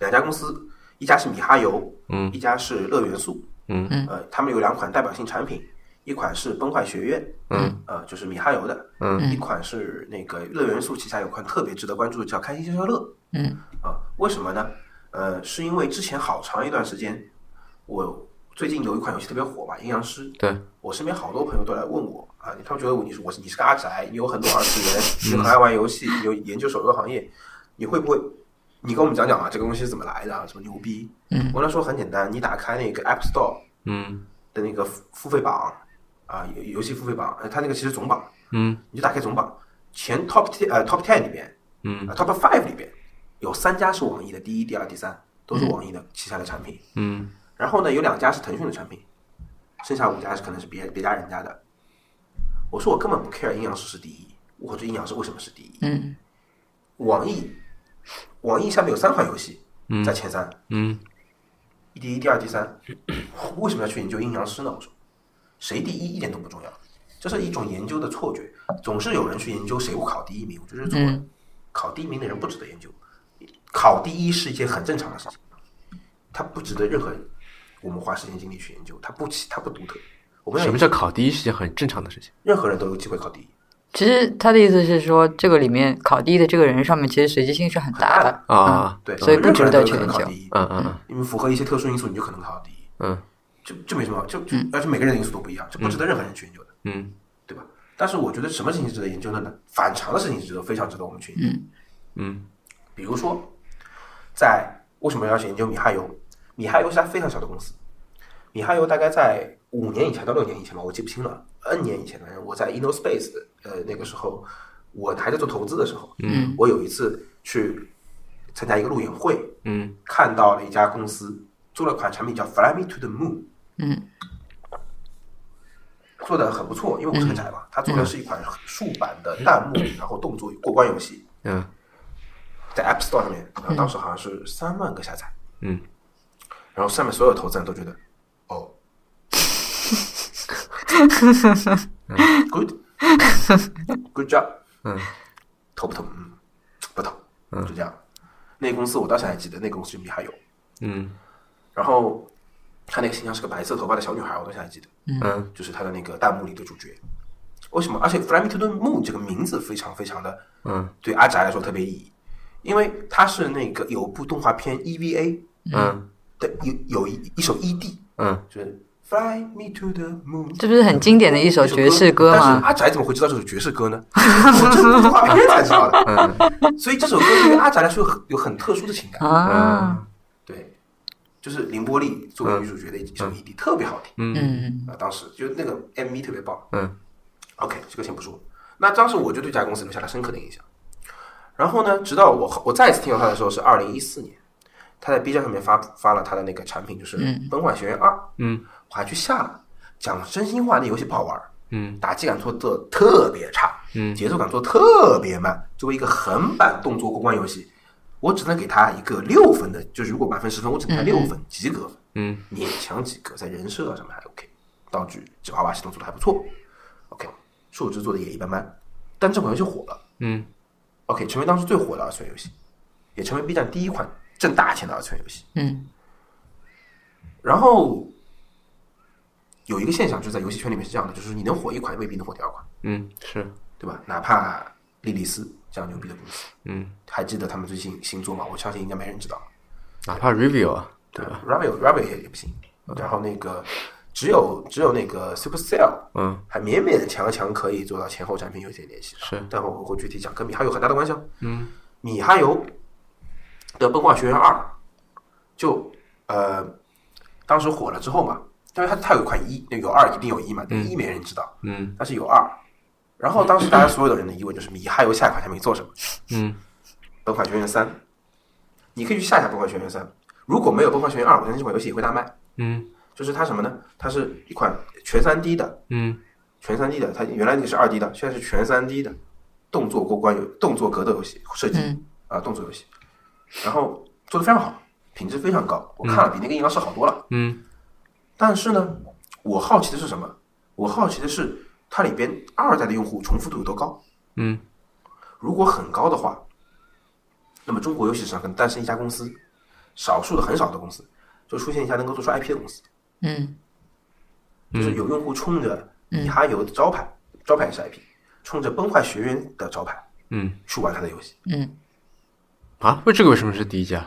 [SPEAKER 3] 两家公司，一家是米哈游，
[SPEAKER 1] 嗯
[SPEAKER 3] 一家是乐元素，
[SPEAKER 1] 嗯
[SPEAKER 3] 呃，他们有两款代表性产品，一款是崩坏学院，
[SPEAKER 1] 嗯，
[SPEAKER 3] 呃，就是米哈游的，
[SPEAKER 1] 嗯，
[SPEAKER 3] 一款是那个乐元素旗下有款特别值得关注的叫开心消消乐，
[SPEAKER 2] 嗯，
[SPEAKER 3] 啊、为什么呢？呃，是因为之前好长一段时间，我最近有一款游戏特别火吧，阴阳师，
[SPEAKER 1] 对，
[SPEAKER 3] 我身边好多朋友都来问我啊，他们觉得我你是我是你是个阿宅，你有很多二次元，你很爱玩游戏，你有研究手游行业，你会不会？你跟我们讲讲啊，这个东西是怎么来的啊？怎么牛逼？嗯，我那时候很简单，你打开那个 App Store
[SPEAKER 1] 嗯
[SPEAKER 3] 的那个付付费榜啊，游游戏付费榜，呃它那个其实总榜，
[SPEAKER 1] 嗯
[SPEAKER 3] 你就打开总榜前 Top 10呃 Top Ten 里面，
[SPEAKER 1] 嗯
[SPEAKER 3] 啊 Top Five 里面有三家是网易的第一、第二、第三，都是网易的旗下的产品。
[SPEAKER 1] 嗯
[SPEAKER 3] 然后呢，有两家是腾讯的产品，剩下五家是可能是别别家人家的。我说我根本不 care 阴阳师是第一，我这阴阳师为什么是第一？
[SPEAKER 2] 嗯
[SPEAKER 3] 网易，网易下面有三款游戏在前三，
[SPEAKER 1] 嗯
[SPEAKER 3] 第一、第二、第三， 为什么要去研究阴阳师呢？我说，谁第一一点都不重要，这是一种研究的错觉，总是有人去研究谁会考第一名，我觉得是错的。
[SPEAKER 2] 嗯
[SPEAKER 3] 考第一名的人不值得研究，考第一是一件很正常的事情，它不值得任何人我们花时间精力去研究，它不奇，它不独特。我们要
[SPEAKER 1] 什么叫考第一是件很正常的事情？
[SPEAKER 3] 任何人都有机会考第一，
[SPEAKER 2] 其实他的意思是说，这个里面考第一的这个人上面，其实随机性是很大
[SPEAKER 1] 很
[SPEAKER 2] 的
[SPEAKER 1] 大的啊
[SPEAKER 2] 嗯
[SPEAKER 3] 对，
[SPEAKER 2] 所以不
[SPEAKER 3] 任何
[SPEAKER 2] 值
[SPEAKER 3] 人
[SPEAKER 2] 得
[SPEAKER 3] 都
[SPEAKER 2] 去
[SPEAKER 3] 有可
[SPEAKER 2] 研
[SPEAKER 3] 能考
[SPEAKER 2] 究
[SPEAKER 3] 第。一，
[SPEAKER 1] 嗯嗯
[SPEAKER 3] 因为符合一些特殊因素，你就可能考到第一，
[SPEAKER 1] 嗯
[SPEAKER 3] 就就没什么，就就而且每个人的因素都不一样，这不值得任何人去研究的。
[SPEAKER 1] 嗯
[SPEAKER 3] 对吧？但是我觉得什么事情是值得研究的呢？反常的事情是值得非常值得我们去研究。
[SPEAKER 1] 嗯，
[SPEAKER 3] 比如说，在为什么要去研究米哈游？米哈游是家非常小的公司，米哈游大概在五年以前到六年以前吧，我记不清了，N 年以前了。我在 InnoSpace 的呃那个时候，我还在做投资的时候，嗯，我有一次去参加一个路演会，
[SPEAKER 1] 嗯，
[SPEAKER 3] 看到了一家公司做了款产品叫 Fly Me to the Moon，做的很不错，因为我是个宅嘛，他做的是一款竖版的弹幕，然后动作过关游戏，
[SPEAKER 1] 嗯
[SPEAKER 3] 在 App Store 上面，然后当时好像是三万个下载，
[SPEAKER 1] 嗯，
[SPEAKER 3] 然后上面所有投资人都觉得，哦，good good job，
[SPEAKER 1] 嗯，
[SPEAKER 3] 投不投？嗯，不投，就这样。那个公司我到现在还记得，那个公司就米哈游，
[SPEAKER 1] 嗯
[SPEAKER 3] 然后她那个形象是个白色头发的小女孩，我到现在还记得，
[SPEAKER 1] 嗯
[SPEAKER 3] 就是她的那个弹幕里的主角。为什么？而且 “Fly Me to the Moon” 这个名字非常非常的
[SPEAKER 1] 嗯
[SPEAKER 3] 对阿宅来说特别意义，因为它是那个有部动画片 EVA
[SPEAKER 1] 嗯
[SPEAKER 3] 的有有一一首 ED，
[SPEAKER 1] 嗯
[SPEAKER 3] 就是 Fly Me to the Moon，
[SPEAKER 2] 这不是很经典的一首爵士歌
[SPEAKER 3] 但是
[SPEAKER 2] 吗？
[SPEAKER 3] 阿宅怎么会知道这首爵士歌呢？我这是动画片才知道
[SPEAKER 2] 嗯
[SPEAKER 3] 的。所以这首歌对于阿宅来说有很有很特殊的情感。
[SPEAKER 2] 啊，
[SPEAKER 3] 对，就是凌波丽作为女主角的一首 ED，特别好听
[SPEAKER 2] 嗯
[SPEAKER 3] 啊！当时就那个 MV 特别棒。
[SPEAKER 1] 嗯
[SPEAKER 3] OK，这个先不说。那当时我就对这家公司留下了深刻的印象。然后呢，直到我后我再一次听到他的时候是二零一四年，他在 B 站上面发发了他的那个产品，就是《崩坏学院二》。
[SPEAKER 1] 嗯，
[SPEAKER 3] 我还去下了。讲真心话，那游戏不好玩。
[SPEAKER 1] 嗯，
[SPEAKER 3] 打击感做的特别差，嗯，节奏感做得特别慢。作为一个横版动作过关游戏，我只能给他一个六分的，就是如果满分十分，我只能给他六分，及格分。
[SPEAKER 1] 嗯
[SPEAKER 3] 勉强及格，在人设上面还 OK，道具这娃娃系统做的还不错，OK，数值做的也一般般，但这款游戏火了
[SPEAKER 1] 嗯
[SPEAKER 3] ，OK，成为当时最火的二次元游戏，也成为 B 站第一款挣大钱的二次元游戏。
[SPEAKER 2] 嗯
[SPEAKER 3] 然后有一个现象就是在游戏圈里面是这样的，就是你能火一款未必能火第二款，
[SPEAKER 1] 嗯是
[SPEAKER 3] 对吧？哪怕莉莉丝这样牛逼的公司，
[SPEAKER 1] 嗯，
[SPEAKER 3] 还记得他们最近新作吗？我相信应该没人知道。
[SPEAKER 1] 哪怕 review 啊，
[SPEAKER 3] 对吧？Ravel Ravel 也也不行。
[SPEAKER 1] 嗯
[SPEAKER 3] 然后那个只有只有那个 Supercell，
[SPEAKER 1] 嗯，
[SPEAKER 3] 还勉勉强强可以做到前后产品有一点联系。
[SPEAKER 1] 是，
[SPEAKER 3] 待会儿我会具体讲，跟米哈游很大的关系。嗯，米哈游的《崩坏学院二》就呃当时火了之后嘛，但是它它有一款一，那有二一定有一嘛，但一没人知道，
[SPEAKER 1] 嗯
[SPEAKER 3] 但是有二。然后当时大家所有的人的疑问就是米哈游下一款产品做什么？
[SPEAKER 1] 嗯
[SPEAKER 3] 《崩坏学院三》，你可以去下一下《崩坏学院三》。如果没有《崩坏学院二》，我相信这款游戏也会大卖。
[SPEAKER 1] 嗯
[SPEAKER 3] 就是它什么呢？它是一款全三 D 的，
[SPEAKER 1] 嗯
[SPEAKER 3] 全三 D 的，它原来那个是二 D 的，现在是全三 D 的动作过关游、动作格斗游戏设计
[SPEAKER 2] 嗯
[SPEAKER 3] 啊、动作游戏，然后做的非常好，品质非常高，我看了比那个阴阳师好多了。
[SPEAKER 1] 嗯
[SPEAKER 3] 但是呢，我好奇的是什么？我好奇的是它里边二代的用户重复度有多高？
[SPEAKER 1] 嗯
[SPEAKER 3] 如果很高的话，那么中国游戏市场可能诞生一家公司，少数的很少的公司，就出现一家能够做出 IP 的公司，
[SPEAKER 2] 嗯
[SPEAKER 3] 就是有用户冲着米哈游的招牌，招牌也是 IP，冲着崩坏学院的招牌
[SPEAKER 1] 嗯
[SPEAKER 3] 去玩他的游戏，
[SPEAKER 2] 嗯
[SPEAKER 1] 啊，为这个为什么是第一家？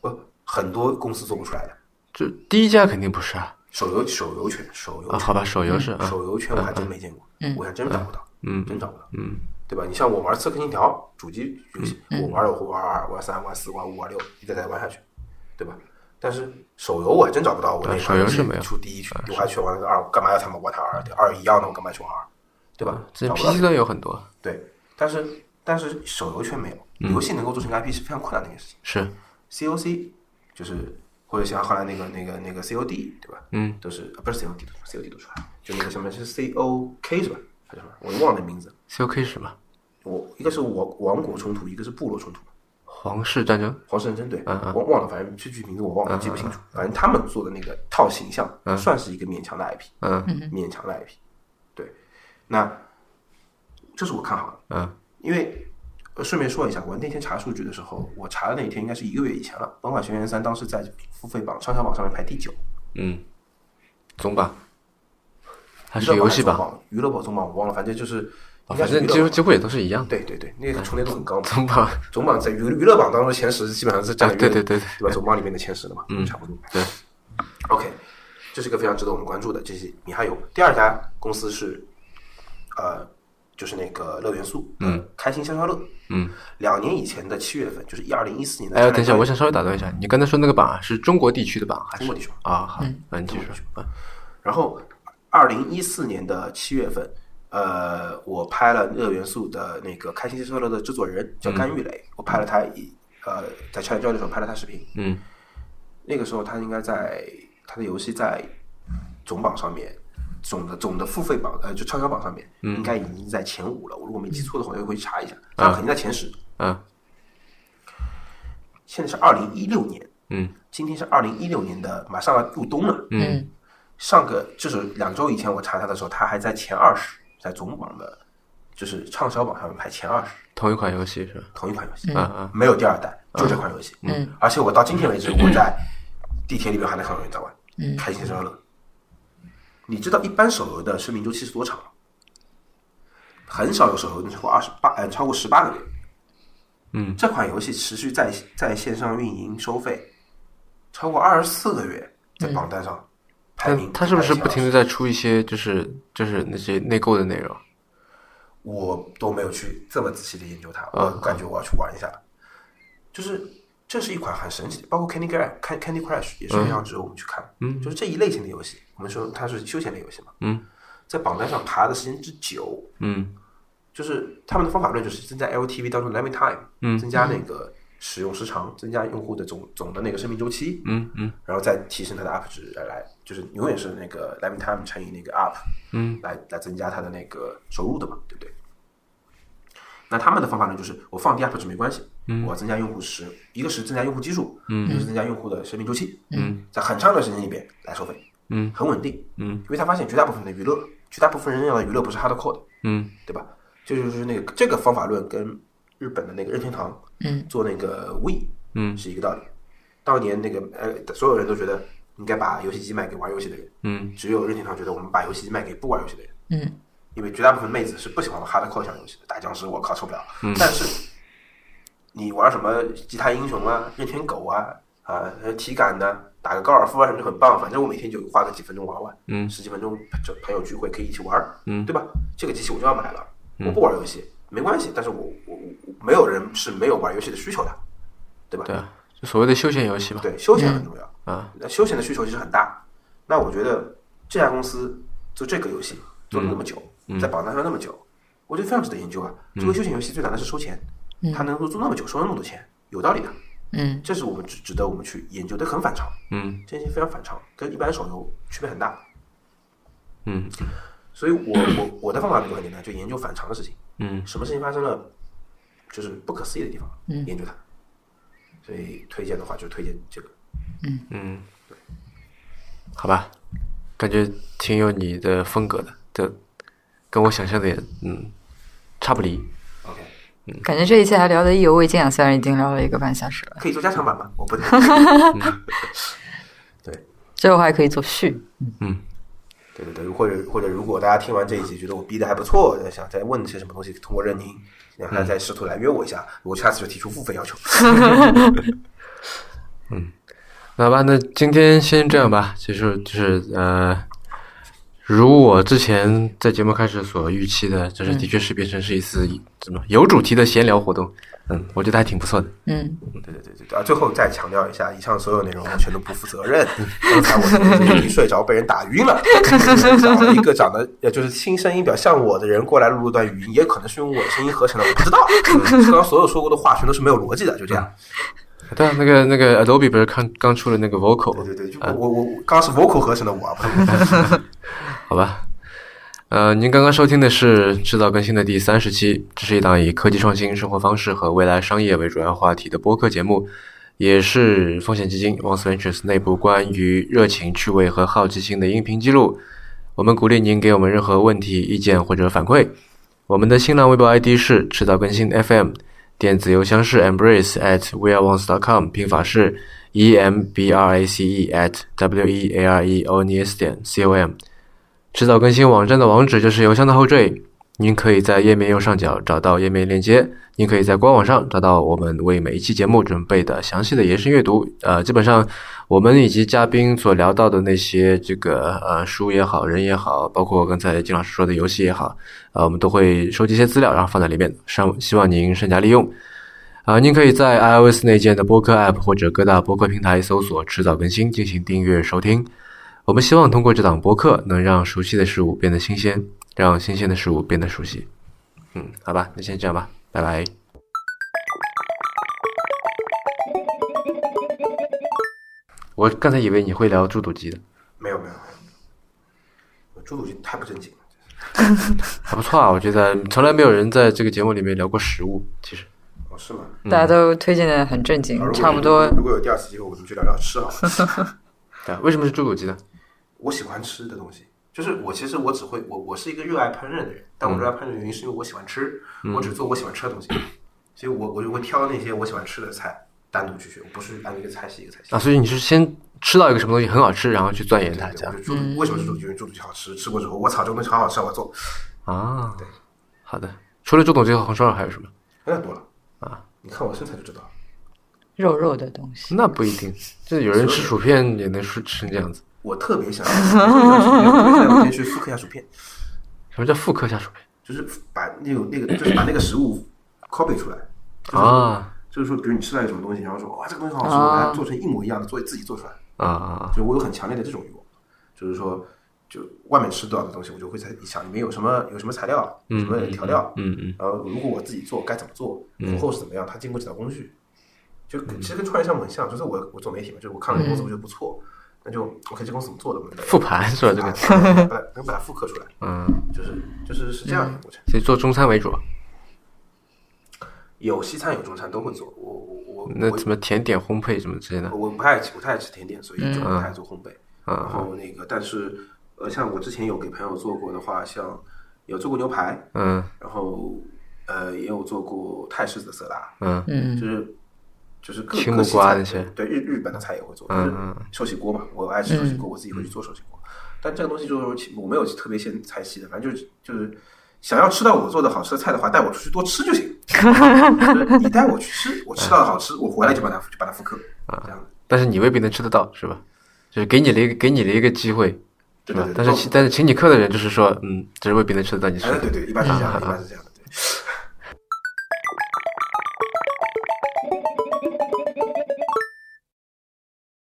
[SPEAKER 3] 不，很多公司做不出来的。
[SPEAKER 1] 这第一家肯定不是啊
[SPEAKER 3] 手游手游圈，手游
[SPEAKER 1] 啊，
[SPEAKER 3] 圈
[SPEAKER 1] 好吧，手游是啊，
[SPEAKER 3] 嗯手游圈我还真没见过，我还真找不到，
[SPEAKER 1] 嗯
[SPEAKER 3] 真找不到，
[SPEAKER 1] 嗯
[SPEAKER 3] 对吧？你像我玩《刺客信条》主机游戏，我玩了我玩二、玩三、玩四、玩五、玩六，一直在玩下去，对吧？但是手游我还真找不到，我那
[SPEAKER 1] 啊手游是没有
[SPEAKER 3] 出第一去，我还去玩了个二，我干嘛要他们玩他二？对二一样的，我干嘛去玩二？对吧？
[SPEAKER 1] 这
[SPEAKER 3] 找不到
[SPEAKER 1] PC 端有很多，
[SPEAKER 3] 对，但是
[SPEAKER 1] 嗯
[SPEAKER 3] 但是手游却没有，游戏能够做成一个 IP 是非常困难的一件事情。
[SPEAKER 1] 是
[SPEAKER 3] COC 就是或者像后来那个那个那个 COD 对吧？
[SPEAKER 1] 嗯，
[SPEAKER 3] 都是、啊、不是 COD，COD 读出来，就那个什么是 COK 是吧？还是什么？我忘了名字。
[SPEAKER 1] C O K 是什么？
[SPEAKER 3] 我一个是王王国冲突，一个是部落冲突，
[SPEAKER 1] 皇室战争？
[SPEAKER 3] 皇室战争对，
[SPEAKER 1] 嗯嗯
[SPEAKER 3] 我忘了，反正具体名字我忘了，记不清楚。反正他们做的那个套形象，算是一个勉强的 IP，
[SPEAKER 1] 嗯
[SPEAKER 3] 勉强的 IP。对，那这是我看好的，
[SPEAKER 1] 嗯
[SPEAKER 3] 因为呃顺便说一下，我那天查数据的时候，我查的那一天应该是一个月以前了，《本款学员三》当时在付费榜畅销榜上面排第九，
[SPEAKER 1] 嗯，总榜还
[SPEAKER 3] 娱
[SPEAKER 1] 啊是
[SPEAKER 3] 乐
[SPEAKER 1] 游戏
[SPEAKER 3] 榜
[SPEAKER 1] 吧？
[SPEAKER 3] 还是
[SPEAKER 1] 哦
[SPEAKER 3] 总榜，娱乐榜总榜我忘了，反正就是应该
[SPEAKER 1] 反
[SPEAKER 3] 是
[SPEAKER 1] 正
[SPEAKER 3] 娱
[SPEAKER 1] 几
[SPEAKER 3] 乐
[SPEAKER 1] 乎
[SPEAKER 3] 榜。
[SPEAKER 1] 几乎也都是一样的。
[SPEAKER 3] 对对对，那个重叠度很高嘛。
[SPEAKER 1] 总榜
[SPEAKER 3] 总榜在娱娱乐榜当中前十基本上是占了
[SPEAKER 1] 啊
[SPEAKER 3] 娱
[SPEAKER 1] 对
[SPEAKER 3] 乐
[SPEAKER 1] 对对对
[SPEAKER 3] 对吧？总榜里面的前十了嘛，嗯，差不多。
[SPEAKER 1] 对，
[SPEAKER 3] OK，这是一个非常值得我们关注的。这是米哈游。第二家公司是，呃，就是那个乐元素，嗯，开心消消乐，
[SPEAKER 1] 嗯，
[SPEAKER 3] 两年以前的七月份，就是一二零一四年的。
[SPEAKER 1] 哎，等一下，我想稍微打断一下，你刚才说那个榜啊，是中国地区的榜还是
[SPEAKER 3] 中国地区榜
[SPEAKER 1] 啊？好，那你继续说。嗯
[SPEAKER 3] 然后，二零一四年的七月份，呃，我拍了乐元素的那个开心消消乐的制作人
[SPEAKER 1] 嗯
[SPEAKER 3] 叫甘玉磊，我拍了他一呃，在 c h a t g 的时候拍了他视频，
[SPEAKER 1] 嗯
[SPEAKER 3] 那个时候他应该在他的游戏在总榜上面，总的总的付费榜呃就畅销榜上面，应该已经在前五了。我如果没记错的话，我回去查一下，他肯定在前十。
[SPEAKER 1] 嗯
[SPEAKER 3] 现在是二零一六年，
[SPEAKER 1] 嗯
[SPEAKER 3] 今天是二零一六年的，马上要入冬了。
[SPEAKER 2] 嗯
[SPEAKER 3] 上个就是两周以前我查他的时候，他还在前二十，在总榜的，就是畅销榜上面排前二十，
[SPEAKER 1] 同一款游戏是吧？
[SPEAKER 3] 同一款游戏，
[SPEAKER 1] 嗯嗯
[SPEAKER 3] 没有第二代，就这款游戏。
[SPEAKER 2] 嗯，
[SPEAKER 3] 而且我到今天为止，我在地铁里面还在看到有人在玩，
[SPEAKER 1] 嗯
[SPEAKER 3] 开心消乐。你知道一般手游的生命周期是多长吗？很少有手游能超过二十八，呃，超过十八个月。
[SPEAKER 1] 嗯，
[SPEAKER 3] 这款游戏持续在在线上运营收费超过二十四个月，在榜单上排名
[SPEAKER 1] 但。嗯它是不是不停
[SPEAKER 3] 排
[SPEAKER 1] 的在出一些就是就是那些内购的内容？
[SPEAKER 3] 我都没有去这么仔细的研究它，我感觉我要去玩一下。就是这是一款很神奇的，包括 Candy Crush、Candy Crush 也是非常值得我们去看。嗯，就是这一类型的游戏，我们说它是休闲类游戏嘛。
[SPEAKER 1] 嗯，
[SPEAKER 3] 在榜单上爬的时间之久，
[SPEAKER 1] 嗯
[SPEAKER 3] 就是他们的方法论就是增加 LTV 当中的 Lifetime Time，
[SPEAKER 1] 嗯
[SPEAKER 3] 增加那个使用时长，增加用户的总总的那个生命周期，
[SPEAKER 1] 嗯嗯
[SPEAKER 3] 然后再提升它的 UP 值来来，就是永远是那个 Lifetime Time 乘以那个 UP，
[SPEAKER 1] 嗯
[SPEAKER 3] 来来增加它的那个收入的嘛，对不对？那他们的方法呢，就是我放低 UP 值没关系，
[SPEAKER 1] 嗯
[SPEAKER 3] 我增加用户时，一个是增加用户基数，嗯，一个是增加用户的生命周期，嗯，在很长一段时间里边来收费，
[SPEAKER 1] 嗯，
[SPEAKER 3] 很稳定，
[SPEAKER 1] 嗯，
[SPEAKER 3] 因为他发现绝大部分的娱乐，绝大部分人要的娱乐不是 hardcore 的，
[SPEAKER 1] 嗯
[SPEAKER 3] 对吧？这就是那个这个方法论跟日本的那个任天堂，
[SPEAKER 2] 嗯，
[SPEAKER 3] 做那个 We，
[SPEAKER 1] 嗯
[SPEAKER 3] 是一个道理。当年那个呃，所有人都觉得应该把游戏机卖给玩游戏的人，
[SPEAKER 1] 嗯
[SPEAKER 3] 只有任天堂觉得我们把游戏机卖给不玩游戏的人，
[SPEAKER 2] 嗯
[SPEAKER 3] 因为绝大部分妹子是不喜欢玩 hardcore 向游戏的，打僵尸我靠受不了。
[SPEAKER 1] 嗯
[SPEAKER 3] 但是你玩什么吉他英雄啊、任天狗啊、啊、呃体感呢、打个高尔夫啊什么就很棒。反正我每天就花个几分钟玩玩，
[SPEAKER 1] 嗯
[SPEAKER 3] 十几分钟就朋友聚会可以一起玩，
[SPEAKER 1] 嗯
[SPEAKER 3] 对吧？这个机器我就要买了，我不玩游戏没关系，但是我我我我没有人是没有玩游戏的需求的，对吧？
[SPEAKER 1] 对啊，就所谓的休闲游戏吧。
[SPEAKER 3] 对，休闲很重要。
[SPEAKER 1] 啊，
[SPEAKER 3] 那休闲的需求其实很大。那我觉得这家公司做这个游
[SPEAKER 1] 嗯
[SPEAKER 3] 戏做了那么久，在榜单上那么久，我觉得非常值得研究啊。
[SPEAKER 1] 嗯
[SPEAKER 3] 作为休闲游戏最难的是收钱，它能够做那么久，收那么多钱，有道理的。
[SPEAKER 2] 嗯
[SPEAKER 3] 这是我们值值得我们去研究的，很反常，
[SPEAKER 1] 嗯
[SPEAKER 3] 这些非常反常，跟一般手游区别很大。
[SPEAKER 1] 嗯
[SPEAKER 3] 所以我我我的方法就很简单，就研究反常的事情。
[SPEAKER 1] 嗯
[SPEAKER 3] 什么事情发生了，就是不可思议的地方，研究它。所以推荐的话，就推荐这个。
[SPEAKER 1] 嗯，好吧，感觉挺有你的风格的，这跟我想象的也嗯差不离。
[SPEAKER 3] OK，
[SPEAKER 2] 感觉这一切还聊得意犹未尽啊，虽然已经聊了一个半小时了，
[SPEAKER 3] 可以做加长版吗？我不能。 对
[SPEAKER 2] 最后还可以做序。
[SPEAKER 3] 对对对，或者或者，如果大家听完这一集觉得我逼的还不错，想再问些什么东西，通过任宁，然后再试图来约我一下，我下次就提出付费要求。
[SPEAKER 1] 那好吧，那今天先这样吧，结束就是呃，如我之前在节目开始所预期的，就是的确是变成是一次怎么有主题的闲聊活动。嗯，我觉得还挺不错的。
[SPEAKER 2] 嗯，
[SPEAKER 3] 对对对对对啊！最后再强调一下，以上所有内容我全都不负责任。刚才我一睡着被人打晕了，找了一个长得呃就是新声音比较像我的人过来录了段语音，也可能是用我的声音合成的，我不知道。嗯刚刚所有说过的话全都是没有逻辑的，就这样。
[SPEAKER 1] 对啊，那个那个 Adobe 不是刚刚出了那个
[SPEAKER 3] 对
[SPEAKER 1] Vocal，
[SPEAKER 3] 对对，就我我我刚刚是 vocal 合成的我啊，不是 vocal
[SPEAKER 1] 好吧？呃，您刚刚收听的是《制造更新》的第三十期，这是一档以科技创新、生活方式和未来商业为主要话题的播客节目，也是风险基金 Once Ventures 内部关于热情、趣味和好奇心的音频记录。我们鼓励您给我们任何问题、意见或者反馈。我们的新浪微博 ID 是迟早更新 FM，电子邮箱是 embrace at weareones.com，拼法是 e m b r a c e at w e a r e o n e s 点 c o m。迟早更新网站的网址就是邮箱的后缀。您可以在页面右上角找到页面链接，您可以在官网上找到我们为每一期节目准备的详细的延伸阅读。呃，基本上我们以及嘉宾所聊到的那些这个呃书也好，人也好，包括刚才金老师说的游戏也好，呃，我们都会收集一些资料，然后放在里面，上希望您善加利用。啊、您可以在 iOS 内建的播客 App 或者各大播客平台搜索“迟早更新”进行订阅收听。我们希望通过这档播客，能让熟悉的事物变得新鲜，让新鲜的事物变得熟悉。嗯，好吧，那先这样吧，拜拜。我刚才以为你会聊猪肚鸡的，
[SPEAKER 3] 没有没有没有，猪肚鸡太不正经了。
[SPEAKER 1] 还不错啊，我觉得从来没有人在这个节目里面聊过食物。其实，
[SPEAKER 3] 哦，是吗？
[SPEAKER 2] 大家都推荐的嗯很正经
[SPEAKER 3] 啊如，
[SPEAKER 2] 嗯
[SPEAKER 3] 果
[SPEAKER 2] 差不多
[SPEAKER 3] 如果有第二次机会，我们去聊聊吃好了。
[SPEAKER 1] 对啊，为什么是猪肚鸡呢？
[SPEAKER 3] 我喜欢吃的东西，就是我其实我只会我我是一个热爱烹饪的人，但我热爱烹饪的原因是因为我喜欢吃，
[SPEAKER 2] 嗯
[SPEAKER 3] 我只做我喜欢吃的东西，所以我我就会挑那些我喜欢吃的菜单独去学，我不是按一个菜系一个菜系。
[SPEAKER 1] 啊，所以你是先吃到一个什么东西很好吃，然后去钻研它，这
[SPEAKER 3] 对，
[SPEAKER 1] 样
[SPEAKER 3] 我就猪
[SPEAKER 2] 嗯
[SPEAKER 3] 肚，为什么猪肚鸡？因为猪肚鸡好吃，吃过之后我操，这个东西好好吃，我做
[SPEAKER 1] 啊？对，好的。除了猪肚鸡和红烧肉还有什么？
[SPEAKER 3] 有哎点多了啊！你看我身材就知道了。
[SPEAKER 2] 肉肉的东西。
[SPEAKER 1] 那不一定，就有人吃薯片也能吃吃成这样子。
[SPEAKER 3] 我特别想，我特别想先去复刻一下薯片，
[SPEAKER 1] 什么叫复刻下薯片
[SPEAKER 3] 就是把那个那个，就是把那个食物 copy 出来。就是
[SPEAKER 1] 啊
[SPEAKER 3] 就是说，比如你吃到一个什么东西，然后说哇，这个东西好好吃，
[SPEAKER 2] 啊
[SPEAKER 3] 我把它做成一模一样的，做自己做出来。
[SPEAKER 1] 啊啊！
[SPEAKER 3] 就我有很强烈的这种欲望，就是说，就外面吃到的东西，我就会在想里面有什么有什么材料，有什么调料，
[SPEAKER 1] 嗯嗯，
[SPEAKER 3] 然后如果我自己做该怎么做，幕后是怎么样，它经过几道工序，就跟其实跟创业项目很像，就是我我做媒体嘛，就是我看了一个公司我觉得不错，那就 OK 这公司怎么做的，我们
[SPEAKER 1] 复盘是吧？这个，
[SPEAKER 3] 把它能把它复刻出来，
[SPEAKER 1] 嗯，
[SPEAKER 3] 就是就是是这样一个过程。
[SPEAKER 1] 所以做中餐为主吧。
[SPEAKER 3] 有西餐有中餐都会做，我我我
[SPEAKER 1] 那怎么甜点、烘焙什么之类的？
[SPEAKER 3] 我不太我不太爱吃甜点，所以就不太做烘焙。然后那个，但是呃，像我之前有给朋友做过的话，像有做过牛排，
[SPEAKER 1] 嗯
[SPEAKER 3] 然后呃也有做过泰式的色拉，
[SPEAKER 1] 嗯
[SPEAKER 3] 嗯，就是就是各
[SPEAKER 1] 青
[SPEAKER 3] 各
[SPEAKER 1] 木
[SPEAKER 3] 西
[SPEAKER 1] 瓜
[SPEAKER 3] 菜
[SPEAKER 1] 那些嗯
[SPEAKER 3] 对日日本的菜也会做，就是寿喜锅嘛，我爱吃寿喜锅，我自己会去做寿喜锅。但这个东西就是我没有特别先菜系的，反正就是就是想要吃到我做的好吃的菜的话，带我出去多吃 就行。就是你带我去吃，我吃到的好吃，我回来就把它就把它复刻，
[SPEAKER 1] 啊
[SPEAKER 3] 这样子。
[SPEAKER 1] 但是你未必能吃得到，是吧？就是给你了一个给你了一个机会，是
[SPEAKER 3] 对
[SPEAKER 1] 吧
[SPEAKER 3] 对对？
[SPEAKER 1] 但是
[SPEAKER 3] 对
[SPEAKER 1] 请但是请你客的人就是说，嗯，这是未必能吃得到你吃
[SPEAKER 3] 哎，
[SPEAKER 1] 的。啊
[SPEAKER 3] 对对，一般是这样的，一般是这样的。